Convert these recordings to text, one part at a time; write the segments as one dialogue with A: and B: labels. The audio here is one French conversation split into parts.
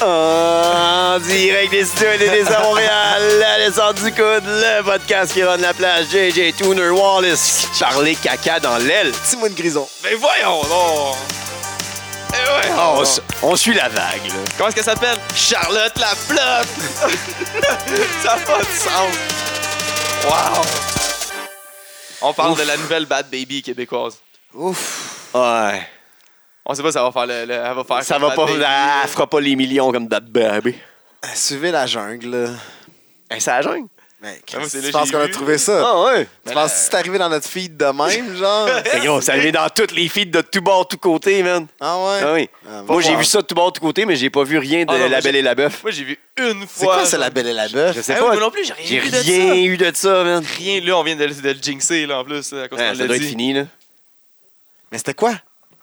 A: En direct des studios des à Montréal, la descente du coude, le podcast qui rend la plage, JJ Tooner Wallace, Charlie Caca dans l'aile.
B: Simone Grison.
C: Mais Ben voyons donc! Eh ouais,
A: Ah, on, s- on suit la vague, là.
C: Comment est-ce qu'elle s'appelle? Charlotte la flotte! ça n'a pas de sens! Wow! On parle de la nouvelle Bad Baby québécoise.
B: Ouf.
A: Ouais.
C: On sait pas si ça va faire le. le- elle va faire
A: Ça
C: comme
A: va pas,
C: Bad Baby.
A: ah, elle fera pas les millions comme Dad Baby.
B: Euh, Suivez la jungle.
C: Ben,
A: Hey, c'est la jungle.
B: Mec,
C: Ah, moi, c'est
B: tu
C: là,
B: penses
C: j'ai
B: qu'on a
C: vu.
B: trouvé ça?
A: Ah ouais.
B: Tu
C: Ben,
B: penses
C: euh,
B: que c'est arrivé dans notre feed de même, genre?
A: C'est gros, ça arrivé dans toutes les feeds de tout bord, tout côté, man.
B: Ah ouais?
A: Ah oui.
B: Ah,
A: Moi, j'ai
B: voir.
A: vu ça de tout bord, tout côté, mais j'ai pas vu rien de
C: Ah non, moi,
A: La Belle
C: j'ai-
A: et la Bœuf.
C: Moi, j'ai vu une fois.
B: C'est quoi, c'est la belle et la bœuf?
A: Je sais
C: Eh oui,
A: pas.
C: moi non plus, j'ai
A: J'ai
C: rien vu de
A: rien
C: ça.
A: eu de ça, man.
C: Rien, là, on vient de, de le jinxer, là, en plus, à cause
A: Ouais,
C: qu'on
A: ça
C: l'a
A: doit
C: dit.
A: être fini, là.
B: Mais c'était quoi?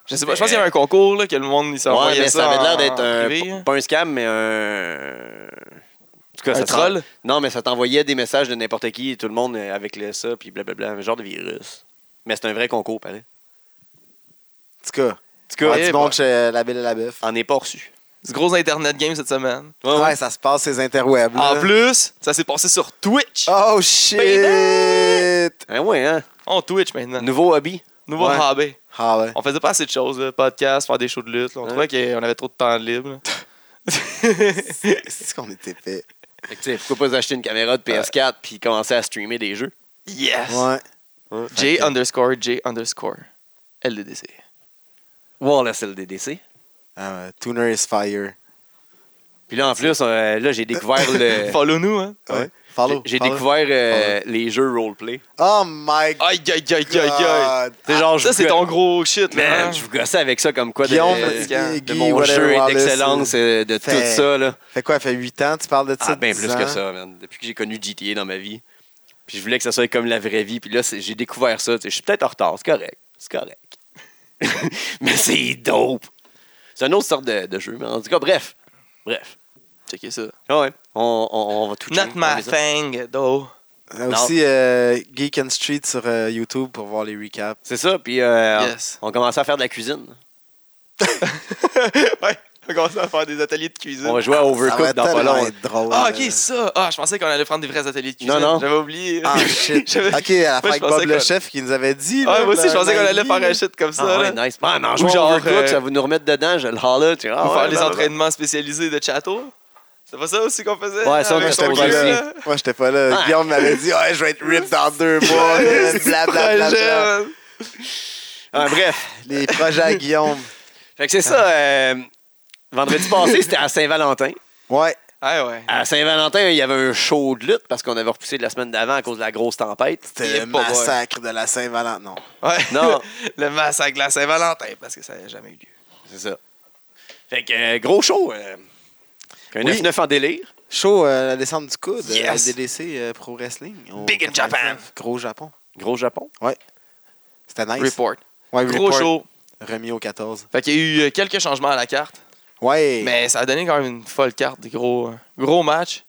C: Je sais pas, je pense qu'il y avait un concours, là, que le monde, il s'en
A: Ouais, mais
C: ça.
A: ça avait l'air
C: en-
A: d'être
C: en
A: un,
C: privé, hein.
A: p- pas un scam, mais un. En tout cas,
C: Un
A: ça t'en-
C: troll?
A: Non, mais ça t'envoyait des messages de n'importe qui et tout le monde euh, avec le ça, puis blablabla, un genre de virus. Mais c'est un vrai concours, pareil.
B: En tout cas,
A: En tout
B: on
A: cas,
B: du monde chez euh, la belle et la bœuf.
A: on n'est pas reçu.
C: Ce hein. gros Internet game cette semaine.
A: Ah
B: Ouais, ça se passe ces interwebs. là.
C: En plus, ça s'est passé sur Twitch.
B: Oh shit!
A: Ah ouais, hein?
C: On Twitch maintenant.
A: Nouveau hobby.
C: Nouveau
B: Ouais.
C: hobby.
B: Ah ouais.
C: On faisait pas assez de choses, là. podcast, faire des shows de lutte. là. On
A: Ouais.
C: trouvait qu'on avait trop de temps libre. là.
B: C'est qu'on était fait.
A: Fait que, tu sais, pourquoi pas acheter une
C: Euh,
A: caméra de PS4 puis commencer à streamer des jeux?
C: yes!
B: Ouais.
C: J underscore J underscore LDDC.
A: Wallace LDDC.
B: Ah ouais. Tuner is fire.
A: Puis là, en plus, euh, là, j'ai découvert le.
C: Follow-nous, hein?
B: Ouais.
A: J'ai-
B: Follow.
A: J'ai
B: follow.
A: découvert euh, les jeux roleplay.
B: Oh my god!
C: Aïe, aïe, aïe, aïe,
B: Ah.
C: aïe.
A: C'est genre, je
C: Ça, c'est
A: vous-
C: ton gros shit, là. hein?
A: Man, je vous gossais avec ça comme quoi de,
B: Guillaume,
A: de
B: Guy, Guy,
A: mon
B: whatever,
A: jeu et
B: Wallace,
A: d'excellence, euh, de tout
B: Fait-
A: ça. Là.
B: Fait quoi, fait 8 ans, tu parles de ça?
A: Ah,
C: ben,
A: bien
B: 10
A: plus
B: ans?
A: que ça, man. Depuis que j'ai connu GTA dans ma vie. Puis je voulais que ça soit comme la vraie vie. Puis là, c'est- j'ai découvert ça. tu sais. Je suis peut-être en retard, c'est correct. C'est correct. mais c'est dope. C'est une autre sorte de, de jeu. Mais en tout cas, bref. Bref.
C: Checker ça.
A: Ah ouais, on, on- on va tout
C: Not
A: checker. On
C: my
A: est ça.
C: thing, though.
B: On a aussi euh, Geek and Street sur euh, YouTube pour voir les recaps.
A: C'est ça. Puis euh,
C: Yes.
A: on commençait à faire de la cuisine.
C: ouais, on commence à faire des ateliers de cuisine.
A: On va jouer à
B: Ça va
A: Overcooked dans pas
B: tellement
A: long.
B: être drôle.
C: Ah, ok,
B: euh.
C: ça! Ah, je pensais qu'on allait prendre des vrais ateliers de cuisine.
A: Non, non.
C: J'avais oublié.
B: Ah, shit.
C: J'avais-
B: ok, à la
C: Moi,
B: fin,
C: je
B: avec Bob
C: pensais
B: le
C: qu'on-
B: chef qui nous avait dit.
C: Ah,
B: là,
C: moi aussi, je
B: dans
C: pensais qu'on
B: la
C: allait
B: vie.
C: faire un shit comme ça.
A: Ah
C: là.
A: ouais, nice. Man, en
C: Ou
A: jouant
C: genre,
A: à Overcooked,
C: euh,
A: ça va nous remettre dedans. Je le holler, tu vois.
C: Pour
A: Ah ouais,
C: faire les
A: ben, ben.
C: entraînements spécialisés de château. C'est pas ça aussi qu'on faisait?
A: Ouais, ça, on
C: avec
A: était
C: son
A: pas
C: gars,
A: là.
C: là?
B: Moi, j'étais pas là.
A: Ah.
B: Guillaume m'avait dit, ouais, je vais être rip dans deux mois. Blablabla.
C: Projet,
A: Ah, bref.
B: Les projets à Guillaume.
A: Fait que c'est ça. euh, vendredi passé, c'était à Saint-Valentin.
B: Ouais.
C: Ah ouais.
A: À Saint-Valentin, il y avait un show de lutte parce qu'on avait repoussé de la semaine d'avant à cause de la grosse tempête.
C: Il est
B: C'était le
C: pas vrai.
B: massacre de la Saint-Valentin. Non.
C: ouais.
A: Non.
C: Le massacre de la Saint-Valentin, parce que ça n'a jamais eu lieu.
A: C'est ça. Fait que euh, gros show. euh, un
B: Oui.
A: 9-9 en délire.
B: Chaud, euh, la descente du coude.
C: Yes.
B: euh, LDDC euh, Pro Wrestling. au
C: Big in
B: 99.
C: Japan.
B: Gros Japon.
A: Gros Japon.
B: C'était nice.
C: Report.
B: Ouais,
C: Gros
B: report.
C: show.
B: Remis au 14.
C: Fait qu'il y a eu euh, quelques changements à la carte,
B: Ouais.
C: mais ça a donné quand même une folle carte. Des gros, euh, gros matchs.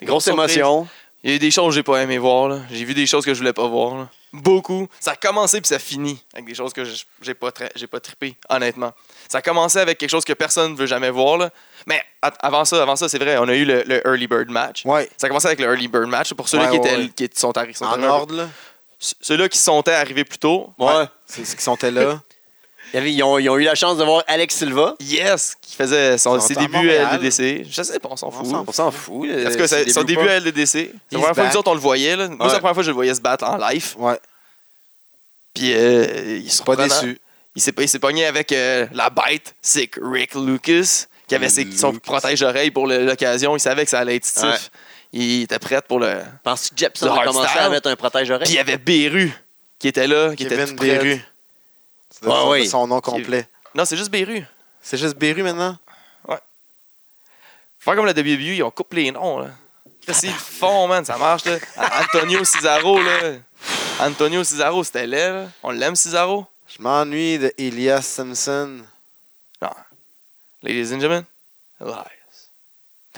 C: Des
A: Grosse
C: surprises.
A: émotion.
C: Il y a eu des choses que j'ai pas aimé voir. là. J'ai vu des choses que je voulais pas voir. là. Beaucoup. Ça a commencé puis ça finit avec des choses que j'ai- j'ai pas tra- j'ai pas trippé, honnêtement. Ça a commencé avec quelque chose que personne veut jamais voir. là. Mais a- avant ça, avant ça, c'est vrai, on a eu le, le early bird match.
B: Ouais.
C: Ça a commencé avec le early bird match pour ceux-là
B: Ouais,
C: qui,
B: ouais,
C: étaient-
B: ouais.
C: qui sont, arri- sont
B: En
C: arrivés.
B: ordre, là.
C: Ceux- Ceux-là qui sont arrivés plus tôt.
A: Ouais.
B: C'est ce qui sont là.
A: Il y avait- ils, ont, ils ont eu la chance de voir Alex Silva.
C: Yes, qui faisait son,
B: Ils sont
C: ses
B: à
C: débuts euh,
B: Montréal.
C: à LDDC. Je sais pas, on s'en
B: On
C: fout.
B: s'en
A: On s'en fout. euh,
C: Parce que
A: c'est
C: c'est- son
A: début ou
C: début
A: pas.
C: à LDDC.
B: se
C: La première fois que
B: bat.
C: nous autres, on le voyait. là. Moi, c'est
A: Ouais.
C: la première fois que je le voyais se battre en live.
B: Ouais.
C: Puis euh, il se
B: Pas déçu.
C: Il s'est, il s'est pogné avec euh, la bête, c'est Rick Lucas, qui avait ses- son
B: Lucas.
C: protège-oreille pour le- l'occasion. Il savait que ça allait être stiff.
A: Ouais.
C: Il était prêt pour le.
A: Penses-tu que Jepson
C: The
A: a
C: Hard
A: commencé
C: Style.
A: à mettre un protège-oreille?
C: Puis il y avait Beru qui était là, qui était
B: Kevin
C: tout prêt.
B: Beru. C'est
A: Ouais,
B: son-
A: ouais.
B: son nom complet.
C: Non, c'est juste Beru.
B: C'est juste Beru maintenant?
C: Faire comme la WWE, ils ont coupé les noms. Là. Qu'est-ce qu'ils font, man? Ça marche, là. Antonio Cesaro, là. Antonio Cesaro, c'était laid, là. On l'aime, Cesaro?
B: Je m'ennuie de Elias Simpson.
C: Ladies and gentlemen, live.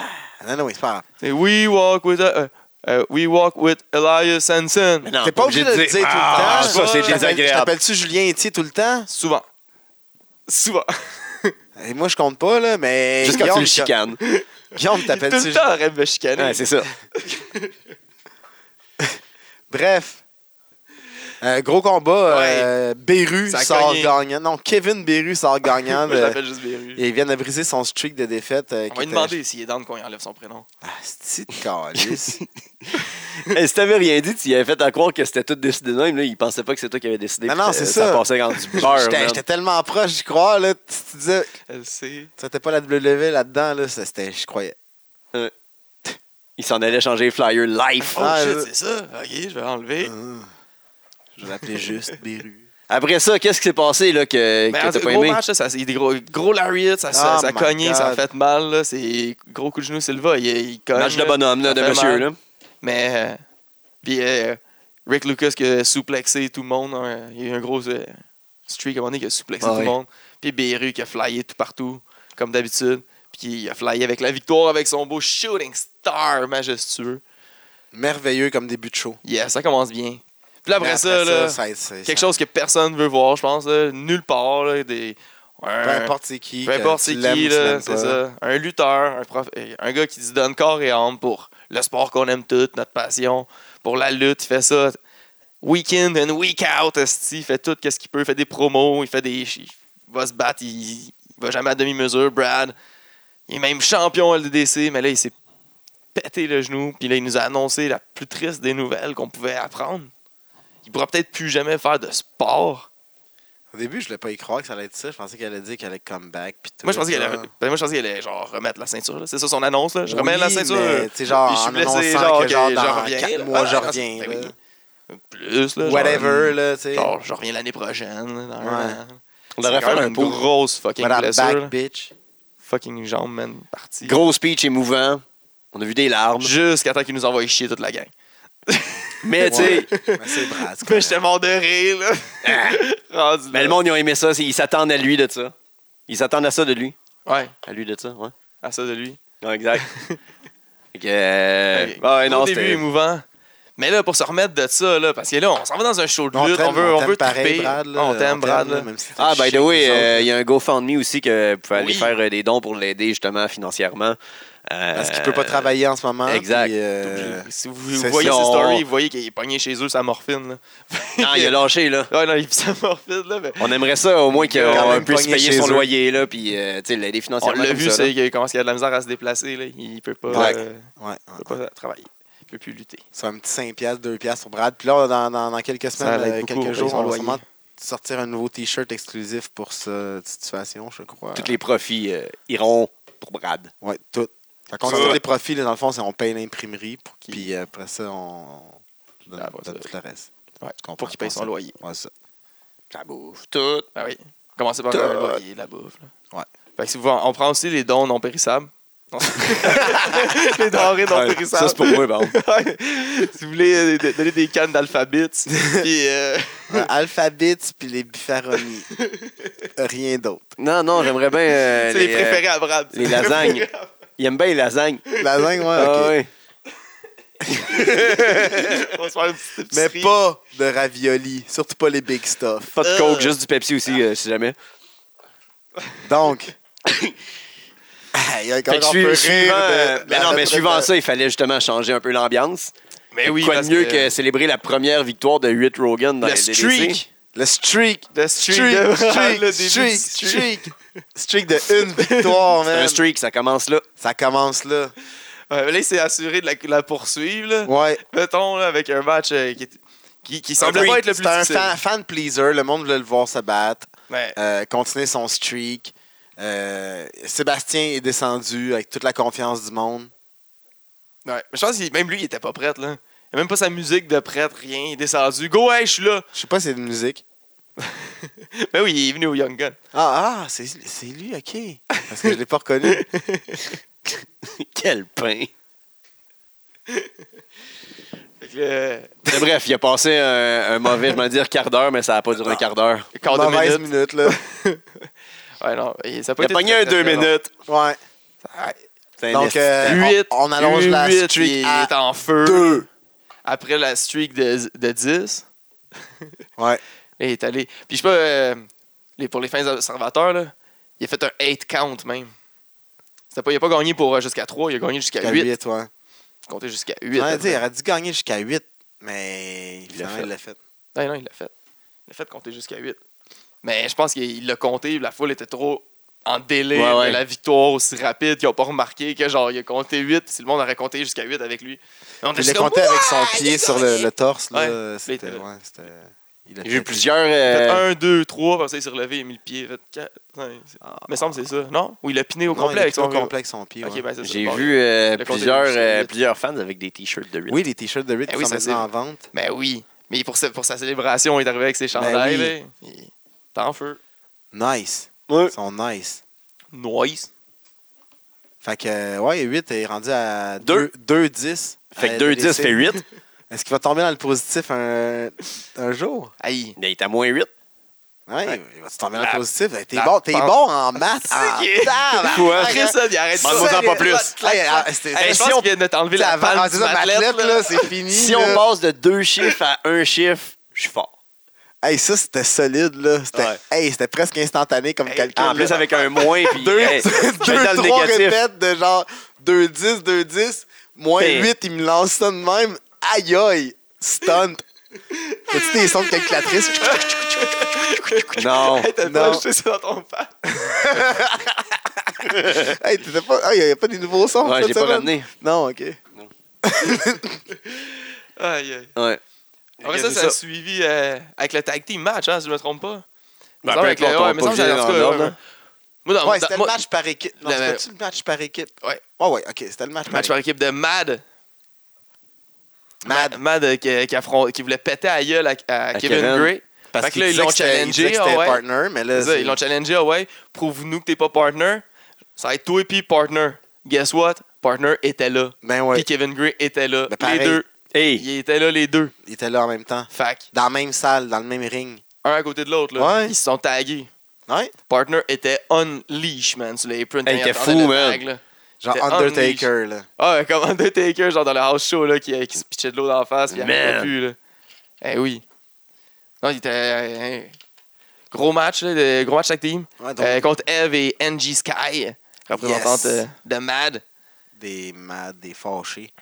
B: Ah, Non, non, oui, c'est pas grave.
C: C'est We Walk with, euh, euh, we walk with Elias Hansen.
A: Mais non,
B: T'es pas obligé de le dire tout
A: Ah,
B: le
A: Ça, c'est
B: temps. Je t'appelle- Je
A: désagréable.
B: t'appelle-tu Julien Etier tout le temps?
C: Souvent. Souvent.
B: Et moi, je compte pas, là, mais.
A: Juste quand tu
B: Guillaume,
A: le chicanes.
B: Guillaume,
C: Tout
B: t'appelles-tu.
C: le temps, arrête de me chicaner.
A: Ouais, c'est ça.
B: Bref. Euh, gros combat.
C: Ouais.
B: euh, Beru
C: Ça a
B: sort
C: gagné.
B: gagnant. Non, Kevin Beru sort gagnant.
A: euh,
C: Moi,
B: de-
C: je l'appelle juste Beru.
B: Et il vient de briser son streak de défaite. euh,
C: On
B: qui
C: va lui
B: était-
C: demander s'il est down qu'on lui enlève son prénom.
B: Ah, c'est de calice.
A: Hey, si t'avais rien dit, tu y avais fait à croire que c'était tout décidé de même. Là, il pensait pas que c'est toi qui avais décidé.
B: Non,
A: puis
B: non,
A: que
B: c'est
A: Ça
B: ça.
A: passait quand du beurre.
B: J'étais
A: man.
B: j'étais tellement proche, je crois. Là, tu tu disais,
C: Elle sait.
B: tu n'étais pas la WWE là-dedans. Là, ça, c'était- je croyais.
A: il s'en allait changer les flyers life.
C: Oh
B: Ah,
C: shit,
B: je-
C: c'est ça. Ok, je vais
A: euh,
C: l'enlever.
B: Ah. Je l'appelais juste Beru.
A: Après ça, qu'est-ce qui s'est passé là,
B: Ben,
A: que,
C: Mais
A: que
C: en
A: t'as
C: tout
A: pas
C: cas, gros
A: aimé?
C: match, là, ça, c'est des gros, gros lariats, ça, ça,
B: Oh
C: ça a
B: my
C: cogné, ça a
B: God.
C: fait mal. là, C'est gros coup de genou, Silva, il, il cogne.
A: Match de
C: là.
A: bonhomme, là,
C: Ça
A: de
C: fait
A: monsieur.
C: mal.
A: Là.
C: Mais, euh, puis euh, Rick Lucas qui a souplexé tout le monde. hein, il y a eu un gros euh, streak à un moment donné qui a souplexé
A: Ah
C: tout
A: ouais.
C: le monde. Puis Beru qui a flyé tout partout, comme d'habitude. Puis qui a flyé avec la victoire, avec son beau shooting star majestueux.
B: Merveilleux comme début de show.
C: Yeah, ça commence bien. Puis là, après,
B: Mais
C: ça, là,
B: ça, c'est-
C: quelque
B: ça-
C: chose que personne veut voir, je pense, là, nulle part. là, des,
B: Peu
C: un-
B: importe c'est qui.
C: Peu
B: que
C: importe
B: tu
C: c'est
B: l'aimes
C: qui,
B: ou tu
C: là,
B: l'aimes
C: c'est
B: pas.
C: ça. Un lutteur, un, prof- euh, un gars qui se donne corps et âme pour le sport qu'on aime tous, notre passion, pour la lutte, il fait ça. Week in and week out, esti, il fait tout ce qu'il peut, il fait des promos, il fait des. Il va se battre, il, il va jamais à demi-mesure, Brad. Il est même champion LDDC, mais là, il s'est pété le genou, puis là, il nous a annoncé la plus triste des nouvelles qu'on pouvait apprendre. Il pourra peut-être plus jamais faire de sport.
B: Au début, je voulais pas y croire que ça allait être ça. Je pensais qu'elle allait dire qu'elle allait come back. puis tout.
C: Moi, je pensais qu'elle
B: Ah.
C: allait, ben, moi, je pensais qu'elle allait genre remettre la ceinture. là. C'est ça son annonce. Là. Je remets
B: Oui,
C: la ceinture.
B: mais, tu sais, genre,
C: puis je suis
B: en
C: blessé,
B: annonçant
C: genre,
B: que,
C: ok,
B: genre,
C: je
B: dans
C: reviens,
B: quatre
C: là.
B: mois,
C: Ah,
B: je
C: non,
B: reviens,
C: ben
B: là.
C: oui. Plus, là. genre,
B: Whatever, là, tu sais.
C: Genre, je reviens l'année prochaine. là, dans un
B: Ouais.
C: an.
A: On
C: C'est
A: devrait
C: quand
A: faire
C: même
A: un
C: une
A: pot.
C: grosse fucking
B: But I'm
C: blessure. là.
B: back, bitch.
C: Fucking jambe, man, partie.
A: Gros speech émouvant. On a vu des larmes.
C: Jusqu'à temps qu'il nous envoie chier toute la gang.
A: Mais tu sais,
B: Mais c'est brave, c'est
C: Mais
B: correct.
C: j'étais mort de rire, là.
B: Ah.
C: Rendu
A: mais
C: là.
A: le monde, ils ont aimé ça. c'est- Ils s'attendent à lui de ça. Ils s'attendent à ça de lui.
C: Ouais,
A: À lui de ça, ouais.
C: à ça de lui.
A: Non, exact. Fait que, euh,
C: Au
A: ouais, non,
C: début
A: c'était-
C: émouvant. Mais là, pour se remettre de ça, là, parce que là, on s'en va dans un show de
B: On
C: lutte, on,
B: t'aime,
C: veut,
B: on
C: on
B: t'aime
C: veut
B: pareil,
C: triper.
B: Brad, là.
C: on t'aime, Brad.
B: là,
C: là.
B: même si t'es
A: Ah, by the
B: chier,
A: way,
B: nous autres.
A: euh, il y a un GoFundMe aussi que vous pouvez aller
C: Oui.
A: faire euh, des dons pour l'aider justement financièrement. Euh,
B: Parce qu'il peut pas travailler en ce moment.
A: exact.
B: puis, euh,
C: Si vous
B: c'est
C: voyez
A: ça,
C: ses
A: on-
C: stories, vous voyez qu'il est pogné chez eux, sa morphine. Là.
A: Non, il a lâché, là.
C: Ouais, non, il sa morphine, là, mais...
A: On aimerait ça au moins
C: Il a quand
A: qu'on
B: même
A: puisse
B: pogné
A: payer
B: chez
A: son
B: eux.
A: loyer, là, puis euh, tu sais, l'aider
C: On
A: financièrement.
C: l'a
A: comme
C: vu,
A: ça, là.
C: c'est qu'il commence à a de la misère à se déplacer, là. il peut pas,
B: Ouais.
C: euh,
B: ouais, ouais.
C: il peut pas travailler, il peut plus lutter.
B: C'est un petit 5 piastres, 2 piastres pour Brad. Puis là, dans, dans, dans quelques
C: Ça
B: semaines,
C: va
B: euh,
C: être beaucoup,
B: quelques
C: jours,
B: jours,
C: son
B: on va
C: loyer.
B: sûrement sortir un nouveau T-shirt exclusif pour cette situation, je crois.
A: Tous les profits euh, iront pour Brad.
B: Oui, tout. Quand on
A: Ça.
B: dit tous les profils, là, dans le fond, c'est on paye l'imprimerie, pour
C: Qui-
B: puis euh, après ça, on on donne,
C: Ah, bah, ça.
B: donne tout le reste.
C: Ouais,
B: Tu comprends
C: pour qu'il paye son
B: ça.
C: loyer.
B: Ouais, ça.
A: Ça bouffe tout.
C: Ah oui. Commencez par
A: Tout.
C: le loyer, la bouffe. là.
B: Ouais.
C: Fait que si vous, on prend aussi les dons non périssables. les denrées non
A: Ouais,
C: périssables.
A: ça, c'est pour moi, par contre.
C: Ouais. si vous voulez euh, de- donner des cannes d'alphabet, puis euh,
B: Ouais, Alphabet, puis les bifaronis. Rien d'autre.
A: Non, non, j'aimerais bien. euh,
C: c'est les,
A: euh,
C: préférés à Brad.
A: les lasagnes. il aime bien les lasagnes.
B: La dingue, ouais,
A: Ah,
B: ok.
A: ouais.
C: on va se faire une petite
B: Mais
C: épicerie.
B: pas de ravioli, surtout pas les big stuff.
A: Pas de
C: Euh.
A: coke, juste du Pepsi aussi, euh, si jamais.
B: Donc. Il y a
A: Fait que
B: encore
A: suis-
B: peu
A: suivant, euh,
B: rire.
A: mais non, mais suivant ça, il fallait justement changer un peu l'ambiance.
C: Mais Eh oui,
A: Quoi
C: parce
A: de mieux que... célébrer la première victoire de 8 Rogan dans
C: le
A: les LDDC?
C: streak.
B: Le streak.
C: Le
B: Streak,
C: streak.
B: streak,
C: Le début du
B: streak, streak, streak de une victoire,
A: C'est un
B: man.
A: streak, ça commence là.
B: Ça commence là.
C: Ouais, là, il s'est assuré de la, la poursuivre. Là.
B: Ouais.
C: Mettons, là, avec un match euh, qui, est- qui, qui semblait
B: C'était
C: pas être le plus
B: un
C: difficile.
B: fan, fan pleaser. Le monde voulait le voir se battre,
C: Ouais.
B: euh, continuer son streak. Euh, Sébastien est descendu avec toute la confiance du monde.
C: Ouais. Mais je pense que même lui, il était pas prêt. Là. Il a même pas sa musique de prêtre, rien. Il est descendu. Go, hey, je suis là.
B: Je sais pas si c'est de musique.
C: Mais oui, il est venu au Young Gun.
B: Ah, ah, c'est c'est lui, ok. Parce que je l'ai pas reconnu.
A: Quel pain!
C: Fait que, euh,
A: Mais bref, il a passé un, un mauvais, je vais dire quart d'heure, mais ça n'a pas duré un quart d'heure.
C: quart de
B: Mauvaise
C: minute.
B: minute, là.
C: Ouais, non, il- ça a pas
A: Il a
C: été
A: pogné
C: très,
A: un
C: très,
A: deux
C: très long.
A: minutes.
B: Ouais.
C: Ouais.
A: C'est un
B: Donc,
A: esti-
B: euh, on-
C: 8.
B: on, allonge la
C: huit,
B: streak
C: Il
B: à
C: est en feu.
B: deux.
C: Après la streak de, de 10.
B: Ouais.
C: Là, il est allé. Puis je sais pas, euh, les- pour les fins observateurs, là, Il a fait un 8 count même. C'était pas, il a pas gagné pour euh, jusqu'à 3, il a gagné jusqu'à
B: Jusqu'à
C: 8.
B: 8, ouais.
C: compté jusqu'à 8.
B: Ouais, hein. dis, il aurait dû gagner jusqu'à 8, mais
A: Il l'a
B: finalement,
A: fait.
B: il l'a fait.
C: Non, non, il l'a fait. Il l'a fait compter jusqu'à 8. Mais je pense qu'il il l'a compté, la foule était trop en délai
A: Ouais, ouais.
C: de la victoire aussi rapide qu'ils n'ont pas remarqué que genre il a compté 8, si le monde aurait compté jusqu'à 8 avec lui. Mais on était
B: Il l'a
C: juste comme,
B: compté avec son
C: Ouais, il
B: pied
C: a
B: sur le,
C: gagné.
B: le torse. là,
C: Ouais,
B: c'était.
C: il était là.
B: Ouais, c'était. Il a
A: J'ai eu
B: fait-
A: plusieurs.
C: Il a fait
A: euh,
C: 1, 2, 3, après ça, il s'est relevé, il a mis le pied. il a Fait 4, Mais semble que c'est ça. Non? Ou il a piné au
B: Ah. Non, il
C: complet
B: a
C: avec
B: fait au
C: son
B: complet avec son pied.
C: Ok,
B: ouais.
C: ben, c'est ça.
A: J'ai
C: Bon,
A: vu euh,
C: Le compte est
A: plusieurs,
C: jusqu'à
A: euh,
C: huit.
A: plusieurs fans avec des t-shirts de Rick.
B: Oui, les t-shirts de Rick
C: Eh
B: qui
C: oui,
B: sont
C: ça,
B: maintenant en vente.
C: Ben oui. Mais pour sa, pour sa célébration, il est arrivé avec ses chandails.
B: Ben oui.
C: là. Il est en feu.
B: Nice.
A: Ouais.
B: Ils sont nice.
C: Noise.
B: Fait que, euh, ouais, 8 est rendu à
A: Deux.
B: 2-10.
A: Fait que 2-10 fait 8.
B: Euh, Est-ce qu'il va tomber dans le positif un, un jour?
C: Aïe.
A: Il est à moins 8.
B: Ouais,
C: Ouais.
B: il va se tomber dans
C: La-
B: le positif. Hey, T'es
C: la
B: bon, t'es
C: pente.
B: bon en maths. en
C: qui est-
B: tabarnak.
A: Quoi?
C: Arrête ça, il arrête ça.
A: Demande-moi-en pas plus.
B: Hey, ah, c'était-
C: Hey, je
B: c'était-
C: pense qu'il vient de t'enlever
B: c'était
C: la
B: avant-
C: vanne
B: ah,
C: du
B: c'est ça,
C: athlète,
B: Mathlète, là,
C: là.
B: c'est fini.
A: Si on
B: là.
A: passe de deux chiffres à un chiffre, je suis fort.
B: Hey, ça, c'était solide, là. C'était
A: Ouais.
B: hey, c'était presque instantané comme
C: Hey,
B: calcul.
A: En plus,
B: là.
A: avec un moins, puis
B: deux,
A: hey, je vais
B: deux,
A: dans le
B: trois
A: négatif.
B: répètes de genre 2-10, 2-10, moins
A: Ben.
B: 8, il me lance ça de même. Aïe aïe, stunt. As-tu des sons de calculatrice?
A: Non.
C: Hey, T'as
B: Non.
C: pas jeté ça dans ton père.
B: hey, t'étais pas. Ah, il n'y a pas des nouveaux sons.
A: Ouais,
B: cette
A: j'ai pas
B: semaine?
A: ramené.
B: Non, ok.
C: Aïe, aïe.
A: Ouais. Ok,
C: Après ça,
A: c'est
C: ça a suivi euh, avec le tag team match, hein, si je me trompe pas.
A: Ben,
C: Ça,
A: peu
C: avec le-
A: importe, on
C: ouais,
A: va
C: mais
A: pas
C: ça, euh,
A: virer
C: en
A: dans
C: tout cas,
A: l'ordre,
C: ouais,
A: hein.
C: Moi, dans,
B: Ouais,
C: Ah, dans-
B: c'était le
C: moi,
B: match par équipe. Non,
C: Le-
B: c'était-tu le match par équipe?
C: Ouais.
B: Ouais, ouais, ok, c'était le match par
C: match par équipe de Mad.
B: Mad.
C: Mad euh, qui, qui, affron- qui voulait péter à gueule à, à
A: À
C: Kevin,
A: Kevin.
C: Gray.
B: Parce
C: Fait que
B: qu'ils
C: là, ils
B: disaient
C: l'ont
B: que c'était- ils disaient que
C: challengé, ah
B: c'était
C: ouais.
B: partner, mais là.
C: C'est ça,
B: c'est-
C: ils l'ont challengé, ah ouais, prouve-nous que t'es pas partner. Ça va être toi et puis partner. Guess what? Partner était là.
B: Ben ouais,
C: Puis Kevin Gray était là.
B: Ben, pareil.
C: les deux.
A: Hey,
C: Ils étaient là, les deux.
B: ils étaient là en même temps.
C: Fac,
B: Dans la même salle, dans le même ring.
C: un à côté de l'autre, là.
B: Ouais.
C: Ils se sont tagués.
B: Ouais?
C: Partner était unleash, man, sur les print.
A: Hey,
C: quand
A: t'es
C: attendait
A: fou,
C: le
A: man.
C: tag, là.
B: Genre
C: C'était
B: Undertaker, là.
C: Ah, ouais, comme Undertaker, genre dans le house show, là, qui, qui se pitchait de l'eau dans la face, puis il
A: Man.
C: arrêtait plus, là. Eh oui. Non, il était. euh, euh, gros match, là, de- gros match tag team.
B: Ouais, donc-
C: Euh, contre Eve et NG Sky, représentante
B: Yes.
C: euh, de Mad.
B: Des mad, des fâchés.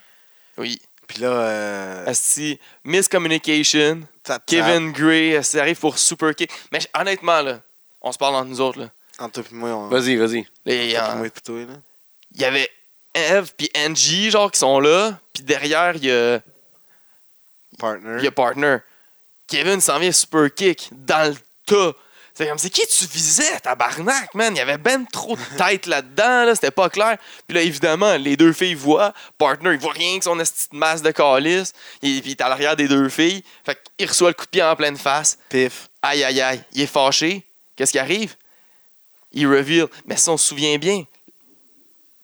C: Oui.
B: Puis là, euh,
C: Asti, Miscommunication,
B: tap, tap,
C: Kevin Gray, ça arrive pour Super Kick. Mais j- honnêtement, là, on se parle entre nous autres, là.
B: entre toi et moi, on...
A: vas-y, vas-y.
C: Les,
B: entre
C: euh,
B: moi et toi, là.
C: il y avait Eve puis Angie genre qui sont là puis derrière il y a,
B: Partner.
C: il y a partner Kevin s'en vient super kick dans le tas c'est comme c'est qui tu visais tabarnak man il y avait ben trop de tête là-dedans là, c'était pas clair puis là évidemment les deux filles voient partner il voit rien que son petite masse de calice et puis il est à l'arrière des deux filles fait qu'il reçoit le coup de pied en pleine face
B: Pif.
C: aïe aïe aïe il est fâché qu'est-ce qui arrive il reveal mais si on se souvient bien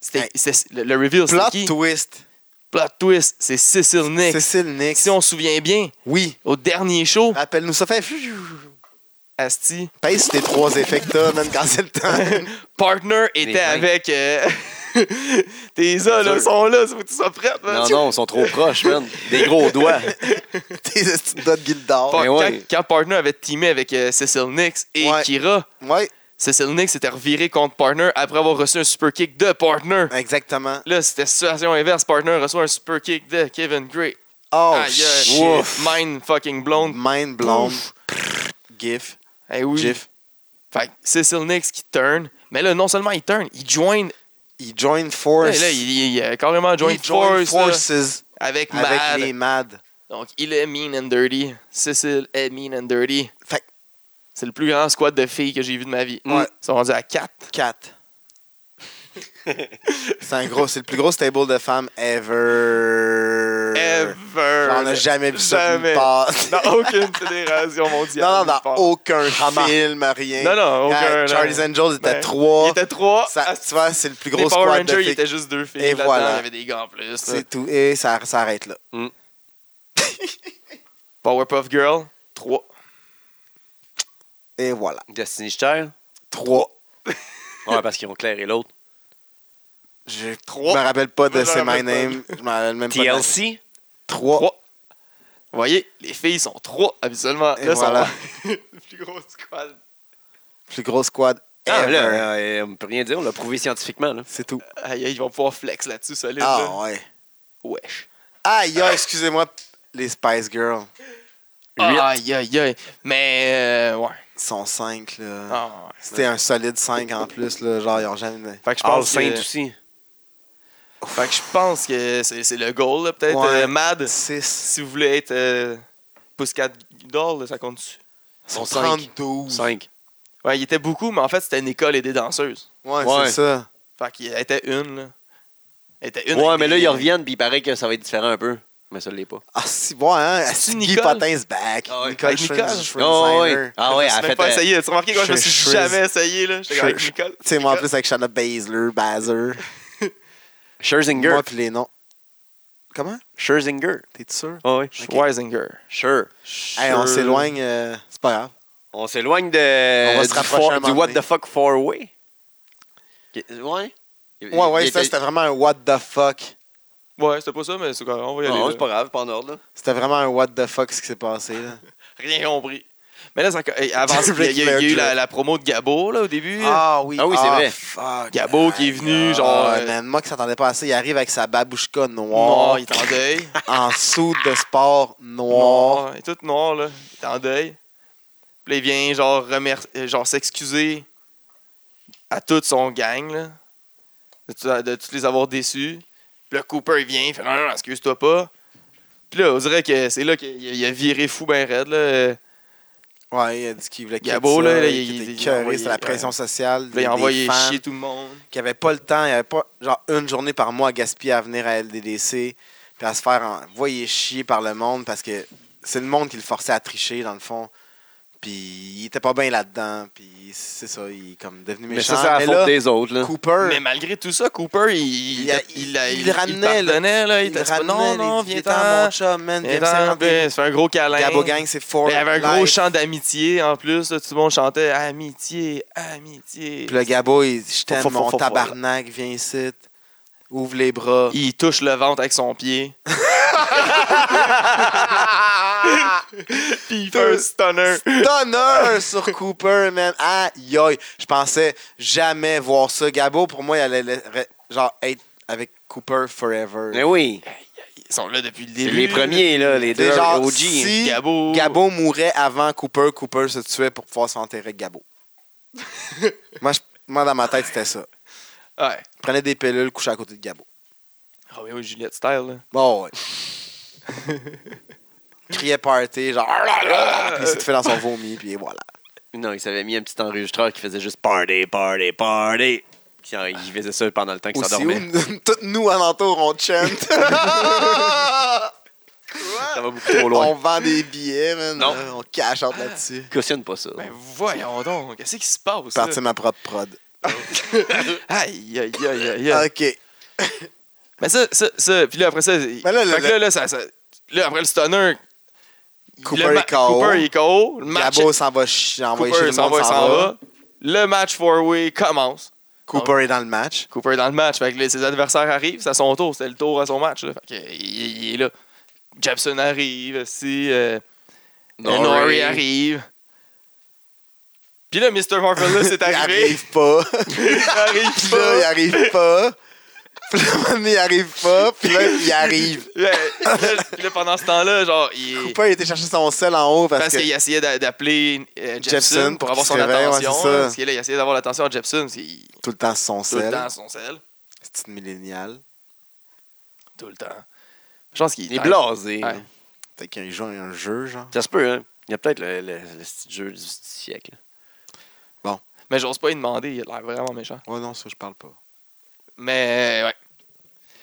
C: c'était,
B: Hey.
C: c'est- le, le reveal c'est
B: Plot
C: qui
B: twist.
C: Plot twist, c'est Cecil Nick.
B: Cécile Nick.
C: Si on se souvient bien,
B: Oui.
C: au dernier show,
B: Rappelle-nous ça. Fait...
C: Asti,
B: Pèse sur tes trois effets que t'as, man, quand c'est le temps.
C: Partner était
A: dingues.
C: avec. euh, Tes là, là,
A: sûr.
C: sont là, faut que tu sois prêt.
A: Non, non, ils sont trop proches, man. Des gros doigts.
B: Tes petites dots de Gildor.
A: mais
C: quand,
A: ouais.
C: quand Partner avait teamé avec euh, Cecil Nix et
B: Ouais.
C: Kira,
B: Ouais,
C: Cecil Nix était reviré contre Partner après avoir reçu un super kick de Partner.
B: exactement.
C: Là, c'était situation inverse. Partner reçoit un super kick de Kevin Gray.
B: Oh,
C: Aïe,
B: shit.
C: aïe, Mind fucking blown.
B: Mind blown. GIF.
C: Eh oui.
B: GIF.
C: Fait que Cecil Nix qui turn. Mais là, non seulement il turn, il join
B: Il join force.
C: Là, là, il, il- il a carrément joint
B: Il join
C: force
B: forces
C: là, avec
B: avec
C: Mad.
B: les Mad.
C: Donc, il est mean and dirty. Cécile est mean and dirty.
B: Fait que
C: C'est le plus grand squad de filles que j'ai vu de ma vie.
B: Ouais.
C: Ils sont rendus à 4.
B: 4. c'est un gros, c'est le plus gros stable de femmes ever.
C: Ever.
B: Euh, On n'a jamais vu ça nulle
C: Jamais.
B: part.
C: Dans aucune fédération mondiale.
B: Non, non,
C: nulle
B: dans
C: part.
B: aucun film, rien.
C: Non, non,
B: Quand
C: aucun.
B: Charlie's
C: non.
B: Angels était
C: Ben,
B: trois.
C: Il était 3.
B: Ça- tu vois, c'est le plus gros
C: les Power
B: squad de
C: Rangers, il
B: filles.
C: était juste deux filles.
B: Et
C: là-dedans.
B: voilà.
C: Il y avait des gars en plus. là.
B: C'est tout. Et ça, ça arrête là.
C: Powerpuff Girl, 3.
B: Et voilà.
A: Destiny's Child.
B: Trois.
A: Ouais, parce qu'ils ont Claire et l'autre.
B: Je
C: Trois.
B: me rappelle pas de
C: Je me
B: C'est My
C: rappelle pas.
B: Name. Je me rappelle même pas. de-
A: TLC.
B: Trois.
C: Trois. Vous voyez, les filles sont 3 habituellement.
B: Et
C: là,
B: voilà.
C: sont... le plus gros squad.
B: Plus gros squad
A: Ah,
C: ben,
B: ever.
A: là, euh, on ne peut rien dire, on l'a prouvé scientifiquement. Là.
B: C'est tout.
C: Aïe, aïe, ils vont pouvoir flex là-dessus, solide.
B: Ah,
C: là.
B: ouais.
C: Wesh.
B: Aïe, aïe, excusez-moi, les Spice Girls
A: Huit.
C: Aïe, aïe, aïe. Mais, euh, ouais.
B: sont 5, là.
C: Ah, ouais.
B: C'était un solide 5 en plus, là. Genre, ils ont jamais.
C: Fait que je
A: All
C: pense
A: Saint
C: que,
A: aussi.
C: fait que je pense que c'est c'est le goal, là, peut-être.
B: Ouais.
C: euh, Mad,
B: 6.
C: si vous voulez être euh, Pussycat Doll, là, ça compte dessus.
A: sont cinq.
B: 32.
A: 5.
C: Ouais, il était beaucoup, mais en fait, c'était une école et des danseuses.
B: Ouais,
A: Ouais.
B: c'est ça.
C: Fait qu'il était une, là. Elle était une.
A: Ouais,
C: avec
A: mais là,
C: des-
A: ils reviennent, puis il paraît que ça va être différent un peu. Mais ça ne l'est pas.
B: Ah, si, bon, hein? Ah, Si, Guy
C: Nicole?
B: Potin's back.
A: Ah ouais.
B: Nicole
C: Avec Nicole?
B: Schwarzenegger.
A: Ah ouais. Ah ouais,
C: Je me suis
A: elle
C: même
A: fait.
C: pas
A: euh,
C: essayé. Tu remarqué quoi? Je me
B: Sure,
C: suis
B: sure.
C: jamais essayé, là. J'étais
B: Sure,
C: avec
B: sure.
C: Nicole.
B: Tu sais, moi en plus avec Shanna Baszler, Bazer.
A: Scherzinger.
B: Moi, puis les noms. Comment?
A: Scherzinger.
B: T'es sûr?
A: Ah ouais.
C: Schwarzinger.
A: Sure.
B: Hey, on s'éloigne. euh, c'est pas grave.
A: On s'éloigne de,
B: On va se
A: du,
B: rapprocher
A: four-
B: un
A: du
B: moment
A: What
B: donné.
A: the fuck Four Way. Ouais.
B: Ouais, ouais, ça, c'était vraiment un what the fuck.
C: Ouais, c'était pas ça, mais c'est correct. On va y aller.
A: Non,
C: là.
A: c'est pas grave, pas en ordre. Là.
B: C'était vraiment un what the fuck ce qui s'est passé, là.
C: Rien compris. Mais là, ça... hey, avant,
B: Ric
C: il y a, il y a- il y a eu la,
B: Flair.
C: la promo de Gabo, là, au début.
B: Ah oui,
A: Ah oui, c'est vrai.
B: Fuck.
C: Gabo qui est venu, genre,
B: Ah,
C: euh,
B: man, moi qui s'attendais pas à ça, il arrive avec sa babouchka
C: Noir,
B: noire,
C: il est en deuil.
B: en soude de sport noir.
C: Noir. Il est Ah, tout noir, là. Il est en deuil. Puis là, il vient, genre, remer- euh, genre s'excuser à toute son gang, là. De, tout- de tous les avoir déçus. Puis là, Cooper, il vient, il fait non, non, non, excuse-toi pas. Puis là, on dirait que c'est là qu'il a- il a viré fou ben raide, là.
B: Ouais, il a dit qu'il voulait qu'il
C: Gabo,
B: dise ça,
C: là, là,
B: qu'il
C: il-
B: était
C: il-
B: écoeuré,
C: il envoyait-
B: c'était la pression sociale.
C: Puis là, il a
B: des
C: envoyé
B: fans,
C: chier tout le monde.
B: Qu'il avait pas le temps, il avait pas, genre, une journée par mois à gaspiller à venir à LDDC, puis à se faire envoyer chier par le monde parce que c'est le monde qui le forçait à tricher, dans le fond. Puis il était pas bien là-dedans, puis c'est ça, il est comme devenu
A: Mais,
B: méchant.
A: ça, c'est la faute
B: là,
A: des autres. Là.
B: Cooper.
C: hein. Mais malgré tout ça, Cooper, il,
B: Il a- il ramenait,
C: il pardonnait, là. Il,
B: Il
C: était
B: ramenait
C: non,
B: les-
C: non,
B: il
C: viens
B: était en
C: ten
B: mon chum, man. Viens me
C: Viens-t'en.
B: serrer
C: Puis, il se fait un gros câlin.
B: en- Gabo Gang, c'est fort.
C: Il y avait un gros
B: live.
C: chant d'amitié en plus. là, tout le monde chantait Amitié, Amitié.
B: Puis le Gabo, il dit, Je t'aime,
C: Faut- faut-
B: mon
C: faut- faut-
B: tabarnak, viens ici. Ouvre les bras.
C: Il touche le ventre avec son pied. Puis il fait un stunner.
B: Stunner sur Cooper, man. Aïe, aïe. Je pensais jamais voir ça. Gabo, pour moi, il allait le- re- genre être avec Cooper
A: Mais
B: forever.
A: oui,
C: Ils sont là depuis le
A: c'est
C: début.
A: les premiers, là, les
B: C'est
A: deux
B: genre,
A: OG.
B: si
C: Gabo.
B: Gabo mourait avant Cooper, Cooper se tuait pour pouvoir s'enterrer Gabo. moi, je- moi, dans ma tête, c'était ça.
C: Ouais.
B: Prenait des pilules, couchait à côté de Gabo.
C: Roméo et Juliette style. Là.
B: Bon, ouais. Criait party, genre. ah,
C: Ah,
B: Puis il s'est fait dans son vomi, puis voilà.
A: Non, ils s'avaient mis un petit enregistreur qui faisait juste party, party, party. Puis, euh, Ils faisaient ça pendant le temps qu'ils
B: Aussi,
A: s'endormaient.
B: où- toutes nous alentour, on chante.
A: Ça va beaucoup trop
B: on
A: loin.
B: vend des billets, man.
A: Non.
B: Euh, On cache out là-dessus.
A: Cautionne pas ça.
C: Ben voyons donc, qu'est-ce qui se passe? là?
B: Parti ma propre prod.
C: Aïe, aïe, aïe, aïe, aïe.
B: OK.
C: Mais ça, ça, ça. Puis là, après ça. il-
B: Mais là, le-
C: fait que là, là, ça, ça- là, après le stunner.
B: Cooper
C: le ma-
B: est KO.
C: Cooper est KO. Le match
B: Gabo s'en va chier, envoyer chez
C: Cooper
B: le
C: s'en
B: monde,
C: va, il
B: s'en va.
C: Le match four-way commence.
B: Cooper est dans le match.
C: Cooper est dans le match. Fait que là, ses adversaires arrivent, c'est à son tour. C'était le tour à son match. Là. Fait que, euh, il, il est là. Jepson arrive, si euh, Nori. arrive. Puis là, Mr. Marvelous est
B: Il
C: arrivé.
B: arrive pas.
C: il arrive
B: Puis là,
C: pas.
B: il arrive pas. Puis là, un moment donné, il arrive pas. Puis là, il arrive.
C: Puis là- puis là, pendant ce temps-là, genre, il,
B: Cooper, il était chercher son sel en haut parce,
C: Parce
B: que...
C: qu'il essayait d'a- d'appeler euh, Jepson,
B: Jepson
C: pour
B: pour
C: avoir
B: qu'il
C: son
B: se réveille, ouais,
C: attention.
B: c'est ça.
C: là, parce qu'il là, il essayait d'avoir l'attention à Jepson. parce qu'il-
B: tout le temps son
C: Tout le
B: sel.
C: temps, son sel.
B: C'est une milléniale.
C: Tout le temps. Je pense qu'il
A: Il est blasé.
C: Ouais.
B: Peut-être qu'il joue à un jeu, genre.
A: Ça se peut, hein. Il y a peut-être le, le, le petit jeu du siècle.
C: Mais j'ose pas y demander, il a l'air vraiment méchant.
B: Ouais, non, ça, je parle pas.
C: Mais ouais.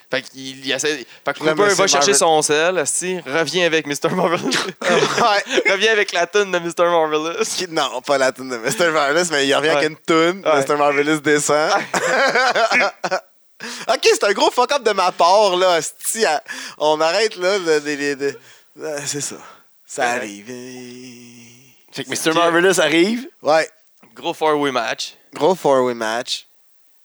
C: Fait qu'il il essaie. Fait que
B: Là, mais
C: Cooper va
B: c'est
C: chercher
B: Marvel.
C: son sel, esti, revient avec Mr. Marvelous.
B: ouais.
C: revient avec la toune de Mr. Marvelous.
B: Qui- Non, pas la tune de Mr. Marvelous, mais il revient
C: Ouais.
B: avec une tune.
C: Ouais.
B: Mr. Marvelous descend. ok, c'est un gros fuck-up de ma part, là. hostie, à- on arrête, là. de- de- de- de- Euh, C'est ça. Ça
C: Ouais.
B: arrive.
A: Fait que Mr. Marvelous arrive.
B: Ouais.
C: Gros four-way match.
B: Gros four-way match.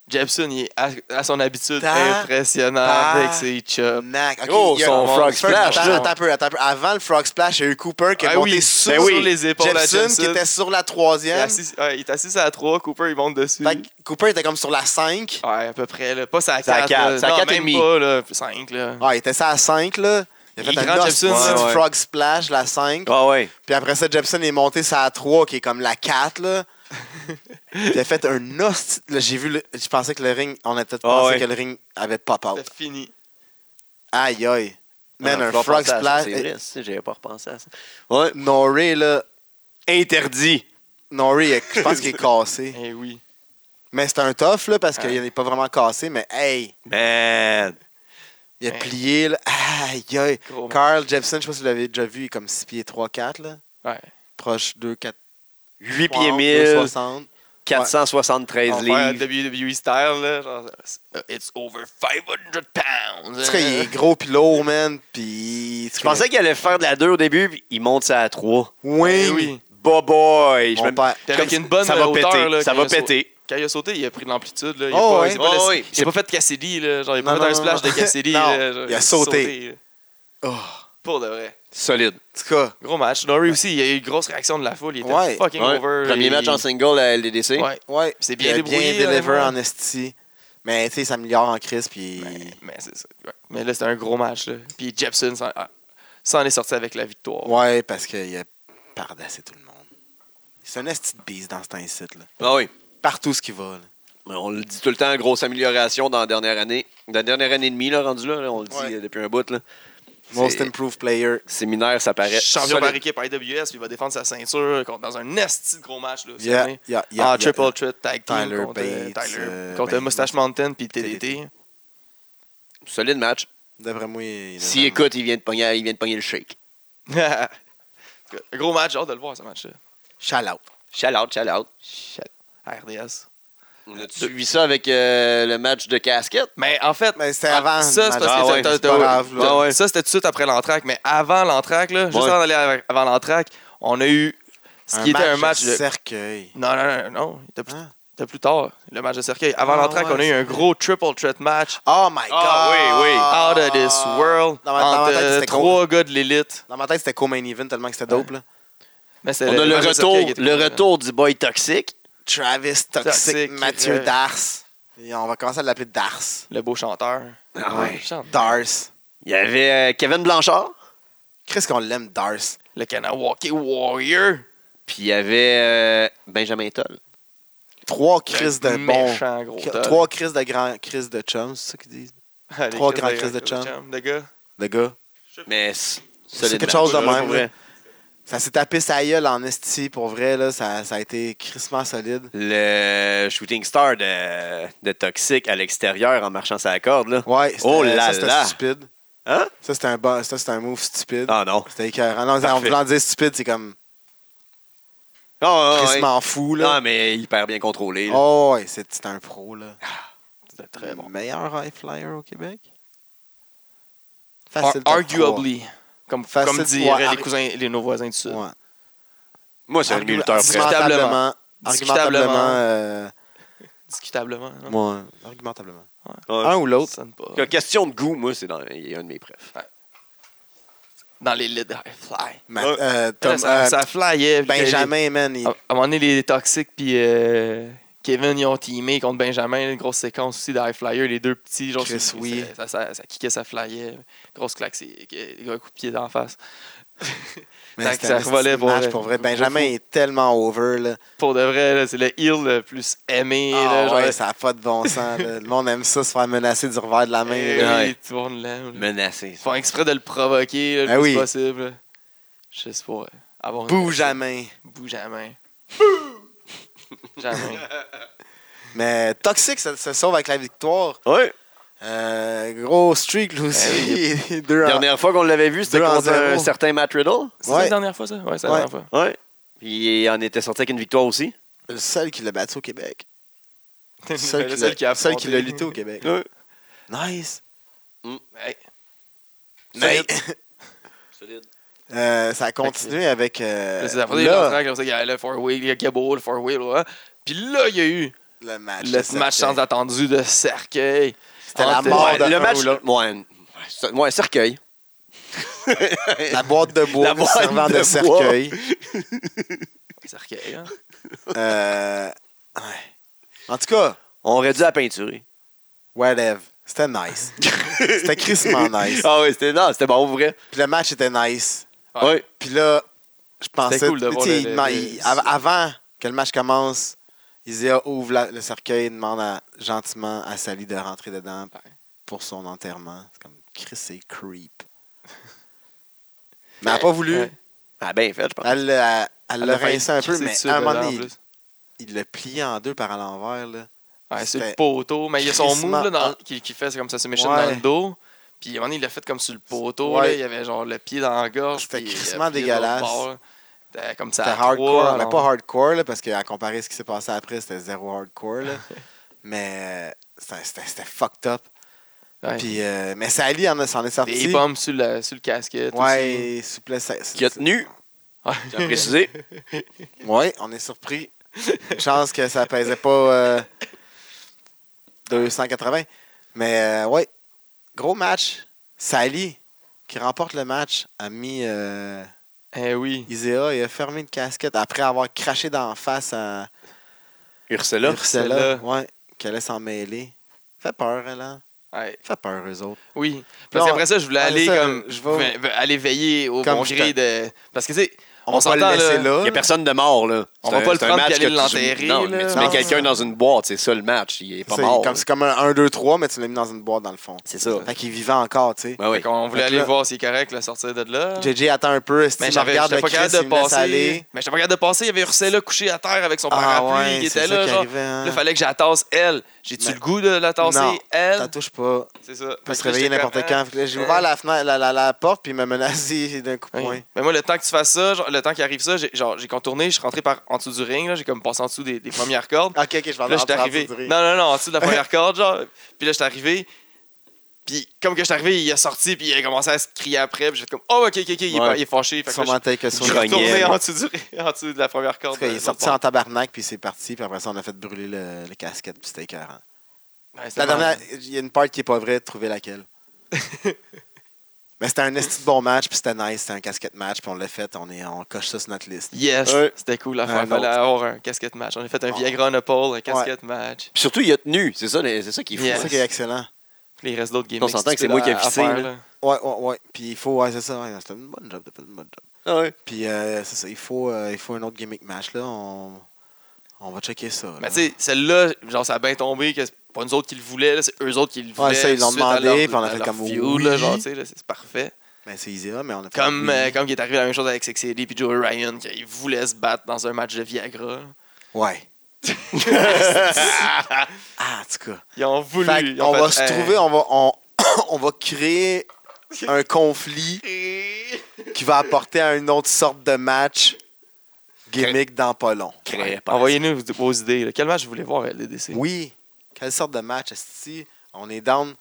C: Jepson, il est à, à son habitude
B: Ta-
C: impressionnant
B: ta-
C: avec ses chops.
B: Knack. Ok,
A: Oh,
B: il y a-
A: son
B: on-
A: Frog
B: First-
A: Splash,
B: attends,
A: là.
B: attends un peu, attends un peu. Avant le Frog Splash, il y a eu Cooper qui est
C: Ah
B: monté
C: oui,
B: sous,
A: ben oui.
C: sur les épaules à
B: Jepson,
C: Jepson.
B: qui était sur la
C: Il est
B: troisième.
C: assis, ouais, il est assis à 3, Cooper, il monte dessus.
B: Fait que Cooper était comme sur la 5.
C: Ouais, à peu près, là. Pas ça à
A: C'est à
C: 4.
A: quatre,
C: là.
A: c'est à
C: Non,
A: quatre et
C: même
A: demi.
C: pas, là. 5, là.
B: Ah, il était ça à 5, là. Il a
C: Il
B: fait
C: grand
B: un
C: Jepson,
B: Jepson,
A: ouais, ouais.
B: Frog Splash, la 5.
A: Ah ouais.
B: Puis après ça, Jepson est monté ça à 3, qui est comme la 4, là. il a fait un host. Là, j'ai vu, le- je pensais que le ring, on a peut-être
A: Ah,
B: pensé
A: ouais.
B: que le ring avait pop out.
C: C'est fini.
B: Aïe, aïe. Man,
A: Ah,
B: un
A: faut
B: Frog
A: repenser à ça,
B: Splash.
A: C'est vrai, ça, j'avais pas repensé à ça.
B: Ouais, Norrie, là.
A: Interdit.
B: Norrie, il- je pense qu'il est cassé.
C: Eh oui.
B: Mais c'est un tough, là, parce
C: Ouais.
B: qu'il n'est pas vraiment cassé, mais hey,
A: Man.
B: il a
C: Ouais.
B: plié, là. Aïe, aïe.
C: Gros.
B: Carl Jepson, je sais pas si vous l'avez déjà vu, il est comme 6 pieds 3-4, là.
C: Ouais.
B: Proche 2-4.
A: 8 pieds 1000, 473
C: On va
A: livres.
C: faire WWE E style, là. Genre, euh, it's over 500 pounds. hein.
B: En tout cas, il est gros pis lourd, man. Pis.
A: Je pensais qu'il allait faire de la 2 au début, puis il monte ça à 3.
B: Wing.
C: Eh oui.
A: Bah boy! Je
B: Mon
A: me-
B: père.
C: Puis avec
A: Comme-
C: une bonne
A: ça va
C: hauteur,
A: péter.
C: là,
A: ça
C: quand
A: va
C: il a sau-
A: péter.
C: Quand il a sauté, il a pris de l'amplitude. Là. Il a
B: Oh,
C: pas,
B: ouais.
C: il s'est pas
A: Oh,
C: laissé-
A: oui.
C: il s'est pas fait de Cassidy. Là. Genre, il a
B: Non,
C: pas fait
B: non,
C: un
B: non,
C: splash
B: non.
C: de Cassidy.
B: Non.
C: là. Genre,
B: Il a sauté.
C: là.
B: Oh,
C: Pour de vrai.
A: Solide.
B: En tout cas,
C: Gros match. Norrie aussi, il y a eu une grosse réaction de la foule. Il était
B: Ouais.
C: fucking
A: Ouais.
C: over.
A: Premier
C: Il-
A: match en single à LDDC.
C: Ouais.
B: ouais.
C: C'est bien
B: il a
C: débrouillé,
B: bien deliver
C: honnêtement.
B: en esti. Mais, tu sais, il s'améliore en crise, pis.
C: Mais, Ben, mais c'est ça. ouais. Mais là, c'était un gros match. Là. Puis Jepson s'en ah, s'en est sorti avec la victoire.
B: Ouais, parce qu'il a pardassé tout le monde. C'est un esti de bise dans cet incite, là.
A: Ah oui. Ben,
B: Partout ce qu'il va, là.
A: On le dit tout le temps, grosse amélioration dans la dernière année. Dans la dernière année et demie, là, rendu là, là, on le dit
B: Ouais.
A: euh, depuis un bout. Là.
B: Most
A: C'est-
B: improved player.
A: Séminaire, ça paraît.
C: Champion par
A: solide.
C: équipe à AWS, puis il va défendre sa ceinture contre- dans un esti de gros match. Là, cette
B: Yeah,
C: année.
B: yeah,
C: en
B: yeah, yeah,
C: Ah, triple
B: yeah.
C: threat tag team
B: Tyler
C: contre, euh,
B: Bates,
C: Tyler,
B: euh,
C: contre
B: ben,
C: Mustache Mountain puis TDT.
B: TDT.
A: Solide match.
B: D'après moi, il.
A: S'il écoute, il vient, de pogner, il vient de pogner le shake.
C: Un gros match, j'ai hâte de le voir ce match-là.
B: Shout out.
A: Shout out, shout out.
C: Shit. RDS.
A: On a suivi ça avec euh, le match de casquette?
C: Mais en fait,
B: Mais c'était
C: ah,
B: avant le
C: Ça,
B: match.
C: c'est parce
A: Ah
C: que t'as-
A: ouais,
C: t'as-
A: c'est
B: pas
C: t'as-
B: grave,
A: là.
C: t'as-
A: Ah ouais.
C: Ça, c'était tout de suite après l'entraque. Mais avant l'entraque, là, juste
A: Ouais.
C: avant d'aller av- avant l'entraque, on a eu ce qui était un match
B: de
C: de.
B: cercueil.
C: Non, non, non, non. C'était plus,
B: Hein?
C: c'était plus tard. Le match de cercueil. Avant
B: Ah
C: l'entraque,
B: ouais,
C: on a eu
B: c'est
C: un gros triple threat match.
B: Oh my god!
A: Ah oui, oui.
C: out of this world.
B: Ah. Dans ma, dans ma
C: entre,
B: tête,
C: euh,
B: c'était gros.
C: trois gars de l'élite.
B: Dans ma tête, c'était co-main event tellement que c'était dope. Là.
C: Mais c'est
B: Euh,
A: On a le
C: match de cercueil
A: retour,
C: qui était
A: le
C: cool, là.
A: retour du boy toxique.
B: Travis Toxic,
C: Toxic,
B: Mathieu
C: ouais.
B: Dars. Et on va commencer à l'appeler Dars.
C: Le beau chanteur.
A: Ah
C: Le
A: ouais.
C: chante-
B: Dars.
A: Il y avait euh, Kevin Blanchard,
B: Qu'est-ce qu'on l'aime, Dars.
C: Le Kanawake Warrior.
A: puis il y avait euh, Benjamin Toll.
B: Trois crises de bons.
C: méchant gros
B: Qu-
C: tas.
B: Trois crises de grands crises de chums, c'est ça qu'ils disent.
C: Ah, les
B: trois
C: crises
B: grands
C: de-
B: crises de chum.
C: de gars.
B: Le gars.
A: Mais c'est
B: C'est quelque chose de même. là. Ça s'est tapé sa gueule en esti, pour vrai. Là. Ça, ça a été crissement solide.
A: Le shooting star de, de Toxic à l'extérieur en marchant sa corde. Là.
B: Ouais, c'était-
A: Oh là
B: ça, c'était
A: là.
B: stupide.
A: Hein?
B: Ça, c'était un, bon, ça, c'était un move stupide.
A: Ah non.
B: C'était écœurant. Non, en
A: Parfait.
B: voulant dire stupide, c'est comme
A: Ah, ah, ouais.
B: crissement fou. Là.
A: Non, mais hyper bien contrôlé. là.
B: Oh, ouais, c'est c'est un pro, là.
C: C'était très bon.
B: Meilleur high flyer au Québec?
C: Ar-
B: Facile top
C: arguably. Comme,
B: Facile
C: comme
B: top
C: diraient
B: trois.
C: les cousins, les, nos voisins du Sud.
B: trois. Ouais.
A: Moi, c'est un
B: Argument-
A: lutteur presque.
B: Argumentablement.
C: Discutablement.
B: Argumentablement. euh,
C: Discutablement. non?
B: ouais, Argumentablement.
A: Ouais.
B: Un ou l'autre.
C: Ça sonne pas.
A: Que- Question de goût, moi, c'est dans il est un de mes prefs.
C: Dans les lits de High Fly.
B: Ma-
A: Ouais.
B: euh, Tom-
C: Là, ça,
B: euh,
C: ça flyait. puis
B: Benjamin, man.
C: les-
B: il-
C: À, à un moment donné, les Toxiques puis euh, Kevin, ils ont teamé contre Benjamin. Une grosse séquence aussi de High Flyer. Les deux petits. Genre,
B: Chris,
C: c'est-
B: oui.
C: Ça, ça, ça kickait, ça flyait. Grosse claque, c'est gros coup de pied d'en face.
B: mais
C: ça-
B: c'était
C: ça
B: un
C: revolait
B: petit
C: pour
B: match
C: vrai.
B: pour vrai. Benjamin est tellement over, là.
C: Pour de vrai, là, c'est le heel le plus aimé. là,
B: Ah
C: genre,
B: ouais, ça n'a pas de bon sens. là. Le monde aime ça, se faire menacer du revers de la main.
C: Eh
B: là.
A: Ouais.
C: oui, tout le monde l'aime, là.
A: Menacé.
C: Ils font exprès de le provoquer là, le
B: Ben
C: plus
B: oui.
C: possible. là. Juste pour euh, avoir. une-
B: Bouge à main.
C: Bouge jamais. jamais.
B: Mais Toxic se, se sauve avec la victoire.
A: Ouais.
B: Euh, gros streak,
C: Ben
B: lui aussi. Deux en-
A: Dernière fois qu'on l'avait vu, c'était
B: Deux en
A: contre
B: zéro.
A: un certain Matt Riddle.
C: C'est
B: Ouais.
C: la dernière fois, ça? Ouais, c'est la
B: Ouais.
C: dernière fois.
A: Ouais. Puis il en était sorti avec une victoire aussi.
B: Le seul qui l'a battu au Québec.
C: Le
B: Celle qui,
C: seul Ben, qui a affronté.
B: l'a lutté au Québec.
A: Ouais.
B: Nice.
C: Hey,
B: Mais
A: Solide. Solide.
B: euh, ça a continué avec. euh,
C: là, Ben, c'est après, il y a
B: là,
C: l'entraque, comme ça, il y a le four-wheel, il y a Cabo, le four-wheel. ouais. Puis là, il y a eu
B: Ah, le match. de
C: Le
B: Cercueil.
C: match sans attendu de cercueil.
B: C'était la
C: Entre-
B: mort
A: Ouais,
B: de
A: le
B: un
A: match.
B: ou l'autre.
A: Ouais, cer- ouais, cercueil.
B: La boîte de bois,
A: La
B: le
A: boîte
B: servant de,
A: de
B: cercueil.
C: Cercueil, hein?
B: Euh, ouais. En tout cas,
A: On aurait dû la peinturer.
B: whatever. C'était nice. C'était crissement nice.
A: Ah oui, c'était non, c'était bon, pour vrai.
B: Puis le match était nice.
C: Ouais.
A: Ouais.
B: Puis là, je pensais.
C: C'était cool de voir
B: tu sais,
C: le-
B: il demande-
C: le-
B: il- av- avant que le match commence, Isaiah ouvre la- le cercueil et demande à- gentiment à Sally de rentrer dedans
C: Ouais.
B: pour son enterrement. C'est comme Chris c'est creep. mais elle n'a pas voulu.
C: Ouais.
A: Ah, bien fait, je pense.
B: Elle l'a elle l'a
C: failli
B: rincé un peu,
C: crisser
B: mais
C: dessus,
B: à
C: là,
B: un moment
C: en
B: donné,
C: plus.
B: il- il l'a plié en deux par à l'envers. là.
C: Ouais, c'est
B: C'était
C: le poteau. Mais il y a son move
B: crissement-
C: là, dans-
B: Ah.
C: qui, qui fait c'est comme ça, se méchante
B: Ouais.
C: dans le dos. Puis à un moment donné, il l'a fait comme sur le poteau.
B: Ouais.
C: Là, il y avait genre le pied dans la gorge.
B: C'était
C: puis il a
B: crissement
C: plié de l'autre
B: dégueulasse.
C: bord, là. C'était comme ça.
B: C'était
C: à trois,
B: hardcore, mais
C: alors-
B: pas hardcore, là, parce qu'à comparer ce qui s'est passé après, c'était zéro hardcore. là. mais euh, c'était- c'était c'était fucked up.
C: Ouais.
B: Puis, euh, mais Sally en a- s'en est sorti.
C: Des pommes sur le, sur le casquette. aussi.
B: Ouais, souplesse. ça- ça-
A: Qui a tenu,
C: Ouais.
A: j'ai précisé.
B: Ouais, on est surpris. Une Chance que ça pesait pas euh, 280. Mais euh, ouais, gros match. Sally, qui remporte le match, a mis euh,
C: Eh oui.
B: Isaiah et a fermé une casquette après avoir craché d'en face à
A: Ursula.
B: Ursula.
C: Ursula.
B: Ouais, qu'elle laisse s'en mêler. Fait peur, elle, hein?
C: Ouais.
B: Fait peur, eux autres.
C: Oui. Parce
B: Non,
C: qu'après ça,
A: Ben,
C: je voulais
B: ouais,
C: aller
B: c'est ça,
C: comme.
B: je vais-
C: ve- ve- aller veiller au
B: Comme
C: bon
B: je
C: gré de. Parce que, tu sais, on,
B: va
C: s'entend
B: pas le laisser là.
A: Il n'y a personne de mort, là.
C: On
A: C'est
C: va
A: un-
C: pas le
A: c'est un
C: prendre
A: match
C: puis aller
A: que tu-
C: l'enterrer,
A: Non,
C: là.
A: mais tu
B: Non.
A: mets quelqu'un dans une boîte, c'est ça le match. Il est pas
B: C'est
A: mort.
B: comme,
A: là.
B: c'est comme un 1-2-3, mais tu l'as mis dans une boîte, dans le fond.
A: C'est ça.
B: Fait qu'il vivait encore, tu sais.
A: Ben oui.
C: on voulait
B: Ah Fait que
C: aller
B: là-
C: voir s'il est correct, le sortir de là.
B: JJ attend un peu, est-ce
C: Mais
B: qu'il me
C: j'avais
B: regarde
C: j'étais
B: le
C: pas
B: Chris,
C: capable de
B: il me laisse
C: passer.
B: aller.
C: Mais j'étais pas capable de passer. Il y avait Ursella couché à terre avec son
B: Ah
C: parapluie
B: ouais,
C: qui
B: c'est
C: était
B: ça
C: là.
B: qui
C: Genre,
B: arrivait, hein.
C: Là, fallait que je la tasse, elle. J'ai-tu
B: Mais-
C: le goût de la tasser,
B: Non, T'en
C: elle?
B: touches pas.
C: C'est ça.
B: Tu peux
C: Fait
B: se
C: que là,
B: réveiller
C: j'étais
B: n'importe
C: comme, hein?
B: quand. Fait que là, J'ai ouvert la, fenêtre, la, la, la porte, puis il m'a menacé d'un coup de
C: Oui.
B: poing.
C: Mais moi, le temps que tu fasses ça, genre, le temps qu'il arrive ça, j'ai genre, j'ai contourné, je suis rentré par en dessous du ring, là, j'ai comme passé en dessous des, des premières cordes.
B: Ah, Ok, ok, je vais
C: Puis là,
B: en
C: j'étais arrivé. Non, non, non, en dessous de la première corde, genre. Puis là, j'étais arrivé. Puis comme que j'étais arrivé, il est sorti, puis il a commencé à se crier après. Puis j'ai fait comme, oh, ok, ok, ok, il, est,
A: Ouais.
C: pas- il est fâché. Fait que là,
B: Sûrement t'as que
C: je-
B: sur
C: je suis
B: le-
A: grognait,
C: retourné
A: là.
C: en dessous, du ring- en dessous de la première
B: En
C: corde.
B: tout cas, il est
C: euh,
B: sorti en
C: l'autre
B: tabarnak, puis c'est parti, puis après ça, on a fait brûler le, le casquette, puis c'était écœurant.
C: bord. Ouais, c'est
B: La
C: bon.
B: dernière, il y a une part qui est pas vraie, de trouver laquelle. Mais c'était un esti de bon match, puis c'était nice, c'était un casquette match, puis on l'a fait, on, est, on coche ça sur notre liste.
C: Yes,
A: Ouais.
C: c'était cool. Il
B: Un
C: fallait
B: autre.
C: avoir un casquette match. On a fait un
B: Oh.
C: Viagra Monopole, un casquette match.
A: Puis surtout, il a tenu. C'est ça, les- c'est ça qui est fou.
B: C'est
C: Yes.
B: ça qui est excellent.
C: Puis il reste d'autres games.
A: On s'entend que c'est moi qui ai vissé, là.
B: Ouais, ouais, ouais. Puis il faut, ouais, c'est ça, ouais, c'était une bonne job, t'as fait une bonne job.
A: Ah ouais.
B: Puis euh, c'est ça, il faut, euh, il faut un autre gimmick match là. On, on va checker ça. là.
C: Mais tu sais, celle-là, genre, ça a bien tombé que c'est pas nous autres qui le voulaient, là, c'est eux autres qui le voulaient.
B: ça, ils l'ont
C: suite à
B: demandé,
C: leur-
B: puis on a
C: à
B: fait
C: leur
B: comme
C: feud,
B: oui.
C: là, genre, tu sais, là, c'est c'est parfait.
B: Mais Ben, c'est easy, là, mais on a fait
C: Comme,
B: oui.
C: euh, comme il est arrivé la même chose avec Sexy et puis Joe Ryan, qu'ils voulaient se battre dans un match de Viagra.
B: Ouais. ah, en tout cas.
C: Ils ont voulu.
B: Fait
C: ils
B: on
C: ont
B: va se
C: fait, Hey.
B: trouver, on va, on, on va créer un conflit qui va apporter à une autre sorte de match gimmick dans pas long.
A: Crée pas.
C: Envoyez-nous vos- vos idées. là. Quel match vous voulez voir à LDDC?
B: Oui. Quelle sorte de match si On est down.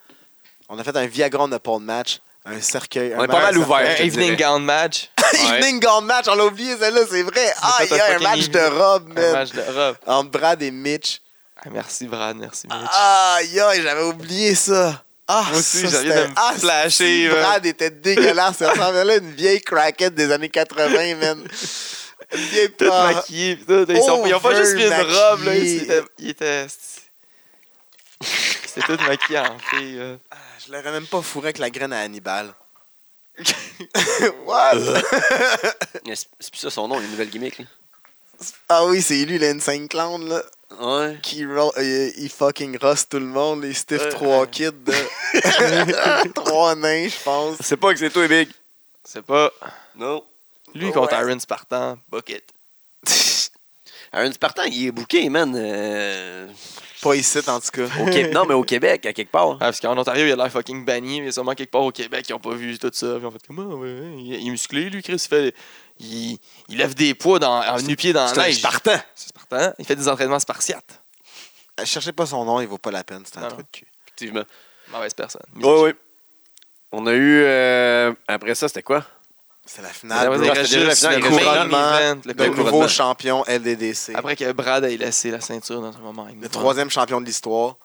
B: On a fait un Viagra de pole match, un cercueil.
A: On est pas mal ouvert.
C: Un
A: je te
C: Evening
A: dirais.
C: Gown match.
A: Ouais.
B: Evening Gold Match, on l'a oublié celle-là, c'est vrai. Ah,
C: fait
B: il y a
C: un
B: un
C: fucking
B: match de
C: evening.
B: robe,
C: un
B: man.
C: match de robe.
B: Entre Brad et Mitch.
C: Ah, merci, Brad. Merci, Mitch.
B: Ah, yo, j'avais oublié ça. Ah,
C: Moi aussi,
B: ça,
C: j'avais
B: c'était-
C: de me
B: Ah,
C: flasher,
B: si,
C: man.
B: Brad était dégueulasse. Ça ressemblait à une vieille craquette des années 80, man. Une vieille
C: Tout
B: pas-
A: Ah,
C: maquillé. pis tout. Ils, sont, ils ont pas juste mis une
B: Overmaquillé.
C: robe. Là, ils étaient. Ils étaient c'était tout maquillé en fille. là.
B: Ah, Je l'aurais même pas fourré avec la graine à Hannibal. What?
A: Mais C'est c'est plus ça son nom, une nouvelle gimmick. Là.
B: ah oui, c'est lui, l'insane clown, là.
A: Ouais.
B: qui ro- euh, il fucking rosse tout le monde, les stiff
C: Ouais.
B: trois kids de trois nains, je pense.
A: C'est pas que c'est toi, Big.
C: C'est pas.
A: Non.
C: Lui contre
B: Ouais.
C: Aaron Spartan, bucket.
A: Aaron Spartan, il est booké, man. euh,
B: Pas ici, en tout cas.
A: au Qué- non, mais au Québec, à quelque part.
C: Ah, parce qu'en Ontario, il a l'air fucking banni, mais sûrement quelque part au Québec, ils ont pas vu tout ça. Puis en fait, comment ouais, ouais, il, il est musclé, lui, Chris. Il, fait, il, il lève des poids dans, en nu-pied dans
A: C'est
C: la
A: un
C: neige.
A: Spartan.
C: C'est Spartan. Il fait des entraînements spartiates.
B: Euh, Cherchez pas son nom, il vaut pas la peine, c'est un
C: Non.
B: truc de cul.
A: Effectivement.
C: Mauvaise personne.
A: Oui, oui. On a eu. euh, après ça, c'était quoi
B: C'était la
C: Ah,
B: finale.
C: ouais,
B: bro.
C: c'est
A: c'était déjà la
C: juste
A: finale,
C: le
A: il y avait
C: couronnement
B: un
C: event, le
B: Le
C: couronnement.
B: nouveau champion LDDC.
C: Après que Brad ait laissé la ceinture dans un moment.
B: Le troisième champion de l'histoire.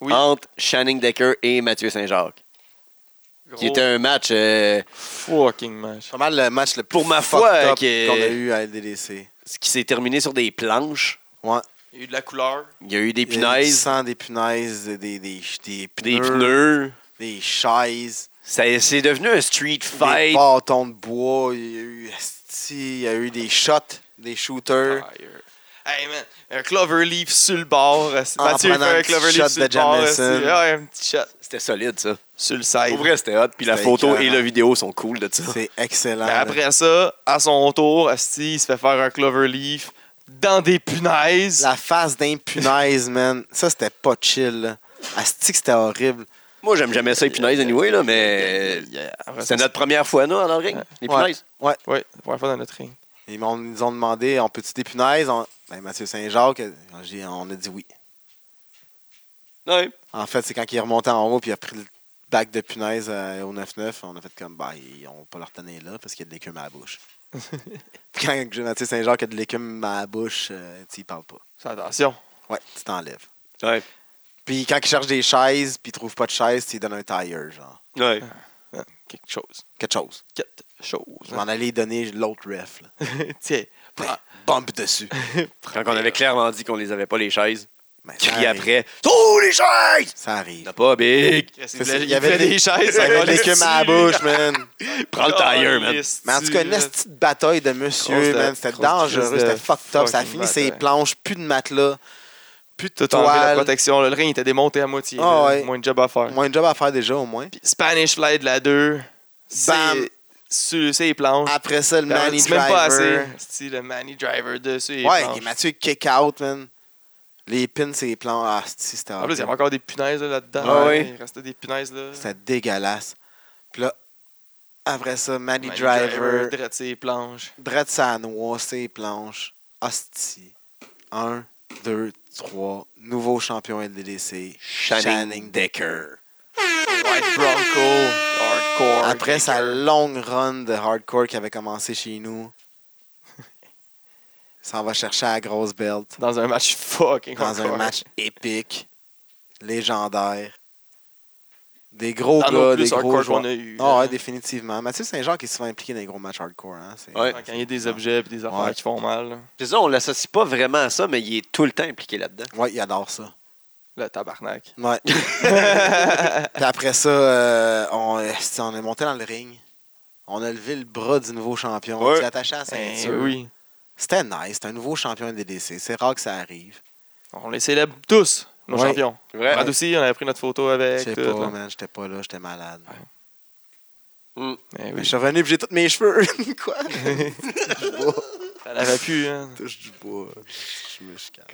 C: Oui.
A: Entre Shannon Decker et Mathieu Saint-Jacques. Qui était un match, euh,
C: fucking match.
B: C'est pas mal le match le plus
A: Pour ma
B: fucked
A: foi,
B: up
A: que-
B: qu'on a eu à LDDC.
A: qui s'est terminé sur des planches.
B: Ouais.
C: Il y a eu de la couleur.
A: Il y a eu des
B: Il y a eu du
A: punaises,
B: sang, des punaises, des, des, des, des
A: des
B: pneus, des,
A: pneus.
B: chaises,
A: Ça- C'est devenu un street
B: des
A: fight.
B: bâtons de bois. Il y a eu, esti, il y a eu des shots, des shooters.
C: Fire. Hey man, un Cloverleaf sur le bord. euh,
B: En
C: Mathieu fait
B: prenant un
C: un
B: petit
C: Cloverleaf
B: shot
C: sur le
B: de
C: bord.
B: Jamison.
C: euh, c'est- Ouais, un petit shot
A: C'était solide, ça.
C: sur le side.
A: Pour vrai, c'était hot. Puis la
B: C'était
A: photo et
B: écœurant.
A: la vidéo sont cool de ça.
B: C'est excellent.
C: Ben,
B: là.
C: après ça, à son tour, Asti, il se fait faire un Cloverleaf dans des punaises.
B: La face d'impunaise, man. Ça, c'était pas chill. là. Asti que c'était horrible.
A: Moi, j'aime jamais ça, les punaises, anyway, là, mais
C: Yeah. Après ça,
A: c'était notre première fois, non, dans le ring, les
B: Ouais.
A: punaises.
C: Ouais, la première fois dans notre ring.
B: Ils m'ont- ils nous ont demandé, on peut-tu des punaises? On- Ben, Mathieu Saint-Jacques, j'ai- on a dit oui.
A: Ouais.
B: En fait, c'est quand il est remonté en haut puis il a pris le bac de punaises euh, au 9-9. On a fait comme, bah, ils- on va pas leur tenir là parce qu'il y a de l'écume à la bouche. Puis quand j'ai Mathieu Saint-Jacques a de l'écume à la bouche, euh, tu sais, il parle pas.
C: Fais attention.
B: Ouais, tu t'enlèves.
A: Ouais.
B: Puis quand il cherche des chaises puis il trouve pas de chaise, tu lui donnes un tire, genre.
A: Ouais.
C: Quelque chose.
B: Quelque chose.
C: Quelque chose.
B: Je m'en allais donner l'autre ref. Là.
C: Tiens. prends-
B: Bump dessus.
A: Quand on avait clairement dit qu'on les avait pas, les chaises,
B: Mais ça
A: crie
B: arrive.
A: après Oh, les chaises
B: Ça
A: On
B: arrive.
A: n'a pas, Big.
C: Il y avait des chaises.
B: Ça avait de l'écume à la bouche, man.
A: Prends
C: Oh,
A: le tailleur, man.
B: Mais en tout cas, une petite bataille de monsieur,
C: Grosse de-
B: man. C'était
C: grosse
B: dangereux,
C: crise de
B: c'était fucked up. Ça a
C: fucking
B: fini ses
C: bataille.
B: planches, plus de matelas, plus de
C: Tout enlevé la
B: toile.
C: protection. là. Le ring était démonté à moitié.
B: Ah
C: là.
B: ouais.
C: Moins de job à faire.
B: Moins de job à faire déjà, au moins.
C: Puis Spanish Fly de la 2.
B: Bam.
C: C'est sur ses planches.
B: Après ça, le
C: Ben,
B: Manny
C: c'est même pas assez.
B: Driver.
C: C'est le Manny Driver dessus. les
B: Ouais,
C: planches.
B: et Mathieu kick out, man. Les pins, ses planches. Ah, c'ti, c'était
C: En plus, il y avait
B: horrible.
C: encore des punaises là, là-dedans.
A: Ah ouais.
C: Il restait des punaises là.
B: C'était dégueulasse. Puis là, après ça, Manny,
C: Manny
B: Driver,
C: Driver, drette ses planches.
B: Dredd sa noix, ses planches. Hostie. Un, deux, trois. Nouveau champion LDDC.
A: Shannon
B: Shannon
A: Decker.
C: White Bronco. Hardcore.
B: Après sa
C: Kicker.
B: longue run de hardcore qui avait commencé chez nous, s'en va chercher à la grosse belt
C: Dans un match fucking
B: dans un
C: hardcore.
B: match épique, légendaire. Des gros
C: Dans nos
B: gars,
C: plus
B: des gros
C: hardcore
B: joueurs.
C: qu'on a eu.
B: Ah
C: là.
B: ouais, définitivement. Mathieu Saint-Jean qui est souvent impliqué dans les gros matchs hardcore. Hein? c'est-
A: Ouais.
C: Quand il y a des objets et des affaires
B: Ouais.
C: qui font mal. là.
A: C'est ça, on l'associe pas vraiment à ça, mais il est tout le temps impliqué là-dedans.
B: Ouais, il adore ça.
C: Le tabarnak.
B: Ouais.
C: Puis
B: Puis après ça, euh, on, euh, si on est monté dans le ring. On a levé le bras du nouveau champion.
A: Ouais.
B: On s'est attaché à la ceinture.
C: Ben oui.
B: C'était nice. C'était un nouveau champion DDC. C'est rare que ça arrive.
C: On les célèbre tous, nos
B: Ouais.
C: champions.
A: C'est
C: Brad aussi, on avait pris notre photo
B: Je
C: avec.
B: sais
C: tout,
B: pas,
C: là.
B: man. J'étais pas là. J'étais malade.
C: Eh
B: Mais
C: Ben oui.
B: je suis revenu et j'ai tous mes cheveux. Quoi?
C: T'en avais plus, hein.
B: Touche du bois. Je me suis calme.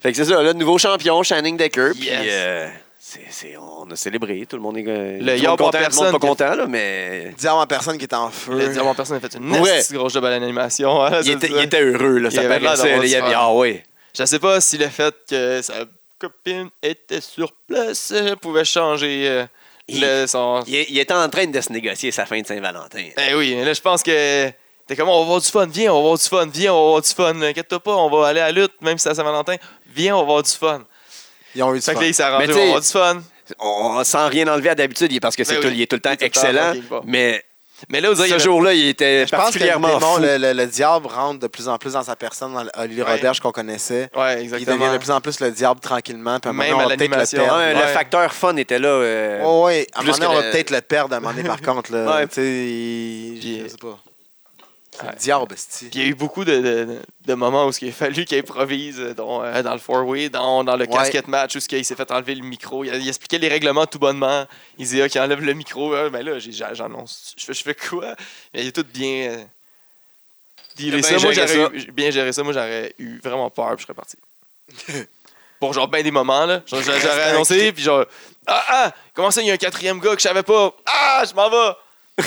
A: Fait que c'est ça, le nouveau champion, Shannon Decker. Puis
C: Yes.
A: euh, c'est- c'est- on a célébré, tout le monde est euh, tout
C: Le y'a
A: monde
C: pas
A: content, tout le monde
C: personne
A: pas
C: qui-
A: content, là, mais
B: Dis à ma personne qui est en feu.
C: Le diamant personne a fait une
A: Ouais.
C: nasty grosse job à l'animation. hein,
A: il
C: c'est
A: était,
C: ça.
A: il était heureux, là,
C: Il
A: ça
C: avait l'air
A: paraissait.
C: d'avoir
A: là, il
C: du
A: avait,
C: fun.
A: ah ouais.
C: Je sais pas si le fait que sa copine était sur place euh, pouvait changer euh,
A: Il-
C: le, son.
A: Il, il était en train de se négocier sa fin de Saint-Valentin.
C: Eh oui, mais là, je pense que. T'es comme, on va avoir du fun, viens, on va avoir du fun, viens, on va avoir du fun. Euh, Inquiète-toi pas, on va aller à la lutte, même si c'est à Saint-Valentin. Viens, on va avoir du fun.
B: Ils ont eu du
C: Fait que
B: fun.
C: là, il s'est arrangé,
A: Mais
C: on va avoir du
A: t'sais-
C: fun.
A: On, sans rien enlever à d'habitude, il- parce que c'est
C: Ben
A: tout-
C: oui.
A: il est tout le temps
C: Il est tout le temps
A: excellent,
C: fucking bon.
A: mais
C: Mais là, vous
A: ce
C: avez
A: jour-là, il était
B: Je pense que le,
A: particulièrement
B: démon,
A: fou.
B: le, le- le diable rentre de plus en plus dans sa personne, dans le Holly
C: Ouais.
B: Roberge qu'on connaissait.
C: Ouais,
B: Il devient
C: exactement.
B: de plus en plus le diable tranquillement. Puis à un moment
C: Même
B: donné, on
C: à
B: va peut-être le
C: l'animation.
B: perdre.
A: Ouais, Le
C: Ouais. Oh,
A: facteur fun était là. euh,
B: Ouais, ouais. À un
A: plus
B: moment donné,
A: que
B: on
A: le-
B: va peut-être le perdre à un moment donné, par contre. Là.
A: Ouais.
B: Tu sais, il-
C: Puis- euh,
B: Je sais pas. C'est
C: Ouais.
B: le diable, esti.
C: Puis il y a eu beaucoup de, de- de moments où il a fallu qu'il improvise euh, dont, euh, dans le four-way, dans, dans le
B: Ouais.
C: casquette match, où ce qu'il s'est fait enlever le micro. Il, a- il expliquait les règlements tout bonnement. Il disait ah, qu'il enlève le micro. Ah, ben là, j'ai- j'a- j'annonce. Je fais, je fais quoi? Mais il est tout bien. euh, dealé
A: Il a bien
C: ça. Moi,
A: géré
C: j'aurais eu- j'ai bien géré ça. Moi, j'aurais eu vraiment peur, puis je serais parti. Pour genre ben des moments, là. Genre, j'a- J'aurais annoncé, puis genre. Ah, ah! Comment ça, il y a un quatrième gars que je savais pas? Ah, je m'en vais!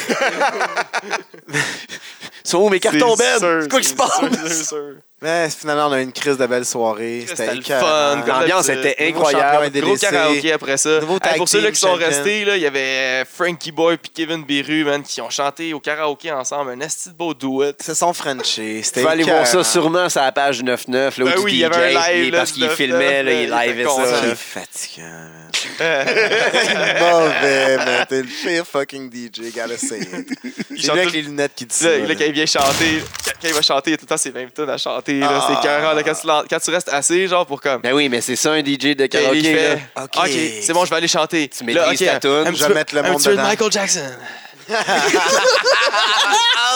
A: Ils sont où mes cartons, Ben?
C: C'est sûr,
A: C'est quoi qui se
C: c'est sûr,
A: passe?
C: c'est sûr.
B: Mais finalement, on a eu une crise de belle soirée.
C: C'était le
B: écœurant.
C: fun, comme
A: L'ambiance
C: euh, Nouveau
A: était
B: champion
A: incroyable.
B: NDDC.
C: Gros karaoké après ça.
B: Nouveau
C: Hey,
B: tag
C: pour ceux-là
B: team
C: qui sont
B: champion.
C: restés, là, il y avait Frankie Boy puis Kevin Beru, man, qui ont chanté au karaoké ensemble. Un esti de beau duet.
B: Ils se sont Frenchés.
A: Tu
B: C'était
A: vas aller voir ça
B: écœurant.
A: sûrement sur la page 99, là, où
C: Ben
A: du
C: oui, il
A: DJ,
C: y avait un live,
A: il-
C: là,
A: parce
C: du
A: qu'il
C: 99,
A: filmait, là, il
C: là, il
A: liveait
C: était
A: ça.
B: C'est
A: là.
C: content.
B: fatigant, man.
C: Euh,
B: T'es mauvais, man. T'es le pire fucking DJ, gotta say it.
C: chante
B: C'est lui avec
C: tout-
B: les lunettes qui dit ça.
C: là, là,
B: là.
C: quand il vient chanter, quand quand il va chanter, il y a tout le temps ses 20 tonnes à chanter. là.
B: Ah.
C: C'est écœurant, là, quand, tu lan- quand tu restes assez, genre, pour comme.
A: Ben oui, mais c'est ça un DJ de
C: Ok, il
A: karaoké. là.
C: fait,
B: là.
C: ok, c'est bon, je vais aller chanter.
A: Tu maîtrises ta toune,
C: un
A: je
C: petit
B: vais
C: peu-
B: mettre le
C: un
B: monde
C: petit peu de
B: dedans.
C: Michael Jackson.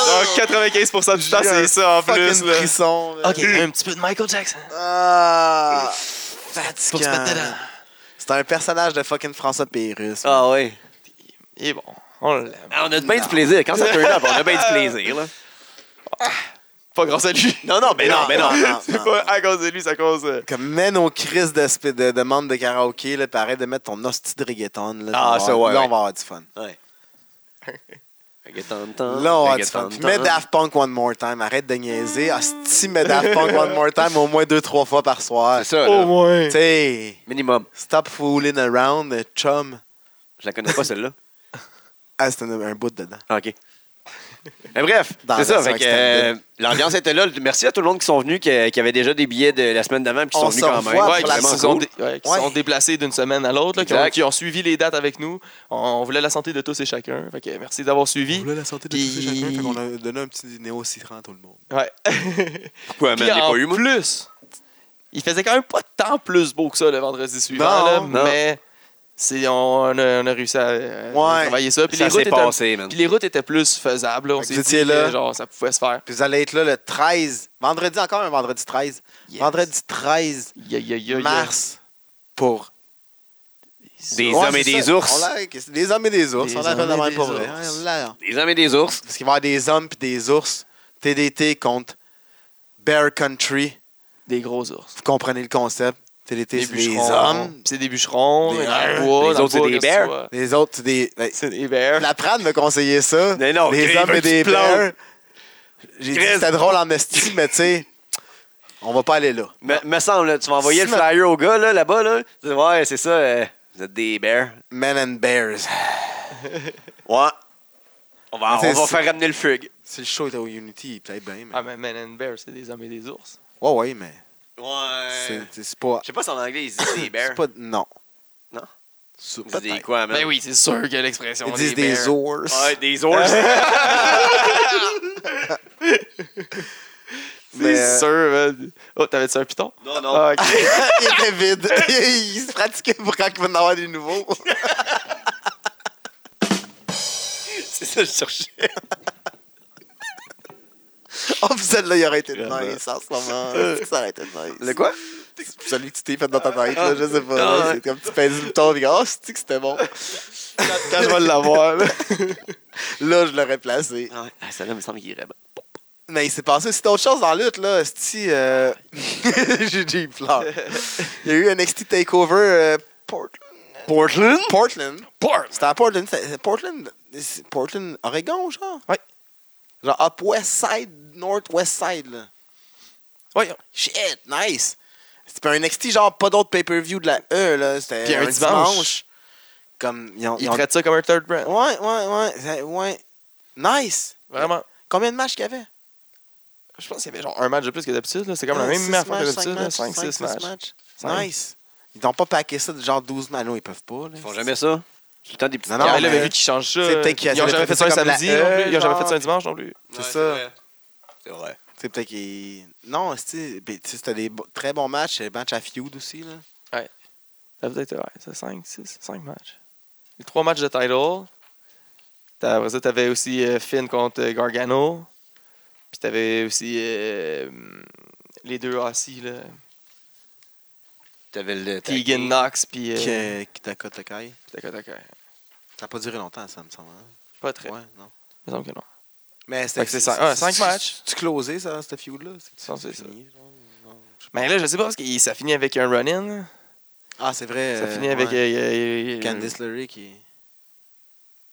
C: Donc 95% du temps,
B: J'ai un
C: c'est ça en plus.
B: Oh. Fucking
C: Là.
B: frisson. man.
C: Ok, un petit peu de Michael Jackson. Pour
B: Ah,
C: se
B: fatigant.
C: mettre dedans.
B: C'est un personnage de fucking François Pérus.
A: Ah ouais.
C: Il est bon. On l'aime.
A: Ah, on a bien du plaisir. Quand ça turn up, on a bien du plaisir. Là.
C: Pas grâce à lui.
A: Non, non, ben non, ben non.
B: Ah.
C: C'est pas à cause de lui, c'est à cause. euh,
B: Comme mène aux crises de, sp- de, de membres de karaoké, là, pareil de mettre ton hostie de reggaeton. Là,
A: Ah,
B: on va
A: ça,
B: avoir-
A: ouais,
B: Là,
A: ouais.
B: on va avoir du fun. Là, on va avoir du fun. Puis mets
A: Là,
B: Daft Punk one more time. Arrête de niaiser. Hostie, mets Daft Punk one more time au moins deux, trois fois par soir.
A: C'est ça,
C: Au
A: là.
C: moins.
B: Tu sais,
A: Minimum.
B: stop fooling around, chum.
A: Je la connais pas, celle-là.
B: Ah, c'est un, un bout dedans.
A: Ah, OK. Mais bref,
B: Dans
A: c'est
B: la
A: ça.
B: version
A: fait que, euh, L'ambiance était là. Merci à tout le monde qui sont venus, que- qui, avaient déjà des billets de la semaine d'avant, puis qui sont
B: On
A: venus
B: se
A: quand même.
B: revoit
C: Ouais,
B: pour
A: C'est
B: la
C: qui
A: vraiment
C: se
B: saison
C: sont,
A: cool.
C: dé- ouais, qui
B: Ouais.
C: sont déplacés d'une semaine à l'autre, là, qui, ont-
A: Exact.
C: qui ont suivi les dates avec nous. On, on voulait la santé de tous et chacun. Fait que merci d'avoir suivi.
B: la santé
C: de tous et chacun, fait qu'on
B: a donné un petit néo citron à tout le monde.
C: Ouais.
A: Pourquoi, man,
C: Puis
A: je l'ai
C: en
A: pas eu, moi?
C: plus, il faisait quand même pas tant plus beau que ça le vendredi suivant,
B: Non,
C: là,
A: non.
C: mais c'est- on, on a, on a réussi à euh,
B: Ouais.
C: travailler ça. Puis les,
A: Ça
C: routes
A: s'est
C: étaient,
A: passé, man.
C: puis les routes étaient plus faisables. là. On
B: Fait que
C: s'est
B: vous
C: dit
B: étiez
C: que,
B: là.
C: genre, ça pouvait se faire.
B: Puis vous allez être là le 13. Vendredi encore, un vendredi 13.
C: Yes.
B: Vendredi 13
C: Yeah, yeah, yeah, yeah.
B: mars pour
A: Des
B: Ouais,
A: hommes et
B: c'est
A: des
B: ça.
A: ours.
B: On l'a- Des hommes et des ours.
C: Des
B: on l'appelle de
C: hommes et
B: même
C: des
B: pour vrai.
C: ours.
B: Ouais, on l'a.
A: Des hommes et des ours.
B: Parce qu'il va y avoir des hommes puis des ours. TDT contre Bear Country.
C: Des gros ours.
B: Vous comprenez le concept. TDT,
C: Des
B: c'est des
C: bûcherons.
B: hommes.
C: C'est des bûcherons.
B: Des-
C: dans le bois,
A: Les
C: dans le
A: autres, c'est
C: bois,
A: des
C: qu'est-ce
A: bears.
C: que tu vois?
B: Les autres, c'est des. ben,
C: C'est des bears.
B: La Prade me conseillait ça.
A: Mais non,
B: les
A: Greg,
B: hommes
A: il
B: et
A: veut que
B: des
A: tu te plantes.
B: bears. J'ai dit
A: Greg.
B: c'était drôle en esti, mais tu sais, on va pas aller là.
A: Me, me semble, là, tu vas envoyer
B: Si
A: le
B: ma-
A: flyer au gars là, là-bas. Là, Tu dis, ouais, c'est ça. euh, vous êtes des bears.
B: Men and Bears.
A: Ouais. On va,
B: Ah, C'est-
A: on va
B: c'est-
A: faire ramener le fug.
B: Si le show était au Unity, peut-être bien, mais.
C: Ah, mais men and bears, c'est des hommes et des ours.
B: Ouais, ouais, mais.
A: Ouais.
B: c'est- C'est c'est pas.
A: Je sais pas si en anglais ils disent des bears.
B: C'est pas. Non.
A: Non?
B: C'est
A: Ils disent des
B: peut-être.
A: quoi, man?
C: Ben oui, c'est sûr que l'expression.
B: Ils disent des
C: bears.
B: ours.
A: Ouais, des ours.
B: mais,
C: C'est
B: euh,
C: sûr, man. Oh, t'avais-tu un piton?
A: non, non.
C: Ah, ok.
B: il était vide. il se pratiquait pour quand il va en avoir des nouveaux.
A: C'est ça que je cherchais.
B: oh, puis celle-là, il aurait été
A: Vraiment.
B: nice en ce moment. Ça aurait été nice.
A: Le quoi?
B: Celui que tu t'es fait dans ta tête, là, je sais pas.
A: Ah,
B: là,
A: ouais.
B: C'est comme tu pèses le bouton, puis oh, c'est que c'était bon.
C: Quand je vais l'avoir, là.
B: Là, je l'aurais placé.
A: Ah, ouais. Ah, celle-là, me semble qu'il irait bien.
B: Mais il s'est passé c'est autre chose dans la lutte, là. Sti, euh... j'ai j'ai eu peur. Il y a eu un NXT Takeover euh, Portland.
A: Portland?
B: Portland.
C: Portland.
B: C'était à Portland. c'était- Portland, c'est Portland, Oregon, genre?
C: Ouais.
B: Genre Up West Side, North West Side, là.
C: Voyons.
B: Shit, nice. C'était un NXT, genre pas d'autre pay-per-view de la E, là. C'était
C: Puis un dimanche.
B: Comme, ils ont...
C: Ils
B: ils ont-
C: traitent ça comme un third brand.
B: Ouais, ouais, ouais. c'est- Ouais. Nice.
C: Vraiment.
B: Combien de matchs qu'il y avait?
C: Je pense qu'il y avait genre un match de plus que d'habitude. là. C'est comme la
B: Ah,
C: même
B: six
C: affaire que d'habitude.
B: matchs, cinq
C: là.
B: matchs,
C: Cinq,
B: cinq,
C: six
B: six
C: matchs.
B: matchs.
C: Cinq.
B: Nice. Ils n'ont pas paqué ça de genre 12 matchs. Non, ils peuvent pas. Là.
A: Ils font jamais ça. C'est le temps des petits
B: Non,
C: Non,
B: non,
C: mais là,
B: mais-
C: vu qu'ils changent ça.
B: C'est
C: euh,
B: peut-être qu'ils
C: Ils ont
B: essaient
C: jamais
B: de
C: fait ça un
B: faire ça comme
C: samedi
B: la
C: non plus.
B: E,
C: Ils ont jamais
B: genre.
C: fait ça un dimanche non plus.
B: C'est ça.
A: C'est vrai.
B: C'est peut-être qu'ils. Non, c'est- ben, tu sais, c'était des bo- très bons matchs. Il y a des matchs à feud aussi. Là.
C: Ça peut être, ouais, c'est 5, 6, 5 matchs. Les trois matchs de title. T'as- Après ça, t'avais aussi euh, Finn contre euh, Gargano. Puis t'avais aussi euh, hum, les deux aussi, là.
A: T'avais le.
C: Tegan Knox, puis. euh,
B: Que- que Dakota Kai.
C: Dakota Kai.
B: Ça n'a pas duré longtemps, ça me semble. hein?
C: Pas très.
B: Ouais, non.
C: Il me semble que non.
B: Mais
C: Fait
B: c'était.
C: que c'est cin- ouais, cinq matchs.
B: Tu closé, ça, cette feud-là
C: Je pense que c'est ça.
B: fini, genre? Non, je sais pas.
C: Mais là, je sais pas, parce que ça finit avec un run-in.
B: Ah, c'est vrai.
C: Ça
B: euh,
C: finit avec.
B: ouais.
C: euh, euh, euh,
B: Candice LeRae qui.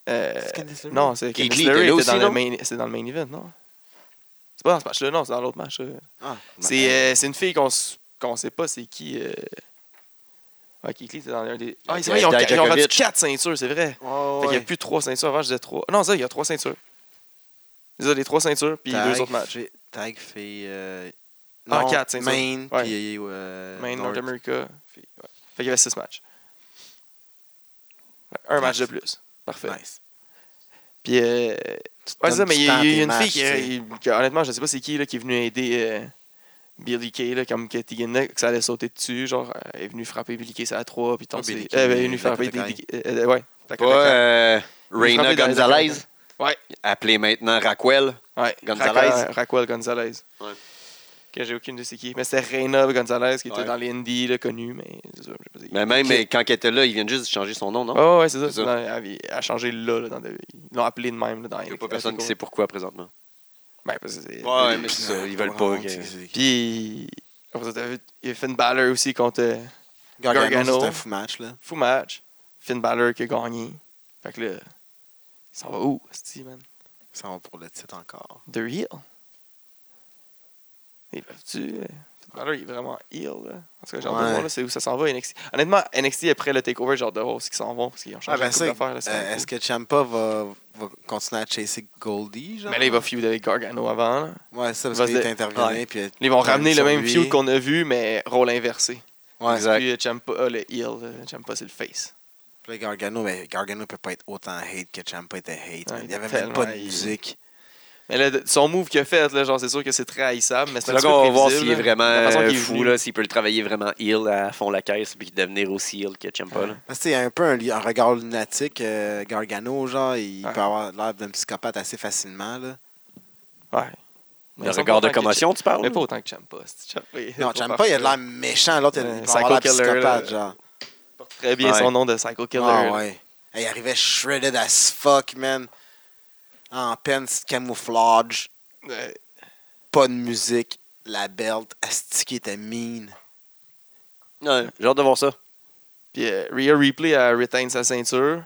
C: euh,
B: C'est Candice LeRae?
C: Non, c'est
A: Keith
C: Candice
A: Lee était
C: LeRae
A: là
C: était
A: aussi,
C: dans, le
A: non?
C: main- c'est dans le main event, non? C'est pas dans ce match-là, non, c'est dans l'autre match. euh. là.
B: Ah,
C: C'est euh, c'est une fille qu'on s- qu'on sait pas c'est qui. Euh... Ah, Kikli, c'est dans un des. Ah, c'est vrai, ils ont,
A: Dijakovic.
C: ils ont rendu quatre ceintures, c'est vrai.
B: Ouais,
C: euh, Fait qu'il y a
B: ouais.
C: plus de trois ceintures. Avant, je disais trois. Ah, Non, ça, il y a trois ceintures. Ils ont les trois ceintures, puis
B: Tag
C: deux autres matchs.
B: fait- Tag fait. Euh,
C: Ah,
B: non,
C: quatre, c'est ça.
B: Maine,
C: Ouais.
B: puis. euh,
C: Main,
B: North.
C: North America. Puis, ouais. Fait qu'il y avait six matchs. Ouais, Un match de plus. Parfait.
B: Nice.
C: Puis, euh,
B: Tu te
C: ouais,
B: donnes
C: c'est ça,
B: du
C: mais il y
B: temps
C: a,
B: à
C: il y a
B: tes
C: une
B: matchs,
C: fille qui, euh,
B: tu sais.
C: il- qui, honnêtement, je sais pas c'est qui, là, qui est venue aider euh, Billy Kay, là, comme Katie Ginnick, que ça allait sauter dessus. Genre, elle est venue frapper Billy Kay, ça à 3, puis tombe
B: Oh, Billie
C: sur-
B: Kay,
C: euh, Elle est venue
B: Dakota
C: frapper
B: Kai.
C: Billy Kay. euh, euh, ouais, Dakota
A: Pas
C: Kai.
A: euh, Reina
C: frappé dans les hein.
A: Gonzalez.
C: accords. Ouais.
A: Appelée maintenant Raquel.
C: Ouais,
A: Gonzalez.
C: Raquel, Raquel Gonzalez.
A: Ouais.
C: Que j'ai aucune idée c'est qui. Mais c'était Reina Gonzalez qui était
A: Ouais.
C: dans les Indies, là, connue, mais c'est ça, je sais pas si-
A: Mais même
C: Qui-
A: euh, quand elle était là, ils viennent juste de changer son nom, non?
C: Ouais, ouais, c'est ça.
A: C'est ça.
C: Non, elle avait- elle a changé là. là, dans le- Ils l'ont appelé de même. Là, dans
A: Il n'y a pas personne qui sait pourquoi présentement.
C: Ben, parce que c'est-
A: Ah Ouais, mais c'est ça. Ils veulent pas.
B: Vraiment,
A: que-
B: tu sais,
C: Puis, après ça, t'as vu, il y a Finn Balor aussi contre euh,
B: Gargano,
C: Gargano.
B: c'est un fou match, là.
C: Fou Match. Finn Balor qui a gagné. Fait que là, il s'en va où, Steve, man?
B: Ça va pour le titre encore.
C: The Heel. Ils peuvent-tu. euh, Finn Balor, il est vraiment heel, là. En tout cas, j'ai hâte de
B: Ouais.
C: voir, là, c'est où ça s'en va, NXT. Honnêtement, NXT, après le takeover, j'ai hâte de voir ce qu'ils s'en vont, parce qu'ils ont
B: Ah,
C: changé
B: ben
C: de
B: ça,
C: d'affaires, là. c'est
B: euh,
C: cool.
B: est-ce que Champa va, va continuer à chasser Goldie, genre?
C: Mais là, il va feud avec Gargano avant, là.
B: Ouais, ça,
C: va
B: parce qu'il
C: se-
B: est intervenu,
A: ouais.
B: puis... euh,
C: Ils vont
B: Comme
C: ramener le
B: sur
C: même
B: lui.
C: feud qu'on a vu, mais rôle inversé.
B: Ouais,
A: Exact.
C: Puis euh, Ciampa, ah, le heel, euh, Ciampa, c'est le face.
B: Puis là, Gargano, ben, Gargano peut pas être autant hate que Champa était hate.
C: Ouais,
B: man. il
C: il
B: n'y avait
C: était
B: même pas de
C: tellement-
B: musique.
C: Mais là, de- son move qu'il a fait, là, genre, c'est sûr que c'est très haïssable, mais c'est
A: C'est
C: un
A: là
C: petit peu
A: qu'on va voir
C: prévisible,
A: s'il est
C: là.
A: vraiment
C: La façon
A: euh,
C: qu'il est
A: fou,
C: venu.
A: là, s'il peut le travailler vraiment heel à fond la caisse puis devenir aussi heel que Ciampa. là.
B: Parce que, tu sais, il y a un peu un, li- un regard lunatique, euh, Gargano, genre, il
C: Ouais.
B: peut avoir l'air d'un psychopathe assez facilement, là.
C: Ouais. Mais
A: Le
C: ils sont
A: regard
C: pas
A: de
C: autant que
A: commotion, tu
C: Ciampa.
A: parles?
C: Mais pas autant que Ciampa. c'est Ciampa, il est
B: Non,
C: pas
B: Champa,
C: parfait.
B: il a l'air méchant, l'autre, il
C: Ouais,
B: il peut avoir l'air
C: psycho killer,
B: psychopathe,
C: là.
B: genre.
C: Il porte très bien
A: Ouais.
C: son nom de Psycho Killer.
B: Ah
C: là.
B: ouais. Hey, il arrivait shredded as fuck, man. En pants camouflage,
C: Ouais.
B: pas de musique, la belt, asti qui était mean.
A: Ouais, J'ai hâte de voir ça.
C: Puis euh, Rhea Ripley a retain sa ceinture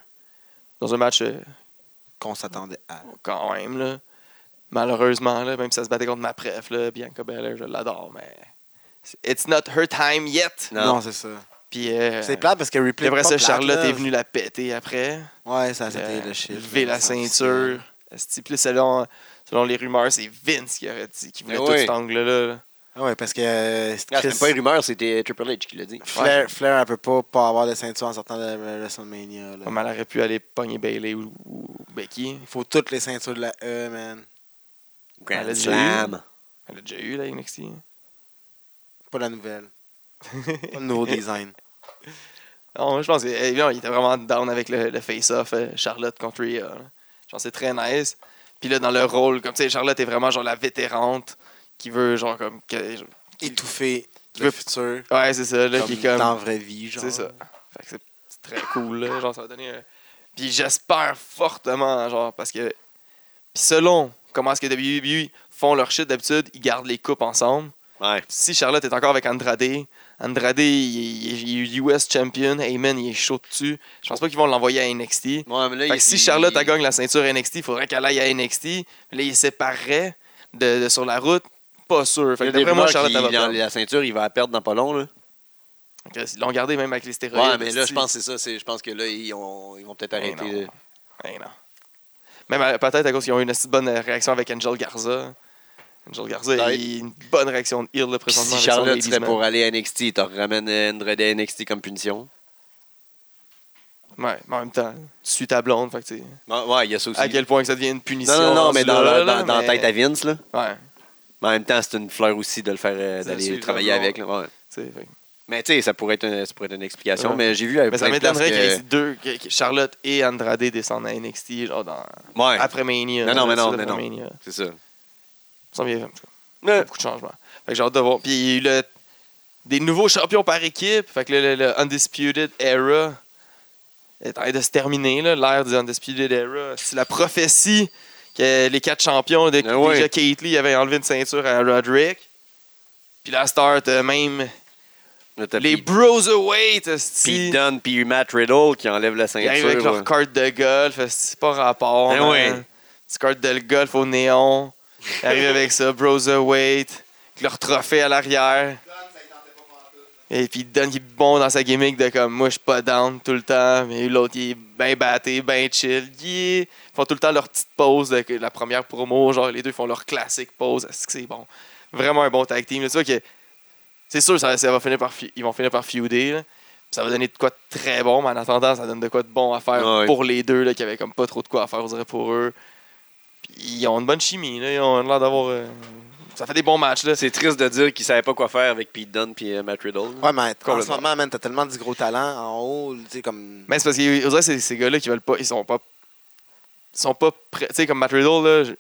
C: dans un match euh,
B: Qu'on s'attendait à.
C: quand même, là. Malheureusement, là, même si ça se battait contre ma pref, là, Bianca Belair, je l'adore, mais... It's not her time yet!
A: Non.
B: Non, c'est ça.
C: Puis, euh,
B: C'est plate parce que
C: puis
B: Ripley.
C: après ça,
B: pas plate,
C: Charlotte
B: là.
C: est venue la péter après.
B: Ouais, ça, c'était
C: Euh,
B: le shit.
C: Lever la ceinture. Esti, Puis là, selon, selon les rumeurs, c'est Vince qui aurait dit qui voulait
A: Eh
C: tout
A: oui.
C: cet angle-là. là.
B: Ah ouais, parce que. euh, c'est
A: Ah, C'était
B: Chris-
A: pas une rumeur, c'était Triple H qui l'a dit.
B: Flair, Flair, elle peut pas, pas avoir de ceinture en sortant de WrestleMania. là.
C: Comme elle aurait pu aller pogner Bailey ou, ou Becky.
B: Il faut toutes les ceintures de la E, man.
C: Elle
A: Grand
C: a
A: Slam.
C: Elle a déjà eu, la NXT.
B: Pas la nouvelle. Pas le nouveau design.
C: non, je pense qu'il était vraiment down avec le, le face-off euh, Charlotte contre Rhea. là. Je pense que c'est très nice. Puis là, dans le rôle, comme tu sais, Charlotte est vraiment genre la vétérante qui veut, genre, comme. que-
B: Étouffer
C: Tu
B: le
C: veux-
B: futur.
C: ouais, c'est ça, là,
B: Comme
C: qui est comme.
B: Dans la vraie vie, genre.
C: C'est ça. euh, Fait que c'est c'est très cool, là. Genre, ça va donner un- Puis j'espère fortement, genre, parce que... Puis selon comment est-ce que WWE font leur shit d'habitude, ils gardent les coupes ensemble.
A: Ouais.
C: Si Charlotte est encore avec Andrade, Andrade, il est, il est US champion, Heyman, il est chaud dessus. Je pense pas qu'ils vont l'envoyer à NXT.
A: Ouais, mais là,
C: Fait
A: il-
C: que si
A: il-
C: Charlotte elle gagne la ceinture NXT, il faudrait qu'elle aille à NXT. Là, ils sépareraient de, de- sur la route. Pas sûr.
A: il y
C: Fait
A: a
C: que
A: des
C: d'après moi,
A: rumeurs
C: Charlotte,
A: qu'il-
C: elle va
A: dans
C: perdre.
A: la ceinture, il va la perdre dans pas long. Là.
C: Fait que Ils l'ont gardé même avec les stéroïdes.
A: Ouais, mais là, je
C: si.
A: pense que c'est ça. c'est- Je pense que là, ils, ont- ils vont peut-être
C: Mais
A: arrêter.
C: non.
A: de-
C: Eh non. Même euh, peut-être à cause qu'ils ont eu une assez bonne euh, réaction avec Angel Garza. Angel Garza,
A: Ouais.
C: il a une bonne réaction de Hill là,
A: Puis
C: présentement.
A: Si
C: avec son
A: Charlotte serait
C: déguisement.
A: pour aller à NXT, il te ramène Andrade à NXT comme punition.
C: Ouais, mais en même temps, tu suis ta blonde. Fait que, tu sais,
A: Ouais, ouais, il y a ça aussi.
C: à quel point que ça devient une punition.
A: Non, non, non, mais dans,
C: là,
A: la,
C: là,
A: dans, dans la
C: mais-
A: tête à Vince, là.
C: Ouais,
A: Mais en même temps, c'est une fleur aussi de le faire, euh,
C: Ça,
A: d'aller
C: suivre
A: travailler
C: le
A: avec. là, ouais.
C: tu sais, fait que-
A: Mais tu sais, ça pourrait être, un- ça pourrait être une explication.
C: Ouais.
A: Mais j'ai vu. à
C: Mais ça
A: plein de places
C: m'étonnerait que...
A: que-
C: les deux, que- que Charlotte et Andrade descendent à NXT genre dans...
A: Ouais,
C: après Mania.
A: Non, non, mais non,
C: là,
A: mais non.
C: Mania.
A: c'est ça.
C: Ça me vient, en tout cas. Il y a beaucoup de changements. Fait que j'ai hâte de voir. Puis il y a eu le- des nouveaux champions par équipe. Fait que le, le- le Undisputed Era est en train de se terminer, là, l'ère du Undisputed Era. C'est la prophétie que les quatre champions, de,
A: Ah ouais.
C: déjà Kate Lee avait enlevé une ceinture à Roderick. Puis la start, même
A: Là, t'as
C: les
A: Pete-
C: Bros Await,
A: Pete Dunne puis Matt Riddle qui enlèvent la
C: ils
A: ceinture.
C: arrivent avec
A: ouais.
C: leur carte de golf, c'est pas euh, rapport.
A: Ah
C: man.
A: ouais.
C: Petite carte de golf au néon. Ils arrivent avec ça, Bros Await, avec leur trophée à l'arrière. Et puis Don, il est bon dans sa gimmick de comme moi, je suis pas down tout le temps. Mais l'autre, il est bien batté, bien chill. Yeah. Ils font tout le temps leur petite pause de la première promo. Genre, les deux font leur classique pause. Est-ce que c'est bon? Vraiment un bon tag team. là. Tu vois que c'est sûr, ça, ça va finir par, fi- ils vont finir par feuder. là. Ça va donner de quoi de très bon, mais en attendant, ça donne de quoi de bon à faire
A: Ouais.
C: pour les deux, là, qui avaient comme pas trop de quoi à faire, on dirait, pour eux. Puis ils ont une bonne chimie, là. Ils ont l'air d'avoir. euh, Ça fait des bons matchs, là.
A: C'est triste de dire qu'ils savaient pas quoi faire avec Pete Dunne et Matt Riddle. là.
B: Ouais, mais en ce
A: Complètement.
B: moment, man, t'as tellement du gros talent en haut, tu sais, comme.
C: Mais c'est parce que on dirait que c'est ces gars-là qui veulent pas. Ils sont pas. Ils sont pas prêts. Tu sais, comme Matt Riddle, là, je,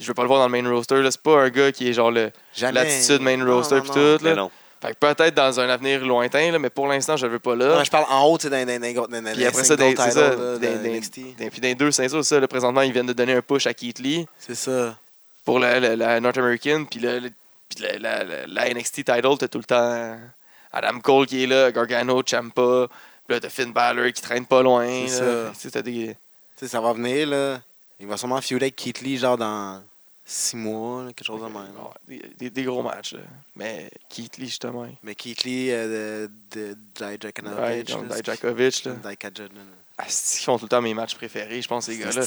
C: je veux pas le voir dans le main roster. là. C'est pas un gars qui est genre le-
B: Jamais.
C: l'attitude main
B: Ah, ben, Non,
C: roster
B: non,
C: pis
B: non.
C: tout.
A: Mais
C: Là.
A: Ben non.
C: Fait que peut-être dans un avenir lointain, là, mais pour l'instant, je le veux pas là.
B: Ouais, je parle en haut, tu sais, d'un- d'un d'un gros. d'un-
C: puis
B: d'un
C: après ça,
B: single
C: des, c'est
B: title,
C: ça,
B: là,
C: des-
B: de
C: des-
B: NXT.
C: des- puis dans les deux ceintures, ça, là, présentement, ils viennent de donner un push à Keith Lee
B: C'est ça.
C: pour la, la- la North American, puis, le- le- puis la, la- la- la NXT title, t'as tout le temps Adam Cole qui est là, Gargano, Champa, puis là, t'as Finn Balor qui traîne pas loin.
B: C'est
C: là.
B: ça.
C: Tu sais, t'as des...
B: Tu sais, ça va venir, là. Il va sûrement feuder avec Keith Lee, genre, dans six mois, là, quelque chose de même.
C: Ouais, des, des- des gros matchs. Là. Mais Keith Lee, justement.
B: Mais Keith Lee euh, de, de
C: Ouais,
B: Dijakovic.
C: John Dijakovic. là. Asti, Ils font tout le temps mes matchs préférés, je pense, ces gars-là.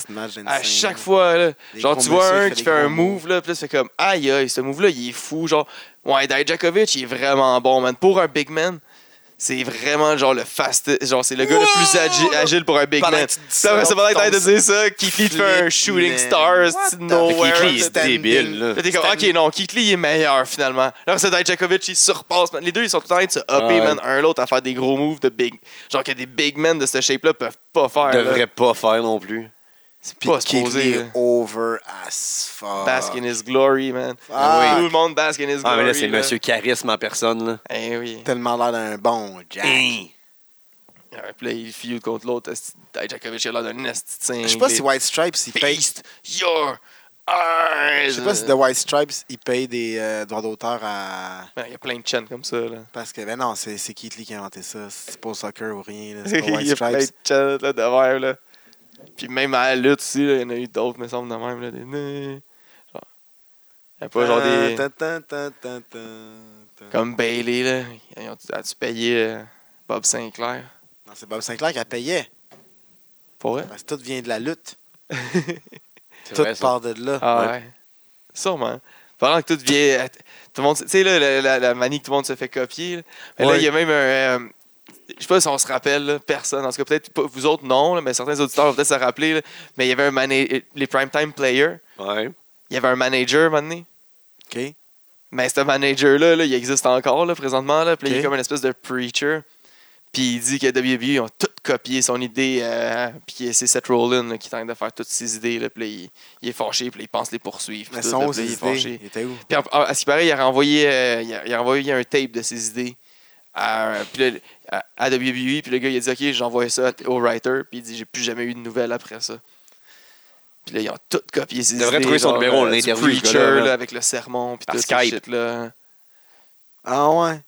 C: À chaque fois, là,
B: Des
C: genre,
B: gros
C: tu vois
B: messieurs
C: un
B: qui
C: qui
B: fait
C: fait
B: des
C: un
B: gros moves.
C: move, là, puis là, tu fais comme, aïe, aïe, ce move-là, il est fou. Genre, ouais, Dijakovic, il est vraiment bon, man. Pour un big man, c'est vraiment, genre, le fast. Genre, c'est le gars le plus agi- agile pour un big
B: Pendant
C: man.
B: que tu dis
C: Ça,
B: ça,
C: c'est pas la tête de
B: tombe-
C: dire ça. Keith Lee te fait un
B: Flip,
C: shooting
B: man.
C: star,
B: What
C: c'est
B: the-
A: Fait que
C: nowhere.
A: Keith Lee,
C: là.
A: est
B: standing.
A: débile. Là.
C: Là, t'es comme, ok, non, Keith Lee il est meilleur finalement. Là, c'est Dijakovic, il surpasse, man. Les deux, ils sont tout le temps en train de se
A: Ouais.
C: hopper, man, un l'autre, à faire des gros moves de big. Genre que des big men de ce shape-là peuvent pas faire. là.
A: devrait pas faire non plus.
C: C'est
B: Puis
C: pas
B: Keith
C: supposé.
B: Lee
C: là.
B: est over as fuck.
C: Bask in his glory, man.
B: Ah,
C: Tout
B: oui.
C: le monde bask in his glory.
A: Ah, mais là, c'est
C: là.
A: Monsieur Charisme en personne. Là.
C: Eh oui.
B: Tellement l'air d'un bon Jack.
C: Hein. Ouais, Ah, Puis là, il feud contre l'autre. esti. Dijakovic, il a l'air d'un esti de singe,
B: Je sais pas
C: les-
B: si White Stripes, il paye.
C: Beast, your eyes.
B: Je sais pas si The White Stripes, il paye des euh, droits d'auteur
C: Man,
B: à.
C: Ah, Il y a plein de chaînes comme ça, là.
B: Parce que, ben non, c'est c'est Keith Lee qui a inventé ça. C'est pas au soccer ou rien. là. C'est pas
C: il y
B: White
C: a plein de
B: Stripes.
C: chats là, de même, là. Puis même à la lutte aussi, là, il y en a eu d'autres, me semble, de même. Là, des... Genre. Il y a pas genre des.
B: Tan, tan, tan, tan, tan, tan.
C: Comme Bailey, là. Ils ont- As-tu payé euh, Bob Sinclair
B: Non, c'est Bob Sinclair qui a payé.
C: Pour vrai
B: Parce que tout vient de la lutte.
A: C'est
B: Tout
A: vrai, ça.
B: part de là.
C: Ah ouais.
A: Ouais.
C: Sûrement. Pendant que tout vient. att- Tout le monde. se- Tu sais, là, la, la, la manie que tout le monde se fait copier. là. Mais là,
B: Ouais.
C: il y a même un. euh, je sais pas si on se rappelle, là, personne. En tout cas, peut-être pas vous autres, non, là, mais certains auditeurs vont peut-être se rappeler. là. mais il y avait un mané- les primetime players.
A: Ouais.
C: Il y avait un manager, maintenant.
B: OK?
C: Mais ce manager-là, là, il existe encore là, présentement. Là, puis il est
B: Ok.
C: comme une espèce de preacher. Puis il dit que WWE, ils ont tout copié son idée. euh, puis c'est Seth Rollins là, qui tente de faire toutes ses idées. Là, puis là, il, il est fâché. Puis là, il pense les poursuivre. puis
B: Mais
C: tout,
B: son,
C: là, puis là,
B: ses
C: il est
B: idées,
C: fâché.
B: il était où?
C: Puis en- ah, à ce qui paraît, il a renvoyé, euh, il a, il a renvoyé un tape de ses idées à, puis là, à, à WWE. Puis le gars, il a dit Ok, j'envoie ça au writer. Puis il dit J'ai plus jamais eu de nouvelles après ça. Puis là, ils ont tout copié ses
A: Il
C: idées.
A: devrait trouver son
C: genre,
A: numéro, on
C: euh, du
A: l'interview, ce
C: Preacher,
A: gars-là, là.
C: là, avec le sermon. Puis
A: Par
C: tout ce
A: Skype.
C: shit-là.
B: Ah ouais?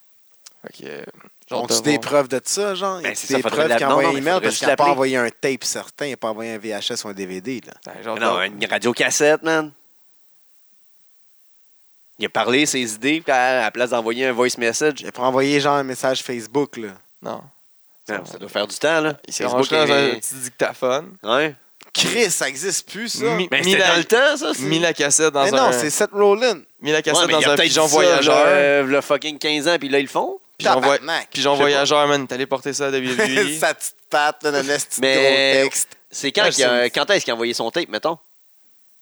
C: Fait que, euh, genre,
B: On tu
C: t'as
B: des
C: voir.
B: preuves de ça, genre?
A: Ben,
B: Y a-tu
A: c'est ça,
B: des
A: faudrait
B: preuves
A: la-
B: qu'il a
A: non,
B: envoyé
A: non,
B: un
A: mais
B: email
A: faudrait
B: parce
A: juste
B: qu'il a pas
A: l'appeler.
B: envoyé un tape certain, il a pas envoyé un VHS ou un DVD. Là.
C: Ouais, genre,
A: non, hein.
C: t'as-
A: une radio-cassette, man. Il a parlé ses idées puis à à la place d'envoyer un voice message.
B: J'ai pas envoyé genre un message Facebook. Là.
C: non.
A: Non, ça doit faire du temps, là.
C: Il s'est
A: Facebook
C: rentré dans un
A: est-
C: petit dictaphone,
A: Ouais.
B: Chris, ça existe plus, ça?
C: Mi-
A: Mais
C: Mis
A: c'était
C: la-
A: dans le temps, ça. c'est-
C: mis la cassette dans
B: Mais
C: un,
B: non, c'est Seth Rollins.
C: mis la cassette
A: Ouais, mais il
C: dans
A: a
C: un
A: peut-être
C: pigeon
A: dit ça, genre,
C: voyageur.
A: euh, v'là fucking 15 ans, puis là, ils le font.
C: Pigeon voy-
B: Tabarnak.
C: Pigeon
A: Je sais pas.
C: voyageur, man. T'es allé porter ça à E. WWE.
B: Sa petite patte, là, le petit
A: Mais-
B: gros texte.
A: C'est quand,
C: Ouais,
A: qu'il a-
C: c'est-
A: quand est-ce qu'il a envoyé son tape, mettons?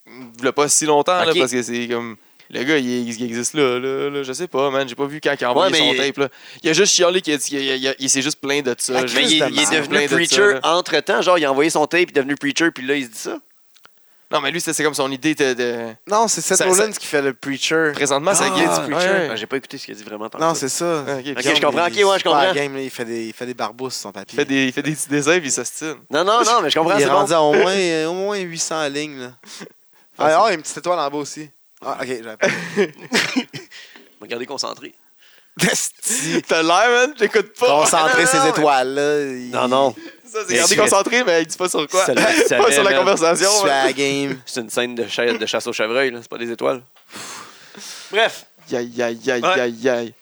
C: Il l'a pas si longtemps, là,
A: Ok.
C: parce que c'est comme. Le gars, il, il existe là, là, là, je sais pas, man. J'ai pas vu quand il a envoyé
A: Ouais, mais
C: son
A: il-
C: tape, là. Il a juste chialé qu'il a dit qu'il il, il, il s'est juste plaint de ça.
B: Ah,
C: Je-
A: Mais il, est- il
B: Justement.
A: est devenu
C: Plein de ça,
A: preacher
C: là.
A: entre-temps. Genre, il a envoyé son tape, il est devenu preacher, puis là, il se dit ça.
C: Non, mais lui, c'est c'est comme son idée de. de-
B: Non, c'est Seth
C: Ça-
B: Rollins
C: ça-
B: qui fait le preacher.
C: Présentement, c'est
B: Ah,
C: la guide du
B: ouais,
C: preacher.
A: Ah, J'ai pas écouté ce qu'il a dit vraiment tant
B: Non,
A: que ça.
B: c'est ça.
C: Ah, ok,
A: Ok,
C: Guillaume,
A: je comprends.
B: Il
A: Ok,
B: est
A: ouais, je
B: super
A: comprends.
B: game, là, il, fait des, il fait des barbousses sur son papier.
C: Il fait des, il fait des petits déserts, puis il s'ostine.
A: Non, non, non, mais je comprends,
B: il est
A: c'est bon.
B: rendu à au moins, euh, au moins 800 lignes. Là. Ah, ah, il y a une petite étoile en bas aussi. Ah, ok, j'avais pas.
A: Regardez concentré.
B: Esti.
C: T'as l'air, man. J'écoute pas.
A: non,
B: Concentrer
A: non,
B: ses
A: mais-
B: étoiles, là. il-
A: Non, non.
C: Ça, c'est
A: Mais
C: gardé
A: tu-
C: concentré, mais il dit pas sur quoi.
A: Ça, là, tu
C: Pas
A: savais,
C: sur la
A: man.
C: conversation.
B: Je suis
C: ouais.
B: à la game.
A: C'est une scène de, cha- de chasse aux chevreuils, là, c'est pas des étoiles. Bref,
C: Aïe, aïe, aïe,
A: Ouais.
C: aïe, aïe.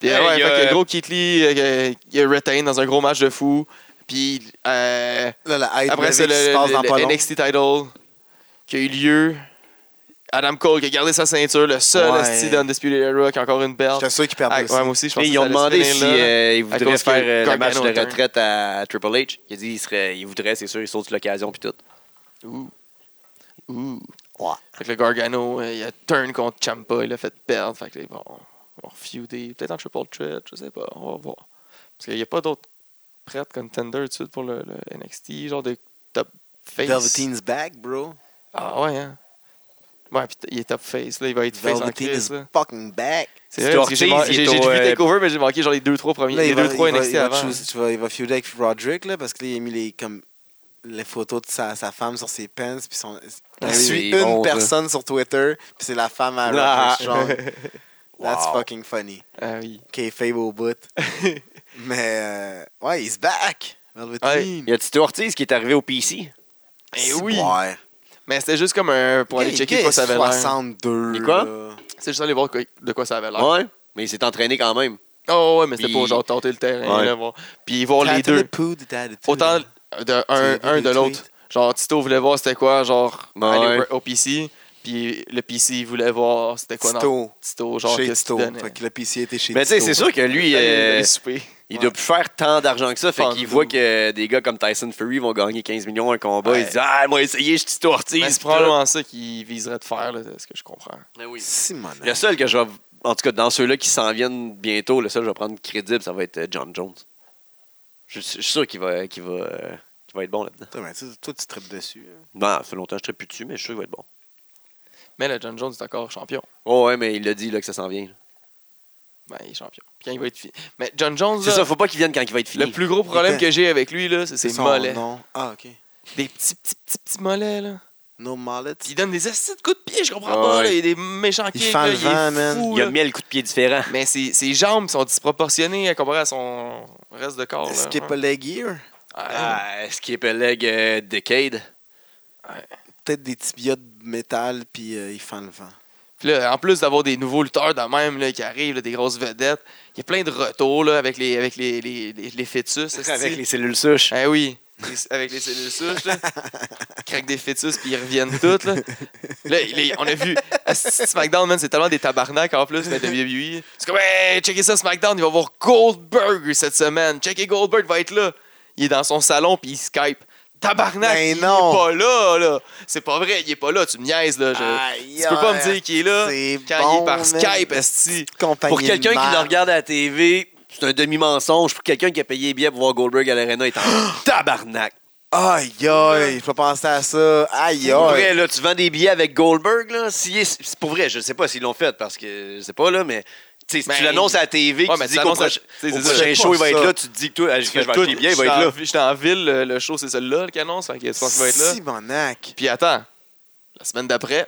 C: Puis,
A: Hey,
C: euh, ouais,
A: il y a,
C: fait que
A: euh,
C: le gros Keith Lee, euh, il est retain dans un gros match de fou. Puis euh,
B: Là, la hype
C: après,
B: levée
C: c'est
B: qui
C: le,
B: se passe dans
C: le-
B: pas
C: le
B: long.
C: NXT title qui a eu lieu. Adam Cole qui a gardé sa ceinture, le seul
B: Ouais.
C: esti d'Undisputed Era qui a encore une belt.
B: J'étais sûr qu'ils
C: Ah,
B: perdent
C: ouais,
B: aussi.
C: moi aussi, je pense
A: mais
C: que
A: ils ont
C: ça allait
A: demandé
C: se
A: si
C: finir là.
A: euh, ils
C: à
A: voudraient
C: cause que
A: faire euh, le match
C: Gargano
A: de
C: est un.
A: retraite à Triple H. Il a dit il, serait, il voudrait, c'est sûr, il saute l'occasion puis tout.
C: Ouh. Ouh.
A: Ouais.
C: Fait que le Gargano, euh, il a turn contre Champa, il l'a fait perdre. Fait que les bon, on va refeuder. Peut-être en triple threat, je sais pas. On va voir. Parce qu'il n'y a pas d'autres prêtres contenders tout de suite pour le, le NXT, genre de top face.
B: Velveteen's back, bro.
C: Ah ouais, hein. Ouais, puis t- il est top face, là. Il va être face en
B: Velveteen
C: crise,
B: is
C: là.
B: fucking back.
C: C'est
A: Stu
C: vrai, parce que j'ai
A: Ortiz,
C: mar-
A: il
C: j'ai
A: est
C: j'ai vu
A: au, euh,
C: Takeover, mais j'ai manqué genre les deux, trois premiers.
B: Là,
C: les
B: il va,
C: deux, trois
B: il va-
C: NXT
B: il va
C: avant.
B: choose- tu vas- il va feuder avec Roderick, là, parce que là, il a mis les, comme, les photos de sa, sa femme sur ses pants. Puis son, il
A: Ah oui,
B: suit
A: c'est
B: une
A: bon, ça.
B: personne sur Twitter, puis c'est la femme à
A: Ah.
B: Roderick Strong. That's
A: Wow.
B: fucking funny.
C: Ah oui.
B: k Fabe au bout. Mais, euh, ouais, he's back. Velveteen.
A: Il y a Tito Ortiz qui est arrivé au PC.
C: Eh oui.
B: Ouais.
C: Mais c'était juste comme un, pour aller
B: Gay-
C: checker de
B: gay
C: quoi ça avait l'air.
B: 62.
A: Et quoi?
B: là.
C: C'est juste aller voir quoi- de quoi ça avait l'air.
A: Ouais. Mais il s'est entraîné quand même.
C: Oh ouais, mais c'était
A: Puis-
C: pour genre tenter le terrain,
A: Ouais.
C: là, voir. Puis voir les
B: Tattoo
C: deux.
B: the poo, the tattoo.
C: Autant de un,
B: vu
C: un
B: les
C: de l'autre.
B: tweets?
C: Genre Tito voulait voir c'était quoi, genre
A: Ouais.
C: aller au, au PC. Puis le PC voulait voir c'était quoi dans
B: Tito.
C: Tito, genre
B: chez
C: qu'est-ce qu'il
B: Tito.
C: donnait.
B: Fait que le PC était chez
A: Mais tu sais,
B: Tito.
A: c'est sûr que lui, euh,
C: Aller souper.
A: il
B: Ouais.
A: doit plus faire tant d'argent que ça. Fait
C: Fun
A: qu'il voit
C: dude.
A: que des gars comme Tyson Fury vont gagner 15 millions un combat.
C: Ouais.
A: Il se dit Ah, moi, essayez, je Tito Ortiz.
C: Mais
A: puis
C: c'est
A: tout.
C: probablement ça qu'il viserait de faire, là, de ce que je comprends.
A: Mais oui.
B: Simonac.
A: Le seul que je vais. En tout cas, dans ceux-là qui s'en viennent bientôt, le seul que je vais prendre crédible, ça va être euh, John Jones. Je, je suis sûr qu'il va, qu'il va, euh, qu'il va être bon là-dedans.
B: Toi, mais tu- toi, tu tripes dessus. hein.
A: Non, ça fait longtemps que je ne plus dessus, mais je suis sûr qu'il va être bon.
C: Mais le John Jones est encore champion.
A: Oh, ouais, mais il l'a dit là, que ça s'en vient. là.
C: Ben, il est champion. Puis quand il va être fini. Mais John Jones,
A: C'est
C: là,
A: ça, faut pas qu'il vienne quand il va être fini.
C: le plus gros problème que j'ai avec lui, là, c'est ses
B: son
C: mollets.
B: nom. Ah, OK.
C: Des petits, petits, petits, petits mollets, là.
B: No mullet.
C: Il donne des astuces de coups de pied, je comprends
A: Ah
C: pas. là.
A: ouais.
C: Il y a des méchants
B: Il
C: kicks.
B: fend
C: là,
B: le
C: Il,
B: vent,
C: est
B: man.
C: fou,
A: Il a
C: là.
A: mis le coup de pied différent.
C: Mais ses, ses jambes sont disproportionnées à comparer à son reste de corps. là. hein.
B: Skip
C: Ouais.
B: a leg gear.
C: Ah,
A: Ah, skip a leg euh, decade.
B: Peut-être des tibias de métal, puis euh, il fend le vent.
C: Puis là, en plus d'avoir des nouveaux lutteurs de même là, qui arrivent, là, des grosses vedettes, il y a plein de retours là, avec les, avec les, les, les, les fœtus.
A: Avec
C: esti.
A: les cellules souches.
C: Eh oui, les- avec les cellules souches, là. Ils craquent des fœtus, puis ils reviennent toutes, là. Là, il est- on a vu à SmackDown, man, c'est tellement des tabarnaks en plus, la WWE. E. C'est comme, hey, checkez ça, SmackDown, il va voir Goldberg cette semaine. Checkez Goldberg, va être là. Il est dans son salon, puis il Skype. Tabarnak,
B: Ben
C: il
B: non.
C: est pas là, là. C'est pas vrai, il est pas là, tu me niaises, là. Je-
B: Aïe,
C: tu peux pas me
B: aïe.
C: dire qu'il est là
B: C'est
C: quand il
B: bon,
C: est par
B: man.
C: Skype, esti.
A: Pour quelqu'un qui le
B: le
A: regarde à la TV, c'est un demi-mensonge. Pour quelqu'un qui a payé les billets pour voir Goldberg à l'Arena, il est en tabarnak.
B: Aïe, aïe. Je peux penser à ça. Aïe,
A: Pour
B: aïe.
A: vrai, là, tu vends des billets avec Goldberg, là. s'il est- c'est pour vrai, je sais pas s'ils l'ont fait parce que je sais pas, là, mais. tu sais, Si
C: Ben,
A: tu l'annonces à la TV, que
C: ouais, mais
A: tu dis
C: tu
A: qu'au
C: l'annonces à-
A: proche-
C: tu
A: au
C: sais, c'est ça.
A: prochain
B: Je
A: show, il
B: pense
A: va être
B: ça.
A: là, tu te dis que toi, ah, je vais
C: J'étais
A: acheter les billets, il va être là.
C: en ville, le, le show c'est celui-là, le canon, ça fait que je pense qu'il va être là.
B: Simonac.
C: Puis attends, la semaine d'après.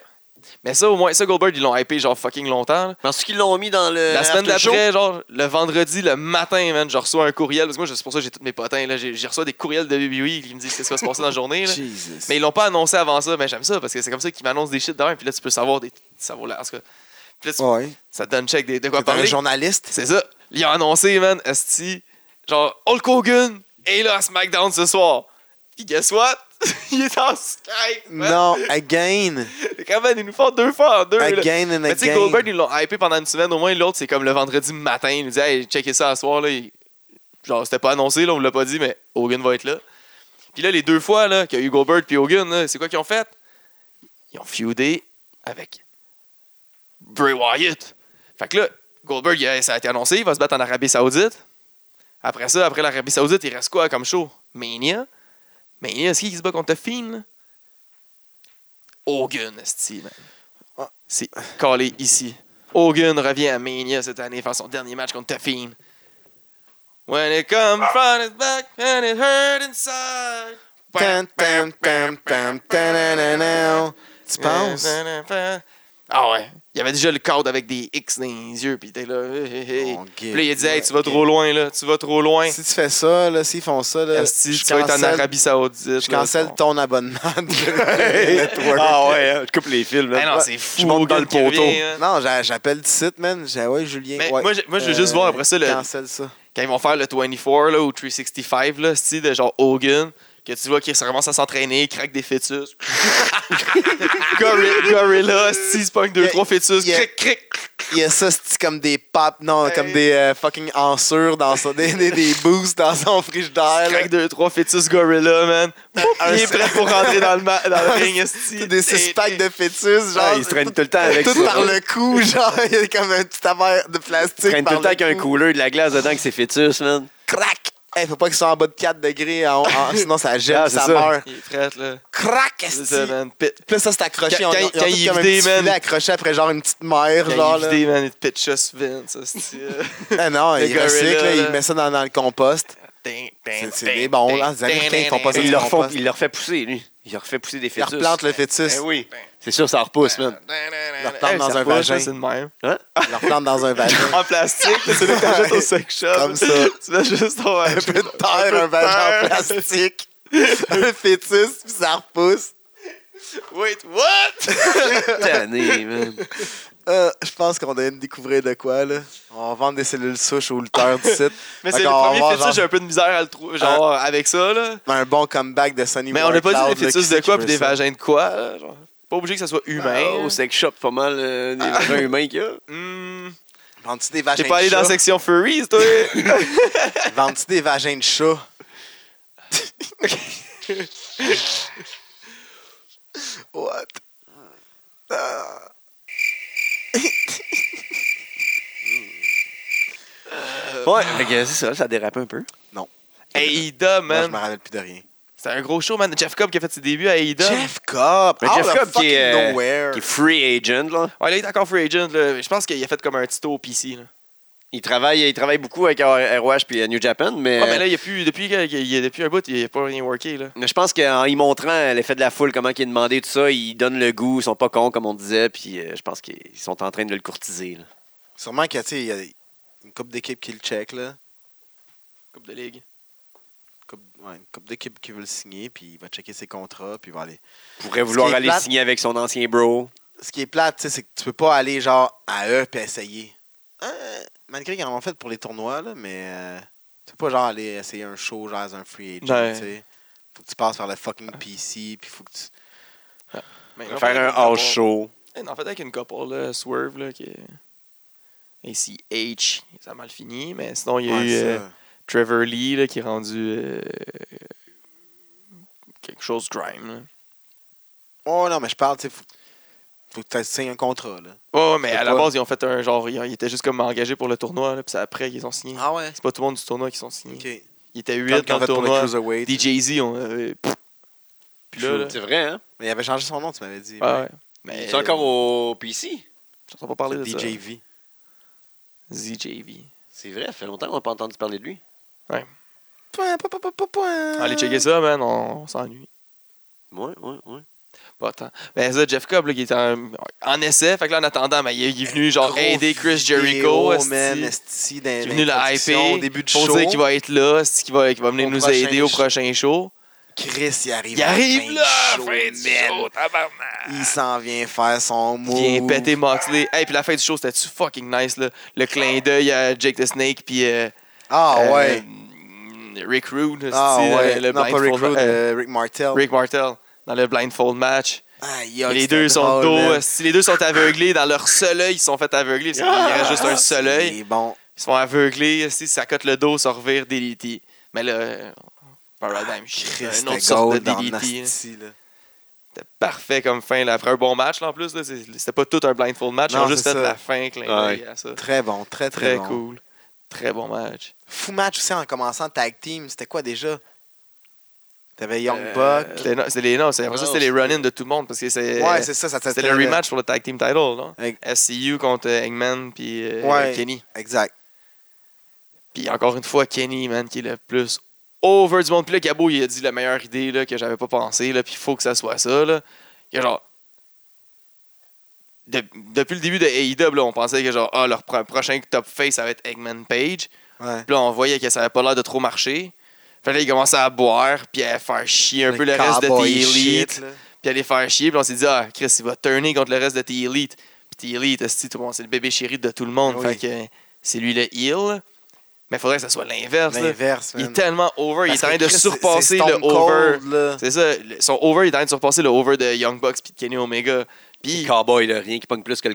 C: Mais ça, au moins, ça, Goldberg, ils l'ont hypé genre fucking longtemps. là.
A: Penses-tu qu'ils l'ont mis dans le.
C: La semaine
A: Euh, after show?
C: d'après, genre, le vendredi, le matin, man, je reçois un courriel. Parce que moi, c'est pour ça que j'ai tous mes potins. là. J'ai j'ai reçu des courriels de WWE qui me disent ce qui va se passer dans la journée. là.
B: Jesus.
C: Mais ils l'ont pas annoncé avant ça. Mais j'aime ça parce que c'est comme ça qu'ils m'annoncent des shit d'un. Puis là, tu peux savoir des. Ça vaut l'air. en tout cas. Puis là, tu-
B: Ouais.
C: ça te donne check des- de quoi
B: T'es un
C: parler.
B: journaliste.
C: C'est ça. Il a annoncé, man, Esti, genre, Hulk Hogan est là à SmackDown ce soir. Puis guess what? il est en Skype, man.
B: Non, again.
C: Quand même, ils nous font deux fois en deux. là.
B: Again and
C: Mais tu sais,
B: again.
C: Goldberg, ils l'ont hypé pendant une semaine. Au moins, l'autre, c'est comme le vendredi matin. Il nous dit, hey, checkez ça à soir. Là. Il- Genre, c'était pas annoncé, là, on vous l'a pas dit, mais Hogan va être là. Puis là, les deux fois là, qu'il y a eu Goldberg puis Hogan, là, c'est quoi qu'ils ont fait? Ils ont feudé avec Bray Wyatt. Fait que là, Goldberg, il a- ça a été annoncé, il va se battre en Arabie Saoudite. Après ça, après l'Arabie Saoudite, il reste quoi comme show? Mania. Mania, c'est qui qui se bat contre The Fiend? là? Hogan, esti, man.
B: Ah.
C: C'est collé ici. Hogan revient à Mania cette année faire son dernier match contre The Fiend. When it comes from his back and it hurt inside.
B: Tan, tan, tan, tan, tan, tan, tan, tan. Tu penses?
C: Ah ouais. Il y avait déjà le cadre avec des X dans les yeux, puis il était là. Hey, hey, hey.
B: On
C: Puis
B: guide.
C: là, il a dit, hey, tu vas
B: Ouais,
C: trop loin, là. Tu vas trop loin.
B: Si tu fais ça, là, s'ils font ça, là,
C: Asti,
B: Euh, je
C: tu vas être en
B: cancelle-
C: Arabie Saoudite.
B: je
C: là.
B: cancelle ton abonnement de Network.
A: Ah ouais, hein, je coupe les fils.
C: Ben
A: là.
C: non, c'est fou.
A: Je monte
C: au
A: dans
C: gars
A: le
C: qui
A: poteau.
C: revient, hein.
B: Non, j'a- j'appelle du site, man. J'ai ouais, Julien.
C: Mais
B: ouais. Euh,
C: moi, je- moi, je veux juste voir après ça, le-
B: Cancelle ça.
C: Quand ils vont faire le 24 là, ou 365, là, style de genre Hogan, que tu vois qu'il commence à s'entraîner, il craque des fœtus. Gorilla, gorilla style, il se pogne deux,
B: Yeah,
C: trois fœtus.
B: yeah.
C: Cric, cric.
B: Il y a ça, c'est comme des papes, non,
C: Hey.
B: comme des euh, fucking ensures dans son, des, des, des boosts dans son frigidaire. là.
C: Crack 2, 3, fœtus gorilla, man. Pouf,
B: Un-
C: il est prêt pour rentrer dans le, ma- dans le ring, esti.
B: Tout Des six packs de fœtus, genre.
A: Ah, il se traîne tout le temps avec
B: tout
A: ça.
B: par le cou, genre, il y a comme un petit affaire de
A: Il
B: plastique.
A: traîne tout
B: par
A: le temps avec un
B: cou.
A: couleur de la glace dedans que c'est fœtus, man.
B: Crac! Hey, faut pas qu'il soit en bas de 4 degrés, en- en- sinon ça gèle,
A: Ah, c'est
B: ça,
A: ça.
B: meurt.
C: Il est prêt, là.
B: Crac!
C: C'est
B: esti.
C: ça, man. Pit.
B: Puis là, ça, c'est accroché.
C: Quand-
B: on,
C: quand-
B: ils ont
C: quand
B: tout
C: il est
B: comme un
C: vidé,
B: petit
C: man.
B: filet accroché après, genre, une petite mère,
C: Quand
B: genre.
C: il est
B: là.
C: vidé, man, il te pitch us Vince, esti. euh.
B: Ah non,
C: Le
B: il recycle,
C: gorilla,
B: là,
C: là. Ben,
B: il met ça dans, dans le compost.
C: Ding,
B: C'est-
C: ding,
B: c'est
C: ding,
B: des bons,
C: ding,
B: là. Les
C: ding,
B: Américains, ils font
C: ding,
B: pas ça.
A: Il ben,
C: ding,
A: leur,
B: son
A: font-
B: poste.
A: il leur fait pousser, lui. Il leur fait pousser des
B: Il
A: fœtus.
B: replante le fœtus,
A: Ben oui. C'est sûr, ça repousse, man.
C: ding,
B: leur
C: ding,
B: plante
C: ding.
B: dans
C: Ça
B: un
C: pousse,
B: vagin.
C: là, C'est le même.
A: Hein?
B: il le replante dans un vagin.
C: En plastique, là, c'est le que t'achètes au sex shop.
B: Comme ça.
C: Tu mets juste ton
B: un
C: vagin.
B: peu de terre, un vagin
C: terre.
B: en plastique, un fœtus, puis ça repousse.
C: Wait, what?
A: Tanné, man.
B: Euh, je pense qu'on vient de découvrir de quoi, là. On va vendre des cellules souches aux lutteurs du site.
C: Mais c'est
B: Fait
C: le
B: qu'on va
C: premier
B: voir,
C: fœtus,
B: genre, Ah.
C: j'ai un peu de misère à le trouver, genre, avec ça, là.
B: un bon comeback de Sonny
C: Mais on n'a pas dit
B: Wardcloud,
C: des
B: là,
C: fœtus
B: qui
C: de
B: sait
C: quoi
B: qui
C: puis
B: veut
C: des
B: ça. oh,
C: vagins de quoi. là, genre. Pas obligé que ça soit humain.
A: Ah, Au sex shop, pas mal euh, des vagins humains qu'il y a.
C: Hmm.
B: Vends-tu des vagins
C: T'es
B: de
C: pas allé dans la
B: chat?
C: section furries, toi?
B: Vends-tu des vagins de chat? What? Ah.
A: Ouais, Fait que c'est ça, ça dérape un peu.
C: Aida,
B: Moi, je me
C: man.
B: rappelle plus de rien.
C: C'est un gros show, man. Jeff Cobb qui a fait ses débuts à Aida.
B: Jeff Cobb!
A: Mais
B: out
A: Jeff
B: of
A: Cobb qui est,
B: fucking
A: euh,
B: nowhere.
A: Qui est free agent, là.
C: Ouais, là, il est encore free agent. là. Je pense qu'il a fait comme un tuto au PC. Là.
A: Il travaille, il travaille beaucoup avec ROH puis euh, New Japan, mais,
C: Ah, mais là, il y a plus, depuis, que- il y a- depuis un bout, il a pas rien worké. Là.
A: mais je pense qu'en y montrant l'effet de la foule, comment qu'il est demandé, tout ça, ils donnent le goût, ils sont pas cons, comme on disait, puis euh, je pense qu'ils sont en train de le courtiser. là.
B: Sûrement qu'il y a, tu sais, il y a une coupe d'équipe qui le check, là.
C: Coupe de Ligue.
B: couple, ouais, une couple d'équipes qui veut le signer, puis il va checker ses contrats, puis il va aller.
A: pourrait vouloir
B: qui est
A: aller
B: plate-
A: signer avec son ancien bro.
B: Ce qui est plate, tu sais, c'est que tu peux pas aller genre à eux puis essayer. Euh, malgré qu'ils en ont fait pour les tournois, là, mais euh, tu peux pas genre aller essayer un show genre as un free agent,
C: Ouais.
B: tu sais. Faut que tu passes par le fucking PC, puis faut que tu.
C: Mais
A: Faire un house show.
C: Ben, En fait, avec une couple, là, Swerve, là, qui est. ACH, ça a mal fini, mais sinon, il y a
B: Ouais,
C: eu.
B: c'est
C: euh,
B: ça.
C: Trevor Lee là, qui est rendu euh, quelque chose grime. Là.
B: Oh non, mais je parle, tu sais, faut, faut que tu signes un contrat, là.
C: Ouais, ouais, Oh, mais
B: C'est
C: à la
B: pas-
C: base, ils ont fait un genre. Ils, ils étaient juste comme engagés pour le tournoi, là, puis c'est après qu'ils ont signé.
B: Ah ouais?
C: C'est pas tout le monde du tournoi qui sont signés.
B: Ok. Comme
C: Ils étaient
B: qu'ils
C: 8 dans
B: ont
C: le
B: fait pour le
C: tournoi.
B: Cruiserweight.
C: DJZ, on avait. Puis là, là.
A: C'est vrai, hein?
B: Mais il avait changé son nom, tu m'avais dit.
C: Ouais, ouais. Mais.
A: C'est encore au PC.
C: J'entends pas parler de ça.
B: DJV.
C: ZJV.
A: C'est vrai, ça fait longtemps qu'on n'a pas entendu parler de lui.
B: Point, point, point, point, point.
C: Allez checker ça, man, on, on s'ennuie.
A: Ouais, ouais, ouais.
C: Pas tant. Mais hein. Ben, ça, Jeff Cobb, là, qui est en, en essai, fait que là, en attendant, mais il, est- il est venu genre
B: Gros
C: aider Chris
B: vidéo,
C: Jericho. esti.
B: man, esti, dans
C: qui est
B: dans
C: venu
B: les
C: la
B: productions,
C: hyper
B: au début du
C: pour
B: show.
C: dire qu'il va être là, c'est qu'il va, qu'il va venir
B: Au
C: nous
B: prochain
C: aider au
B: show.
C: prochain show.
B: Chris, il arrive.
C: Il
B: à la
C: arrive
B: fin
C: là,
B: du show,
C: fin du
B: man.
C: show, tabarnak!
B: Il s'en vient faire son
C: Il
B: mot.
C: vient péter Moxley. Hey, puis la fin du show, c'était-tu fucking nice, là? Le clin d'œil à Jake the Snake, puis... euh,
B: Ah
C: euh, mm,
B: ouais.
C: Rick Rude,
B: Ah
C: c'est-tu,
B: ouais.
C: euh, le
B: non, pas Rick
C: blindfold-
B: Rude,
C: euh,
B: euh, Rick Martel.
C: Rick Martel, dans le blindfold match.
B: Aïe,
C: Et
B: aïe,
C: les
B: c'était
C: deux sont
B: drôle, man.
C: dos. euh, Si les deux sont aveuglés, dans leur seul œil, ils sont fait aveugler. parce qu'il y a juste un Euh, seul œil.
B: Ah, C'est bon.
C: Ils se font aveugler, si ça cote le dos, ça revire DDT. Mais là, euh, Paradigm, shit,
B: Chris,
C: une autre
B: Ah, c'était
C: sorte de
B: gold dans
C: DDT. là.
B: Nasty, là.
C: C'était parfait comme fin. Là. Après un bon match, là, en plus, là, c'est- c'était pas tout un blindfold match.
B: Non,
C: ils ont juste
B: c'est
C: fait
B: ça.
C: la fin, clin d'œil à ça.
B: Très bon, très
C: Très
B: très, bon. Euh,
C: cool. Très bon match.
B: Fou match aussi en commençant tag team. C'était quoi déjà? T'avais Young
C: Euh,
B: Buck.
C: c'était- non, c'était les, non, c'est- après ça,
A: Non,
C: c'était les
A: c'était-
C: run-ins de tout le monde. Parce que c'est,
B: Ouais, c'est ça, ça
C: c'était le rematch pour le tag team title, non?
B: Avec-
C: SCU contre Eggman puis euh,
B: Ouais.
C: Kenny.
B: Exact.
C: Puis encore une fois, Kenny, man, qui est le plus over du monde. Puis là, Cabo, il a dit la meilleure idée là, que j'avais pas pensé. Là, puis il faut que ça soit ça. Là. Il a genre. de- depuis le début de AEW, là, on pensait que genre, ah, leur pro- prochain top face, ça va être Eggman Page.
B: Ouais.
C: Puis là, on voyait que ça avait pas l'air de trop marcher. Fait que là, ils commençaient à boire, puis à faire chier un peu le reste de
B: cowboy
C: The Elite.
B: shit, là.
C: Puis à les faire chier, puis on s'est dit, ah, Chris, il va turner contre le reste de The Elite. Puis The Elite, esti, tout le monde, c'est le bébé chéri de tout le monde.
B: Oui.
C: Fait que c'est lui le heel. Mais faudrait que ça soit l'inverse. là.
B: L'inverse,
C: Il
B: man.
C: est tellement over, il est en
B: Parce
C: train
B: que
C: de
B: Chris,
C: surpasser
B: c'est Stone
C: le over.
B: Cold, là.
C: C'est ça, le- son over, il est en train de surpasser le over de Young Bucks puis de Kenny Omega. Puis
A: Cowboy, là, rien qui pogne plus que le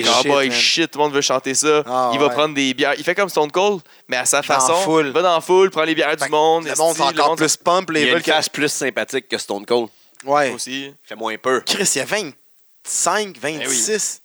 A: country.
C: il
A: genre.
B: shit,
C: cowboy, shit,
B: man.
C: tout le monde veut chanter ça.
B: Ah,
C: il va
B: ouais.
C: prendre des bières. Il fait comme Stone Cold, mais à sa
B: dans la
C: façon.
B: foule.
C: Va dans la foule, prend les bières
B: Fait
C: du
B: que
C: monde.
B: Le monde
C: esti,
B: sont encore plus pump,
A: Il
B: les
A: y a
B: veulent
A: une face plus sympathique que Stone Cold.
B: que- Ouais.
C: aussi.
A: Fait moins peur.
B: Chris, il y a 25, 26.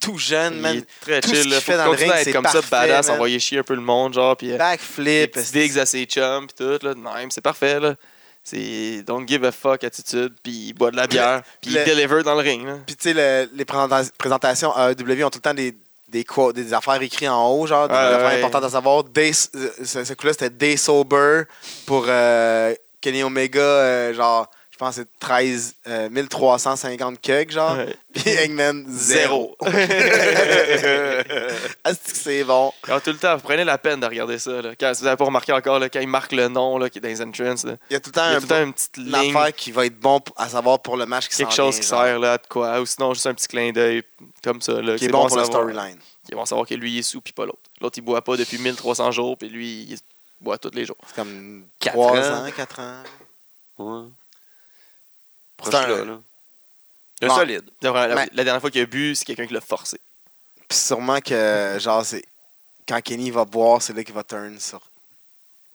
B: Tout jeune,
C: Il
B: man.
C: est très
B: tout ce
C: chill.
B: qu'il
C: là.
B: fait
C: Faut
B: dans le
C: continuer à
B: ring,
C: être
B: c'est
C: comme ça,
B: parfait,
C: badass,
B: man.
C: envoyer chier un peu le monde, genre. Puis euh, des
B: Backflip.
C: petits digs à ses chums, puis tout. Là, de même, c'est parfait, là. C'est don't give a fuck attitude, puis il boit de la bière, puis il
B: le-
C: deliver dans le ring. là.
B: Puis, tu sais, le- les présenta- présentations à AEW ont tout le temps des, des, quotes- des affaires écrites en haut, genre, des
C: Ouais,
B: affaires
C: ouais.
B: importantes à savoir. Day, ce ce coup-là, c'était Day Sober pour euh, Kenny Omega, euh, genre, je pense que c'est 13, euh, 1350 keg, genre.
C: Ouais.
B: Puis Eggman, Ah, zéro.
C: Zéro. Ils
B: Est-ce que c'est bon?
C: ont Ah, tout le temps, prenez la peine de regarder ça. Là. Quand, si vous n'avez pas remarqué encore, là, quand ils marquent le nom là, qui est dans les entrances, là,
B: Il y a tout le temps,
C: il y a
B: un
C: tout le temps une petite
B: bon-
C: ligne,
B: l'affaire qui va être bon pour- à savoir pour le match qui
C: quelque
B: s'en
C: chose
B: vient,
C: qui
B: genre,
C: sert là, de quoi, ou sinon juste un petit clin d'œil comme ça. Là, que
B: Qui est
C: c'est
B: bon pour la
C: savoir-
B: storyline.
C: Qui est bon savoir que lui il est sous puis pas l'autre. L'autre il boit pas depuis 1300 jours, puis lui il boit tous les jours.
B: C'est comme
A: Quatre
B: 3
A: ans.
B: ans, 4 ans.
A: Ouais. Proche
B: C'est un-
A: là, là. Un
B: Bon.
A: solide.
C: La, la-
B: Mais-
C: la dernière fois qu'il a bu, c'est quelqu'un qui l'a forcé.
B: Puis sûrement que, genre, c'est. Quand Kenny va boire, c'est là qu'il va turn sur.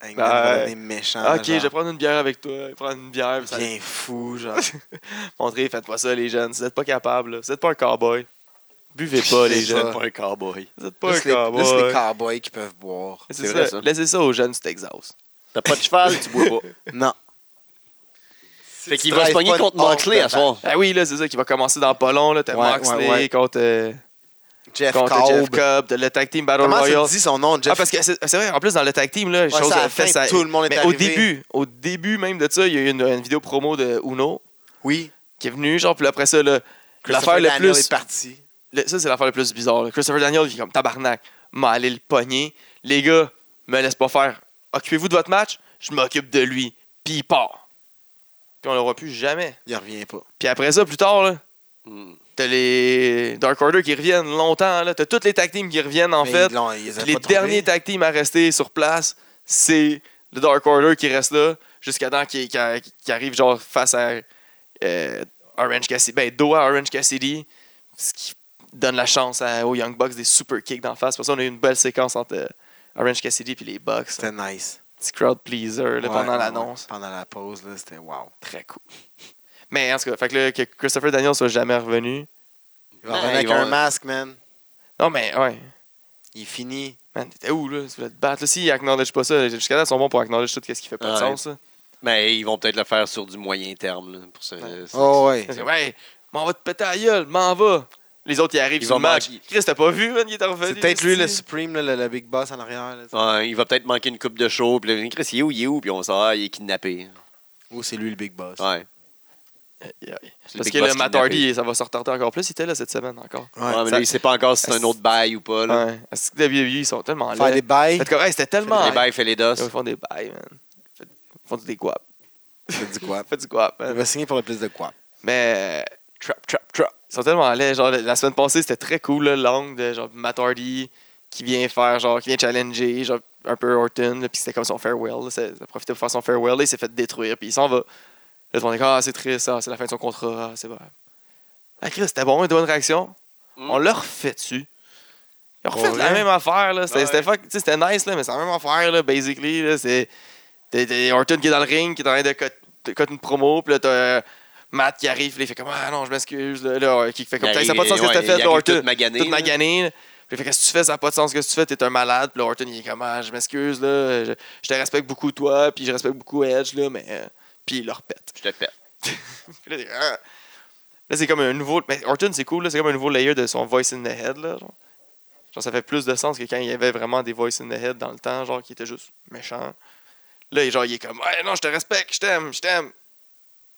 B: Eggman va
C: Bah, Ouais.
B: devenir méchant.
C: Ah, ok,
B: genre.
C: je vais prendre une bière avec toi. Prendre une bière, puis ça
B: Bien fou, genre.
C: montrer, faites pas ça les jeunes, vous êtes pas capables, là. vous êtes pas un cowboy. Buvez pas les
B: C'est ça.
C: jeunes.
A: pas un cowboy.
C: Vous êtes pas
B: Juste
C: un
B: les, juste les
C: cowboy.
B: cowboys qui peuvent boire.
C: C'est
A: C'est vrai,
C: ça.
A: ça.
C: Laissez ça aux jeunes du Texas.
A: T'as pas de cheval, tu bois pas.
B: Non.
A: Fait qu'il va se pogner contre Moxley à soir.
C: Ah oui, là, c'est ça qui va commencer dans pas long. là. T'as
B: Ouais,
C: Moxley
B: ouais, ouais.
C: contre, euh,
B: Jeff
C: contre Jeff
B: Cobb.
C: Cobb, t'as le Tag Team Battle
B: Comment
C: Royale.
B: tu dis son nom, Jeff?
C: Ah, parce que c'est c'est vrai, en plus, dans le Tag Team, là, les
B: Ouais,
C: choses
B: ça, à
C: ont
B: la
C: fait
B: fin,
C: ça.
B: tout le monde est
C: Mais au
B: arrivé.
C: début, au début même de ça, il y a eu une, une vidéo promo de Uno
B: Oui.
C: qui est venue, genre, puis après ça, là, l'affaire
B: Christopher
C: le
B: Daniel
C: plus
B: est parti.
C: Le- ça, c'est l'affaire la plus bizarre. là. Christopher Daniel qui est comme tabarnak, m'a allé le pogner. Les gars, me laisse pas faire. Occupez-vous de votre match, je m'occupe de lui. Puis il part. Puis on le voit plus jamais.
B: Il revient pas.
C: Puis après ça, plus tard, là,
A: Hmm.
C: t'as les Dark Order qui reviennent longtemps. là. T'as toutes les tag teams qui reviennent en
B: Mais
C: fait.
B: ils l'ont- ils les ont
C: Puis les
B: pas trouvés.
C: derniers tag teams à rester sur place, c'est le Dark Order qui reste là jusqu'à temps qu'il qu'il- qu'il arrive genre face à euh, Orange Cassidy. Ben, dos à Orange Cassidy, ce qui donne la chance à, aux Young Bucks des super kicks d'en face. Pour ça, on a eu une belle séquence entre euh, Orange Cassidy et les Bucks.
B: C'était nice.
C: Petit crowd pleaser là,
B: Ouais,
C: pendant
B: ouais,
C: l'annonce.
B: Pendant la pause, là, c'était wow.
C: Très cool. Mais en tout cas, fait que, là, que Christopher Daniel soit jamais revenu.
B: Il va
A: Ouais,
B: revenir
A: ils
B: avec
A: vont-
B: un masque, man.
C: Non, mais ouais.
B: Il finit.
C: Man, t'étais où, là? Tu voulais te battre. Là, s'il acknowledge pas ça, jusqu'à là, ils sont bons pour acknowledge tout ce qui fait pas de
A: Ouais.
C: sens. là.
A: Mais ils vont peut-être le faire sur du moyen terme. là, pour ça.
B: Oh, ouais.
C: Parce que, ouais, m'en va te péter la gueule, m'en va. Les autres, ils arrivent,
A: Ils
C: ils sur
A: vont
C: le match.
A: manquer.
C: Chris, t'as pas vu, man, il est revenu.
B: C'est peut-être lui, le
C: ici.
B: Supreme, là, le, le Big Boss en arrière. là.
A: Ouais, il va peut-être manquer une coupe de show. Puis là, Chris, il est où, il est où? Puis on sait, ah, il est kidnappé.
B: Oh, c'est lui le Big Boss.
A: Ouais.
C: Yeah, yeah.
A: C'est
C: Parce
A: Big
C: que
A: Boss
C: le Matt
A: kidnappé.
C: Hardy, ça va se retarder encore plus. Il était là cette semaine encore.
B: Ouais.
A: Ouais, mais
C: ça-
A: là, il sait pas encore si c'est un autre bail ou pas. Là.
C: Ouais. Est-ce que WWE, ils sont tellement
B: Faire
C: là.
B: des bails.
C: Fait que, ouais, c'était tellement.
A: Les bails, fait les
C: Ils
A: dosses.
C: font des bails, man. Ils font des guap.
B: C'est du quoi?
C: Ils font du guap,
B: Il
C: man.
B: va signer pour le plus de quoi?
C: Mais. euh, Trap, trap, trap. Ils sont tellement là. Genre, la la semaine passée, c'était très cool, là, l'angle de genre, Matt Hardy qui vient faire, genre, qui vient challenger, genre, un peu Orton. là, Puis c'était comme son farewell. là. C'est- Il a profité pour faire son farewell. là, il s'est fait détruire. Puis il s'en va. Là, tout le monde est comme, ah, c'est triste, ah, c'est la fin de son contrat. ah, c'est vrai. Ah, Chris, c'était bon, une bonne réaction.
A: Mm.
C: On l'a refait dessus. Ils ont
B: Pour
C: refait la
B: vrai?
C: même affaire, là. C'était
A: Ouais.
C: c'était fuck- tu sais, c'était nice, là, mais c'est la même affaire, là, basically. Là, c'est. T'as- t'as Orton qui est dans le ring, qui est en train de cut, de cut une promo, puis là, t'as euh, Matt qui arrive, puis là, il fait comme Ah non, je m'excuse, là, là, qui fait comme
A: Il
C: Ça n'a pas de sens ce que
A: arrive-
C: t'as
A: ouais,
C: fait,
A: il
C: là,
A: arrive
C: Orton.
A: tout magané,
C: Tout
A: là.
C: magané, là. Puis il fait Qu'est-ce que tu fais, ça n'a pas de sens ce que tu fais, t'es un malade, puis là, Orton, il est comme Ah, je m'excuse, là, je, je te respecte beaucoup, toi, puis je respecte beaucoup Edge, là, mais. euh, Puis il leur pète.
A: Je te pète.
C: Puis là, t'es, Ah. Là, c'est comme un nouveau. Mais Orton, c'est cool, là, c'est comme un nouveau layer de son voice in the head. Là, genre. Genre, ça fait plus de sens que quand il y avait vraiment des voice in the head dans le temps, genre, qui étaient juste méchants. Là, genre, il est comme, ouais, non, je te respecte, je t'aime, je t'aime.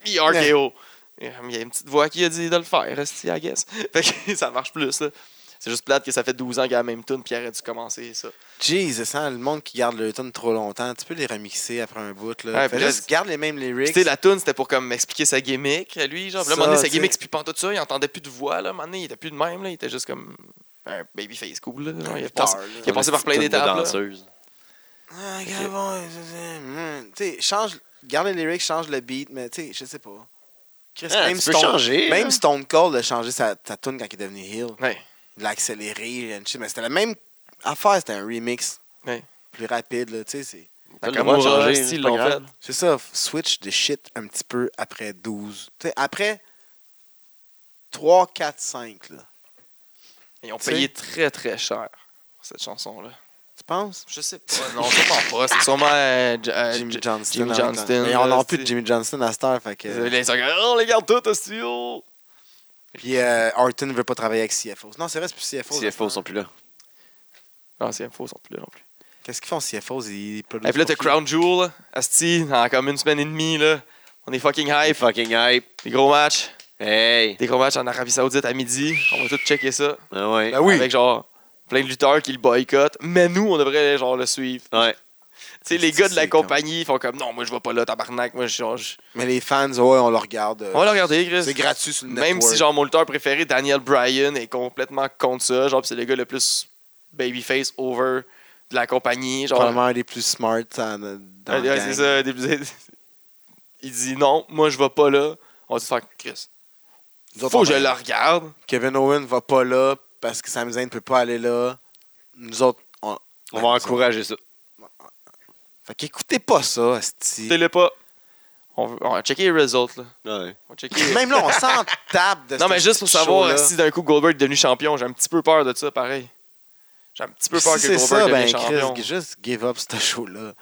C: Puis RKO. Il y a une petite voix qui a dit de le faire, esti, I guess. Fait que ça marche plus, là. C'est juste plate que ça fait 12 ans qu'il y a la même tune, puis il aurait dû commencer ça.
B: Jesus, hein, le monde qui garde le tune trop longtemps, tu peux les remixer après un bout. Là.
C: Ouais,
B: Fais
C: puis là,
B: juste garde les mêmes
C: Puis,
B: lyrics.
C: Tu sais, la tune c'était pour comme expliquer sa gimmick à lui. Genre, Puis là, à un
B: Ça,
C: moment donné, sa
B: tu sais.
C: gimmick, c'est plus pantoute ça. Il entendait plus de voix, là. À un moment donné, il était plus de même, là. Il était juste comme un babyface cool, là. Genre, il a passé- Il a passé par plein
A: Toute
C: d'étapes,
A: de
C: là.
A: danseuse.
B: Ah, regarde, bon, je sais, hmm. Tu sais, change, garde les lyrics, change le beat, mais tu sais, je sais pas. Chris,
A: Ah,
B: même,
A: tu peux
B: Stone,
A: changer,
B: même
A: hein.
B: Stone Cold a changé sa, sa tune quand il est devenu Hill.
C: Ouais.
B: Il l'a accéléré, and shit, mais c'était la même affaire, c'était un remix.
C: Ouais.
B: Plus rapide, là, tu sais. c'est-
A: T'as le
C: Nakamura,
A: droit de changer,
C: esti,
A: c'est
C: ils
A: pas
C: l'ont
A: grave.
C: fait.
B: C'est ça, f- switch de shit un petit peu après 12. Tu sais, après 3, 4, 5, là.
C: Ils ont
B: Tu sais.
C: payé très, très cher pour cette chanson-là.
B: Tu penses?
C: Je sais pas. Non, sûrement pas. C'est sûrement euh, J- euh,
B: Jimmy
C: J-
B: Johnston.
C: Jimmy
B: hein,
C: Johnston,
B: Mais on
C: là,
B: n'a plus
C: c'est-
B: de Jimmy Johnston à cette heure. Fait que...
C: Les gens, oh, on les garde toutes au studio.
B: Puis euh, Orton ne veut pas travailler avec CFO. Non, c'est vrai, c'est plus CFO.
A: CFO sont plus là.
C: Non, Ah, c'est faux, ils sont plus là non plus.
B: Qu'est-ce qu'ils font, CFO? Ils produisent
C: Et puis là, t'as
B: pour qui?
C: Crown Jewel, là. Asti, en comme une semaine et demie, là. On est fucking
A: Hey,
C: hype.
A: fucking hype.
C: Des gros matchs.
A: Hey.
C: Des gros matchs en Arabie Saoudite à midi. On va tout checker ça.
A: Ah ouais.
B: Ben oui.
C: Avec genre plein de lutteurs qui le boycottent. Mais nous, on devrait genre le suivre.
A: Ouais.
C: Tu sais, les gars de la
B: C'est con.
C: compagnie ils font comme non, moi je vais pas là, tabarnak. Moi, je change.
B: Mais les fans, ouais, on le regarde. euh,
C: On va le regarder, Chris.
B: C'est gratuit sur le
C: Même si genre mon lutteur préféré, Daniel Bryan, est complètement contre ça. Genre, pis c'est le gars le plus babyface over de la compagnie. Genre,
B: Probablement un des plus smart en- dans
C: Ouais,
B: le
C: ouais,
B: gang.
C: c'est ça. des- Il dit non, moi je vais pas là. On va se faire Chris.
B: Nous autres,
C: Faut
B: on
C: que je
B: va-
C: le regarde.
B: Kevin Owen va pas là parce que Sami Zayn ne peut pas aller là. Nous autres, on...
A: On va encourager ça.
B: Fait qu'écoutez pas ça, asti.
C: T'es le pas. On, veut- on va checker les results là.
A: Ouais.
C: On va checker-
B: Même là, on s'en tape de
C: non
B: ce
C: mais juste pour
B: show-là.
C: savoir euh, si d'un coup Goldberg est devenu champion, j'ai un petit peu peur de ça pareil. J'ai un petit peu peur
B: Si
C: que
B: c'est
C: Goldberg
B: ça, ben
C: devienne champion.
B: Chris, juste give up ce show-là.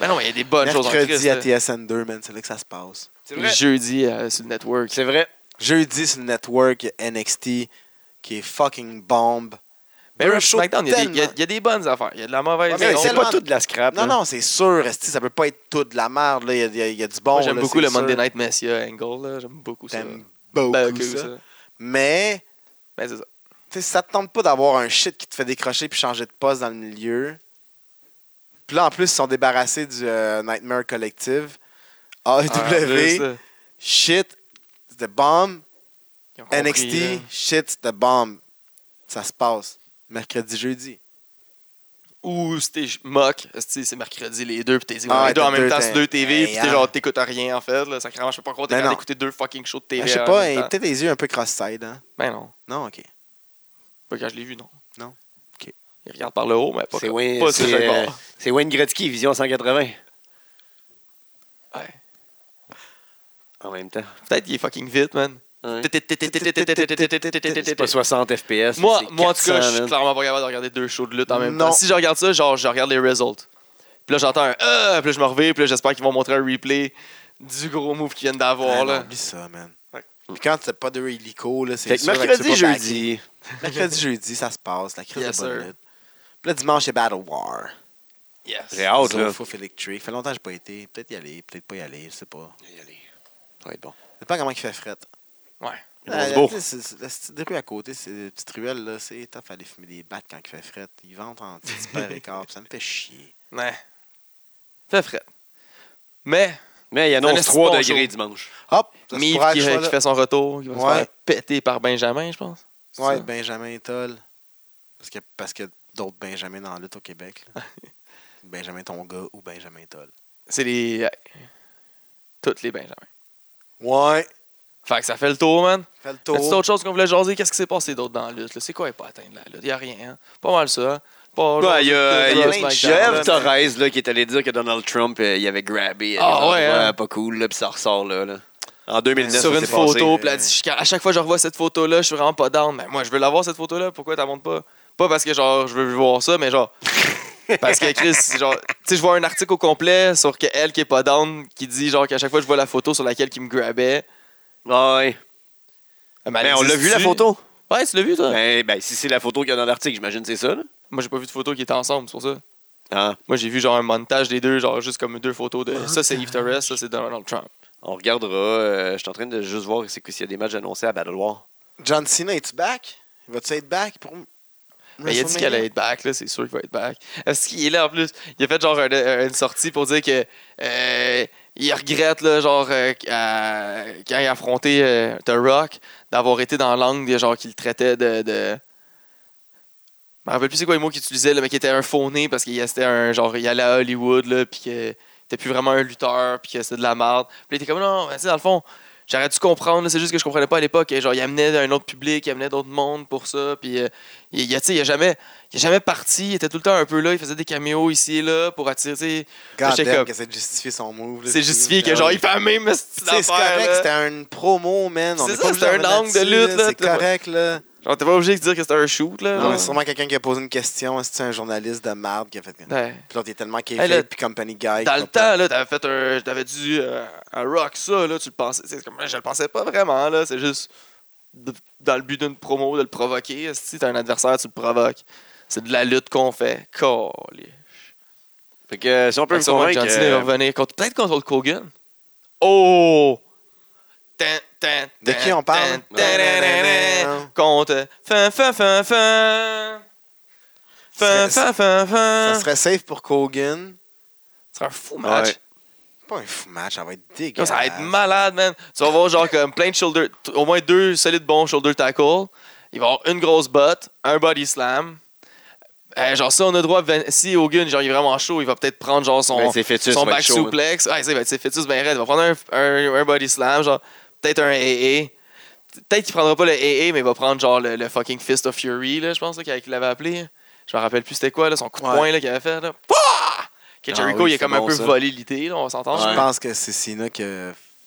C: Mais Ben non, mais il y a des bonnes choses en hein. Chris.
B: Mercredi à
C: là.
B: TSN 2, man, c'est là que ça se passe.
A: C'est vrai.
C: Jeudi euh, sur le network.
A: C'est vrai.
B: Jeudi sur le network NXT qui est fucking bombe.
C: Mais
B: Bref,
C: Ben, Rush
B: show
C: SmackDown, il y a des- il y, a-
B: tellement-
C: il y a des bonnes affaires. Il y a de la mauvaise.
B: Ouais, mais
C: on-
A: c'est
B: tellement-
A: pas tout de la scrap.
C: hein.
B: Non,
A: là.
B: non, c'est sûr, esti, ça peut pas être tout de la merde. là. Il y a- il y, a- il y a du bon.
C: Moi, j'aime
B: là,
C: beaucoup
B: c'est
C: le
B: sûr.
C: Monday Night euh, ben, Messiah angle. là. J'aime beaucoup ça.
B: T'aimes beaucoup ça. Mais
C: Ben, c'est ça.
B: tu sais, ça te tente pas d'avoir un shit qui te fait décrocher puis changer de poste dans le milieu. Puis là, en plus, ils sont débarrassés du euh, Nightmare Collective.
C: Ah,
B: AEW,
C: ça.
B: shit, c'est de bombe.
C: Ils ont compris, là.
B: NXT, shit, c'est de bombe. Ça se passe. Mercredi, jeudi.
C: Ou si t'es mock, esti, c'est mercredi les deux, puis t'es dit,
B: Ah,
C: les deux
B: t'as
C: en même
B: deux
C: temps
B: t'es-
C: sur deux TV,
B: Hey,
C: puis t'es
B: hein.
C: genre, t'écoutes à rien en fait. Là. Sacrément, je sais pas quoi, t'es
B: Ben
C: capable
B: non. Ben,
C: d'écouter deux fucking shows de
B: Ah,
C: TV.
B: Je sais
C: euh, en
B: pas,
C: même
B: il a
C: temps.
B: peut-être les yeux un peu cross-side. Hein?
C: Ben non.
B: Non, ok.
C: Pas quand je l'ai vu, non.
B: Non.
C: OK. Il regarde par le haut, mais pas,
A: C'est
C: comme-
A: Wayne,
C: pas sur
A: c'est,
C: le
A: euh,
C: bord.
A: c'est Wayne Gretzky, Vision 180.
C: Ouais.
A: En même temps.
C: Peut-être qu'il est fucking vite, man.
A: C'est pas 60 FPS.
C: Moi,
A: c'est
C: moi en tout cas, je
A: 400,
C: suis
A: man.
C: clairement pas capable de regarder deux shows de lutte en même
B: Non.
C: temps. Si je regarde ça, genre, je regarde les results. Puis là, j'entends un euh, puis là, je me reviens, puis là, j'espère qu'ils vont montrer un replay du gros move qu'ils viennent d'avoir.
B: Ah, non,
C: là.
B: Oublie ça, man.
C: Ouais.
B: Puis quand t'as pas de hélico, là,
A: Fait
B: c'est
A: que
B: sûr que tu
A: mercredi,
B: peux pas backer.
A: jeudi.
B: Mercredi, jeudi, ça se passe. La crise
C: Yes,
B: de bonne
C: sir.
B: lutte. Puis là, dimanche, c'est Battle War.
C: Yes.
A: J'ai hâte, là.
B: Sauf Electric. Fait longtemps que j'ai pas été. Peut-être y aller, peut-être pas y aller, je sais pas.
A: Y aller. Ça va être bon.
B: Ça dépend comment il fait fret.
C: Ouais.
A: Il va se
B: Ah,
A: beau.
B: tu sais, c'est- c'est- la petite rue à côté, c'est des petites ruelles, là. C'est tough aller fumer des battes quand il fait fret. Ils vendent en petit super écart, puis ça me fait chier.
C: Ouais. Fait frais. Mais,
A: Mais il
C: un
A: annonce
C: esti
A: 3
C: bon
A: degrés
C: show.
A: dimanche.
B: Hop! ça se
C: Mive
B: pourrait,
C: qui, euh,
B: je vois,
C: qui
B: là.
C: fait son retour, qui va
B: Ouais.
C: se faire péter par Benjamin, je pense. C'est
B: Ouais,
C: ça?
B: ben, Benjamin Toll. Parce que parce que d'autres Benjamin dans la lutte au Québec. là. Benjamin ton gars ou Benjamin Toll.
C: C'est les. Toutes les Benjamins.
B: Ouais.
C: Fait que ça fait le tour, man.
B: Fais le
C: C'est
B: tour.
C: autre chose qu'on voulait jaser. Qu'est-ce qui s'est passé d'autre dans la lutte? là? C'est quoi, il pas atteint de la lutte? Il a rien. hein? Pas mal ça. hein? Pas genre-
A: Ouais, il y a,
C: pas
A: il y a
C: SmackDown,
A: Jeff
C: là.
A: Torres là, qui est allé dire que Donald Trump, euh, il avait grabé. euh,
C: Ah,
A: des
C: ouais,
A: endroits
C: hein.
A: Pas cool, là, puis ça ressort là. là. En 2009,
C: Sur
A: ça
C: une
A: s'est passé.
C: photo, puis elle dit, Je- à chaque fois que je revois cette photo-là, je suis vraiment pas down. Mais moi, je veux la voir, cette photo-là. Pourquoi t'as montres pas? Pas parce que, genre, je veux voir ça, mais genre. Parce que Chris, genre, tu sais, je vois un article au complet sur que elle qui est pas down, qui dit, genre, qu'à chaque fois je vois la photo sur laquelle qui me grabait.
A: Ouais. Mais on l'a vu la photo.
C: Ouais, tu l'as vu, toi?
A: Ben, ben, si c'est la photo qu'il y a dans l'article, j'imagine que c'est ça. Là.
C: Moi, j'ai pas vu de photo qui étaient ensemble, c'est pour ça.
A: Ah.
C: Moi, j'ai vu genre un montage des deux, genre juste comme deux photos de ça, c'est Yves Torres, ça, c'est Donald Trump.
A: On regardera. euh, je suis en train de juste voir c'est que s'il y a des matchs annoncés à Battle War.
B: John Cena, est tu back? Va-tu être back pour.
C: Mais il a dit qu'il allait être back, là, c'est sûr qu'il va être back. Est-ce qu'il est là en plus? Il a fait genre un- un- une sortie pour dire que euh, il regrette là, genre euh, à- quand il a affronté euh, The Rock d'avoir été dans l'angle des gens qui le traitaient de. de... Je me rappelle plus c'est quoi les mots qu'il utilisait, là, mais qui était un faux nez parce qu'il était un genre il allait à Hollywood là, puis que t'es plus vraiment un lutteur puis que c'était de la merde. Puis il était comme non, mais tu sais dans le fond, j'aurais dû comprendre, là, c'est juste que je comprenais pas à l'époque. Et Genre il amenait un autre public, il amenait d'autres mondes pour ça, puis euh, il, il, tu sais, il a jamais il a jamais parti, il était tout le temps un peu là, il faisait des caméos ici et là pour attirer, tu sais,
B: God
C: Check
B: damn,
C: up.
B: que c'est de justifier son move. là,
C: c'est
B: puis-
C: justifié
B: Ah
C: que genre
B: oui.
C: il fait la même petite
B: Tu sais, C'est
C: affaire,
B: correct,
C: là.
B: c'était une promo, man. on
C: C'est
B: est
C: ça,
B: pas obligé
C: c'était
B: d'en
C: un angle de
B: revenir là-dessus,
C: lutte, là,
B: C'est
C: t'as pas- Ah.
B: correct, là.
C: Genre, t'es pas obligé de dire que c'était un shoot, là.
B: Non,
C: genre.
B: mais sûrement quelqu'un qui a posé une question. Est-ce que c'est un journaliste de merde qui a fait. Puis
C: Ouais.
B: l'autre, il est tellement
C: Hey, là,
B: kiffé, puis company guy.
C: Dans le temps, là, t'avais fait un. T'avais dû euh, un rock ça, là, tu le pensais. c'est comme, je le pensais pas vraiment, là. C'est juste de- dans le but d'une promo, de le provoquer. Si t'as un adversaire, tu le provoques. C'est de la lutte qu'on fait. Calé.
A: Fait que euh, si on peut
C: Fait
A: me
C: que Ben, sûrement que
A: convaincre.
C: John Cena
A: euh,
C: va revenir contre- Peut-être contre Hulk Hogan. Oh! Tin, tin,
B: De
C: tin,
B: qui on parle?
C: tin, tin, tin, tin, tin. Contre. Fin, fin, fin, fin. Fin,
B: Ça
C: fin,
B: serait-
C: fin, fin.
B: Ça serait safe pour Kogan.
C: Ce serait un fou match.
A: Ouais.
B: Pas un fou match, ça va être
C: Yo,
B: dégueulasse.
C: ça va être malade, man. Tu vas voir genre comme plein de shoulder, t- au moins deux solides bons shoulder tackles. Il va y avoir une grosse botte, un body slam. Euh, genre si on a droit, à Van- si Hogan genre il est vraiment chaud, il va peut-être prendre genre son,
A: Ben, c'est fœtus,
C: son
A: ça va être
C: back
A: chaud, man.
C: suplex. Ouais, c'est- ben, c'est fœtus ben raide. Il va prendre un, un- un body slam, genre peut-être un AA. Peut-être qu'il prendra pas le AA, mais il va prendre genre le, le fucking Fist of Fury, là, je pense là, qu'il qu'il l'avait appelé. Je me rappelle plus c'était quoi, là, son coup de
B: Ouais.
C: poing là, qu'il avait fait. Là. Pouah! Que
A: Ah
C: Jericho,
A: oui,
C: il est
A: c'est
C: comme un
A: bon,
C: peu
A: ça.
C: volé l'idée, là, on va s'entendre.
B: Je
A: Ouais.
B: pense que c'est Cena qui va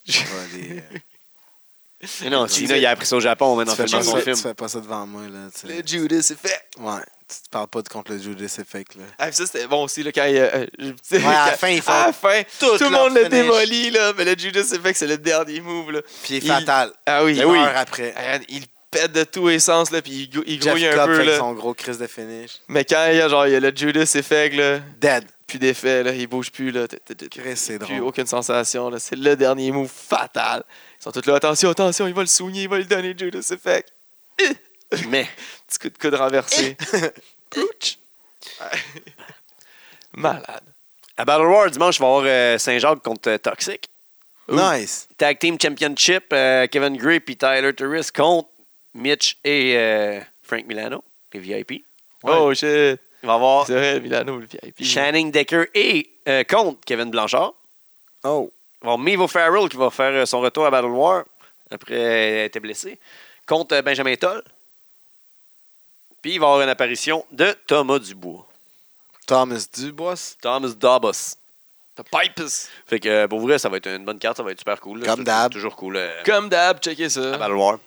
B: les-
A: mais Non, Cena, il a appris ça au Japon, maintenant,
B: tu,
A: en
B: fais
A: filmant
B: pas
A: son
B: ça, tu
A: film.
B: fais pas ça devant moi, là. tu sais.
C: Le Judas Effect.
B: Ouais, tu te parles pas de contre le Judas Effect, là.
C: Ah, puis ça, c'était bon aussi, là, quand il. euh, je- tu sais,
B: Ouais, à la
C: quand-
B: fin, ils font
C: à la fin, tout,
B: tout
C: le
B: leur
C: monde le
B: finish.
C: démolit, là. Mais le Judas Effect, c'est le dernier move, là.
B: Puis il est
C: Il-
B: fatal.
C: Ah oui,
B: Il
C: oui.
B: meurt après.
C: Ah, Il pète de tous les sens, là, puis il, gou- il
B: Jeff
C: grouille un
B: Cobb
C: peu,
B: fait
C: là.
B: son gros crise de finish.
C: Mais quand il y a, genre, il y a le Judas Effect, là,
B: Dead.
C: plus d'effet, là, il bouge plus, là. T'as- t'as- t'as-
B: Chris, c'est
C: Plus
B: drôle.
C: aucune sensation, là. C'est le dernier move fatal. Ils sont tous là, attention, attention, il va le soigner, il va le donner, Judas Effect.
A: Mais
C: Petit coup de coude renversé.
B: Eh!
C: Ouch! Malade.
A: à Battle War, dimanche, je vais avoir euh, Saint-Jacques contre euh, Toxic.
C: Ouh.
B: Nice.
A: Tag Team Championship, euh, Kevin Gray puis Tyler Turris contre Mitch et euh, Frank Milano, les VIP.
C: Oh shit!
A: Il va y
B: Oh.
A: avoir
C: C'est vrai, Milano, le VIP.
A: Shannon Decker et euh, contre Kevin Blanchard.
B: Oh.
A: Il va y avoir Mevo Farrell qui va faire euh, son retour à Battle War après euh, être blessé contre euh, Benjamin Toll. Puis il va y avoir une apparition de Thomas Dubois.
B: Thomas Dubois.
A: Thomas Dobbs.
C: The Pipes.
A: Fait que euh, pour vrai, ça va être une bonne carte, ça va être super cool. là.
B: Comme
A: C'est
B: d'hab.
A: Toujours cool. euh,
C: Comme d'hab, checkez
A: à
C: ça.
A: Battle War.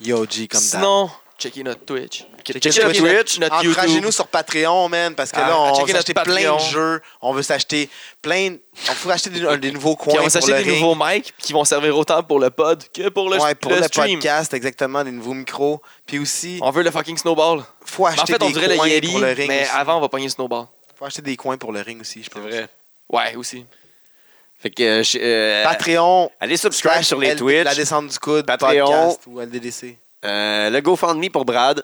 B: Yoji Ah, comme ça.
C: Sinon, checkez notre Twitch. Checkez,
A: notre Twitch,
C: notre, notre
B: Encouragez-nous
C: YouTube.
B: sur Patreon, man, parce que
C: Ah,
B: là, on
C: checker
B: veut
C: notre
B: s'acheter plein
C: Patreon.
B: de jeux. On veut s'acheter plein. de- On veut acheter des, des nouveaux coins.
C: Puis on va
B: pour
C: s'acheter
B: le
C: des
B: ring.
C: nouveaux mics qui vont servir autant pour le pod que pour le,
B: Ouais, pour
C: le
B: le,
C: stream.
B: podcast, exactement, des nouveaux micros. Puis aussi,
C: On veut le fucking snowball.
B: faut
C: En
B: acheter
C: fait, on
B: des
C: dirait le
B: coins
C: Yeti,
B: pour le ring.
C: mais
B: aussi.
C: avant, on va pogner le snowball.
B: Faut acheter des coins pour le ring aussi, je
A: C'est
B: pense.
A: vrai.
C: Ouais, aussi.
A: Fait que. euh, je- euh,
B: Patreon.
A: Allez subscribe
B: slash
A: sur les
B: L-
A: Twitch.
B: La descente du coude,
A: Patreon.
B: podcast ou LDDC.
A: Euh, le GoFundMe pour Brad.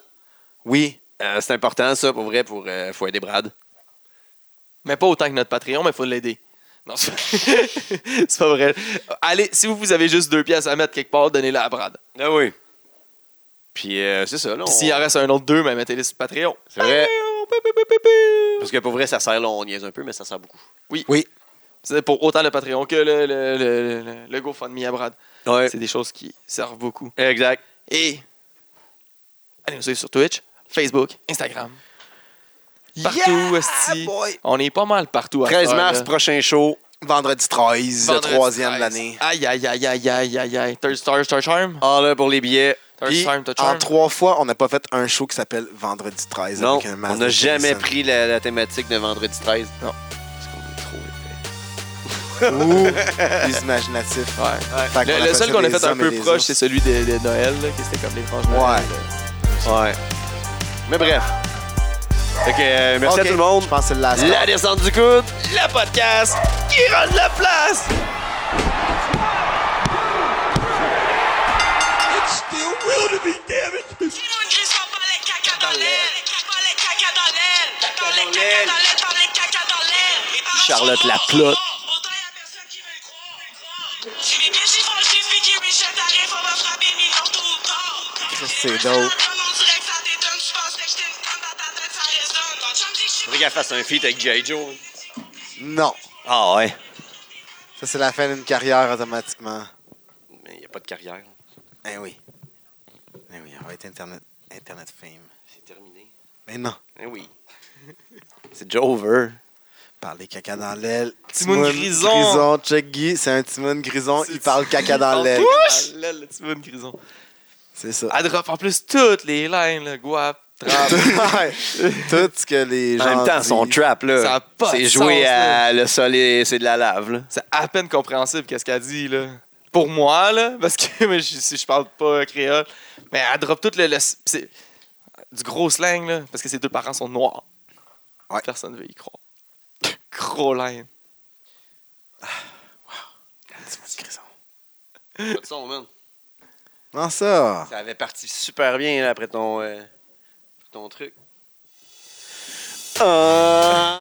B: Oui.
A: Euh, c'est important, ça, pour vrai, pour euh, faut aider Brad.
C: Mais pas autant que notre Patreon, mais il faut l'aider. Non, c'est c'est pas vrai. Allez, si vous, vous avez juste deux pièces à mettre quelque part, donnez-la à Brad.
A: Ah oui. Puis euh, c'est ça, là. on-
C: Puis S'il en reste un autre deux, mais mettez-les sur Patreon.
A: C'est vrai.
C: Patreon.
A: Parce que pour vrai, ça sert, là, on niaise un peu, mais ça sert beaucoup.
C: C'est pour autant le Patreon que le, le, le, le, le GoFundMe à Brad.
A: Ouais.
C: C'est des choses qui servent beaucoup.
A: Exact.
C: Et allez nous suivre sur Twitch, Facebook, Instagram. Partout, esti.
B: boy.
C: On est pas mal partout. à
A: 13
C: faire,
A: mars,
C: là.
A: prochain show.
B: Vendredi 13,
C: Vendredi
B: le troisième
C: 13.
B: de l'année.
C: Aïe, aïe, aïe, aïe, aïe, aïe, aïe. Third Star, Star Charm.
A: Ah là, pour les billets.
C: Third
B: Puis,
C: Star, Star
B: en
C: Charm.
B: trois fois, on n'a pas fait un show qui s'appelle Vendredi 13.
A: Non,
B: avec un masque
A: on n'a
B: de
A: jamais
B: Jason.
A: pris la, la thématique de vendredi 13.
C: Non.
A: Parce qu'on est trop épais.
B: Ou plus imaginatif.
C: Ouais.
B: Fait
C: Le,
B: qu'on
C: le
B: appelle
C: seul
B: ça
C: qu'on a
B: des
C: fait un
B: hommes et
C: peu
B: des
C: proche,
B: ours.
C: c'est celui de, de Noël, là, qui c'était comme les franges Noël, là.
B: Ouais.
A: Ouais. Mais bref. Fait que, euh, merci
B: Ok,
A: à tout le monde.
B: Je pense que c'est le last.
A: La descente du coude, le podcast qui rend la place. Charlotte la plotte.
B: C'est dope.
A: Faudrait qu'elle fasse un feat avec J. Joe.
B: Non.
A: Ah ouais.
B: Ça, c'est la fin d'une carrière automatiquement.
A: Mais y a pas de carrière.
B: Eh oui. Eh oui, on va être Internet, Internet fame.
A: C'est terminé.
B: Mais non.
A: Eh oui. C'est Jover.
B: Parler caca dans l'aile.
C: Timoun Grison.
B: Grison, check Guy, c'est un Timoun Grison, il parle caca dans l'aile.
C: Touche! Le petit bout de grison.
B: C'est ça.
C: Elle drop en plus toutes les lines, le guap, trap.
B: Ouais. Tout ce que les gens.
A: En même temps,
B: disent.
A: son trap,
C: Ça a
A: là,
C: pas de
A: c'est joué
C: sens, là.
A: à le sol et c'est de la lave. Là.
C: C'est à peine compréhensible qu'est-ce qu'elle dit, là. Pour moi, là, parce que mais je, si je parle pas créole, mais elle drop tout le... le- c'est du gros slang, là, parce que ses deux parents sont noirs.
B: Ouais.
C: Personne ne veut y croire. Gros line.
B: Timoun Grison.
A: Pas de son, man.
B: Non, ça.
A: Ça avait parti super bien là, après ton, euh, ton truc. Ah,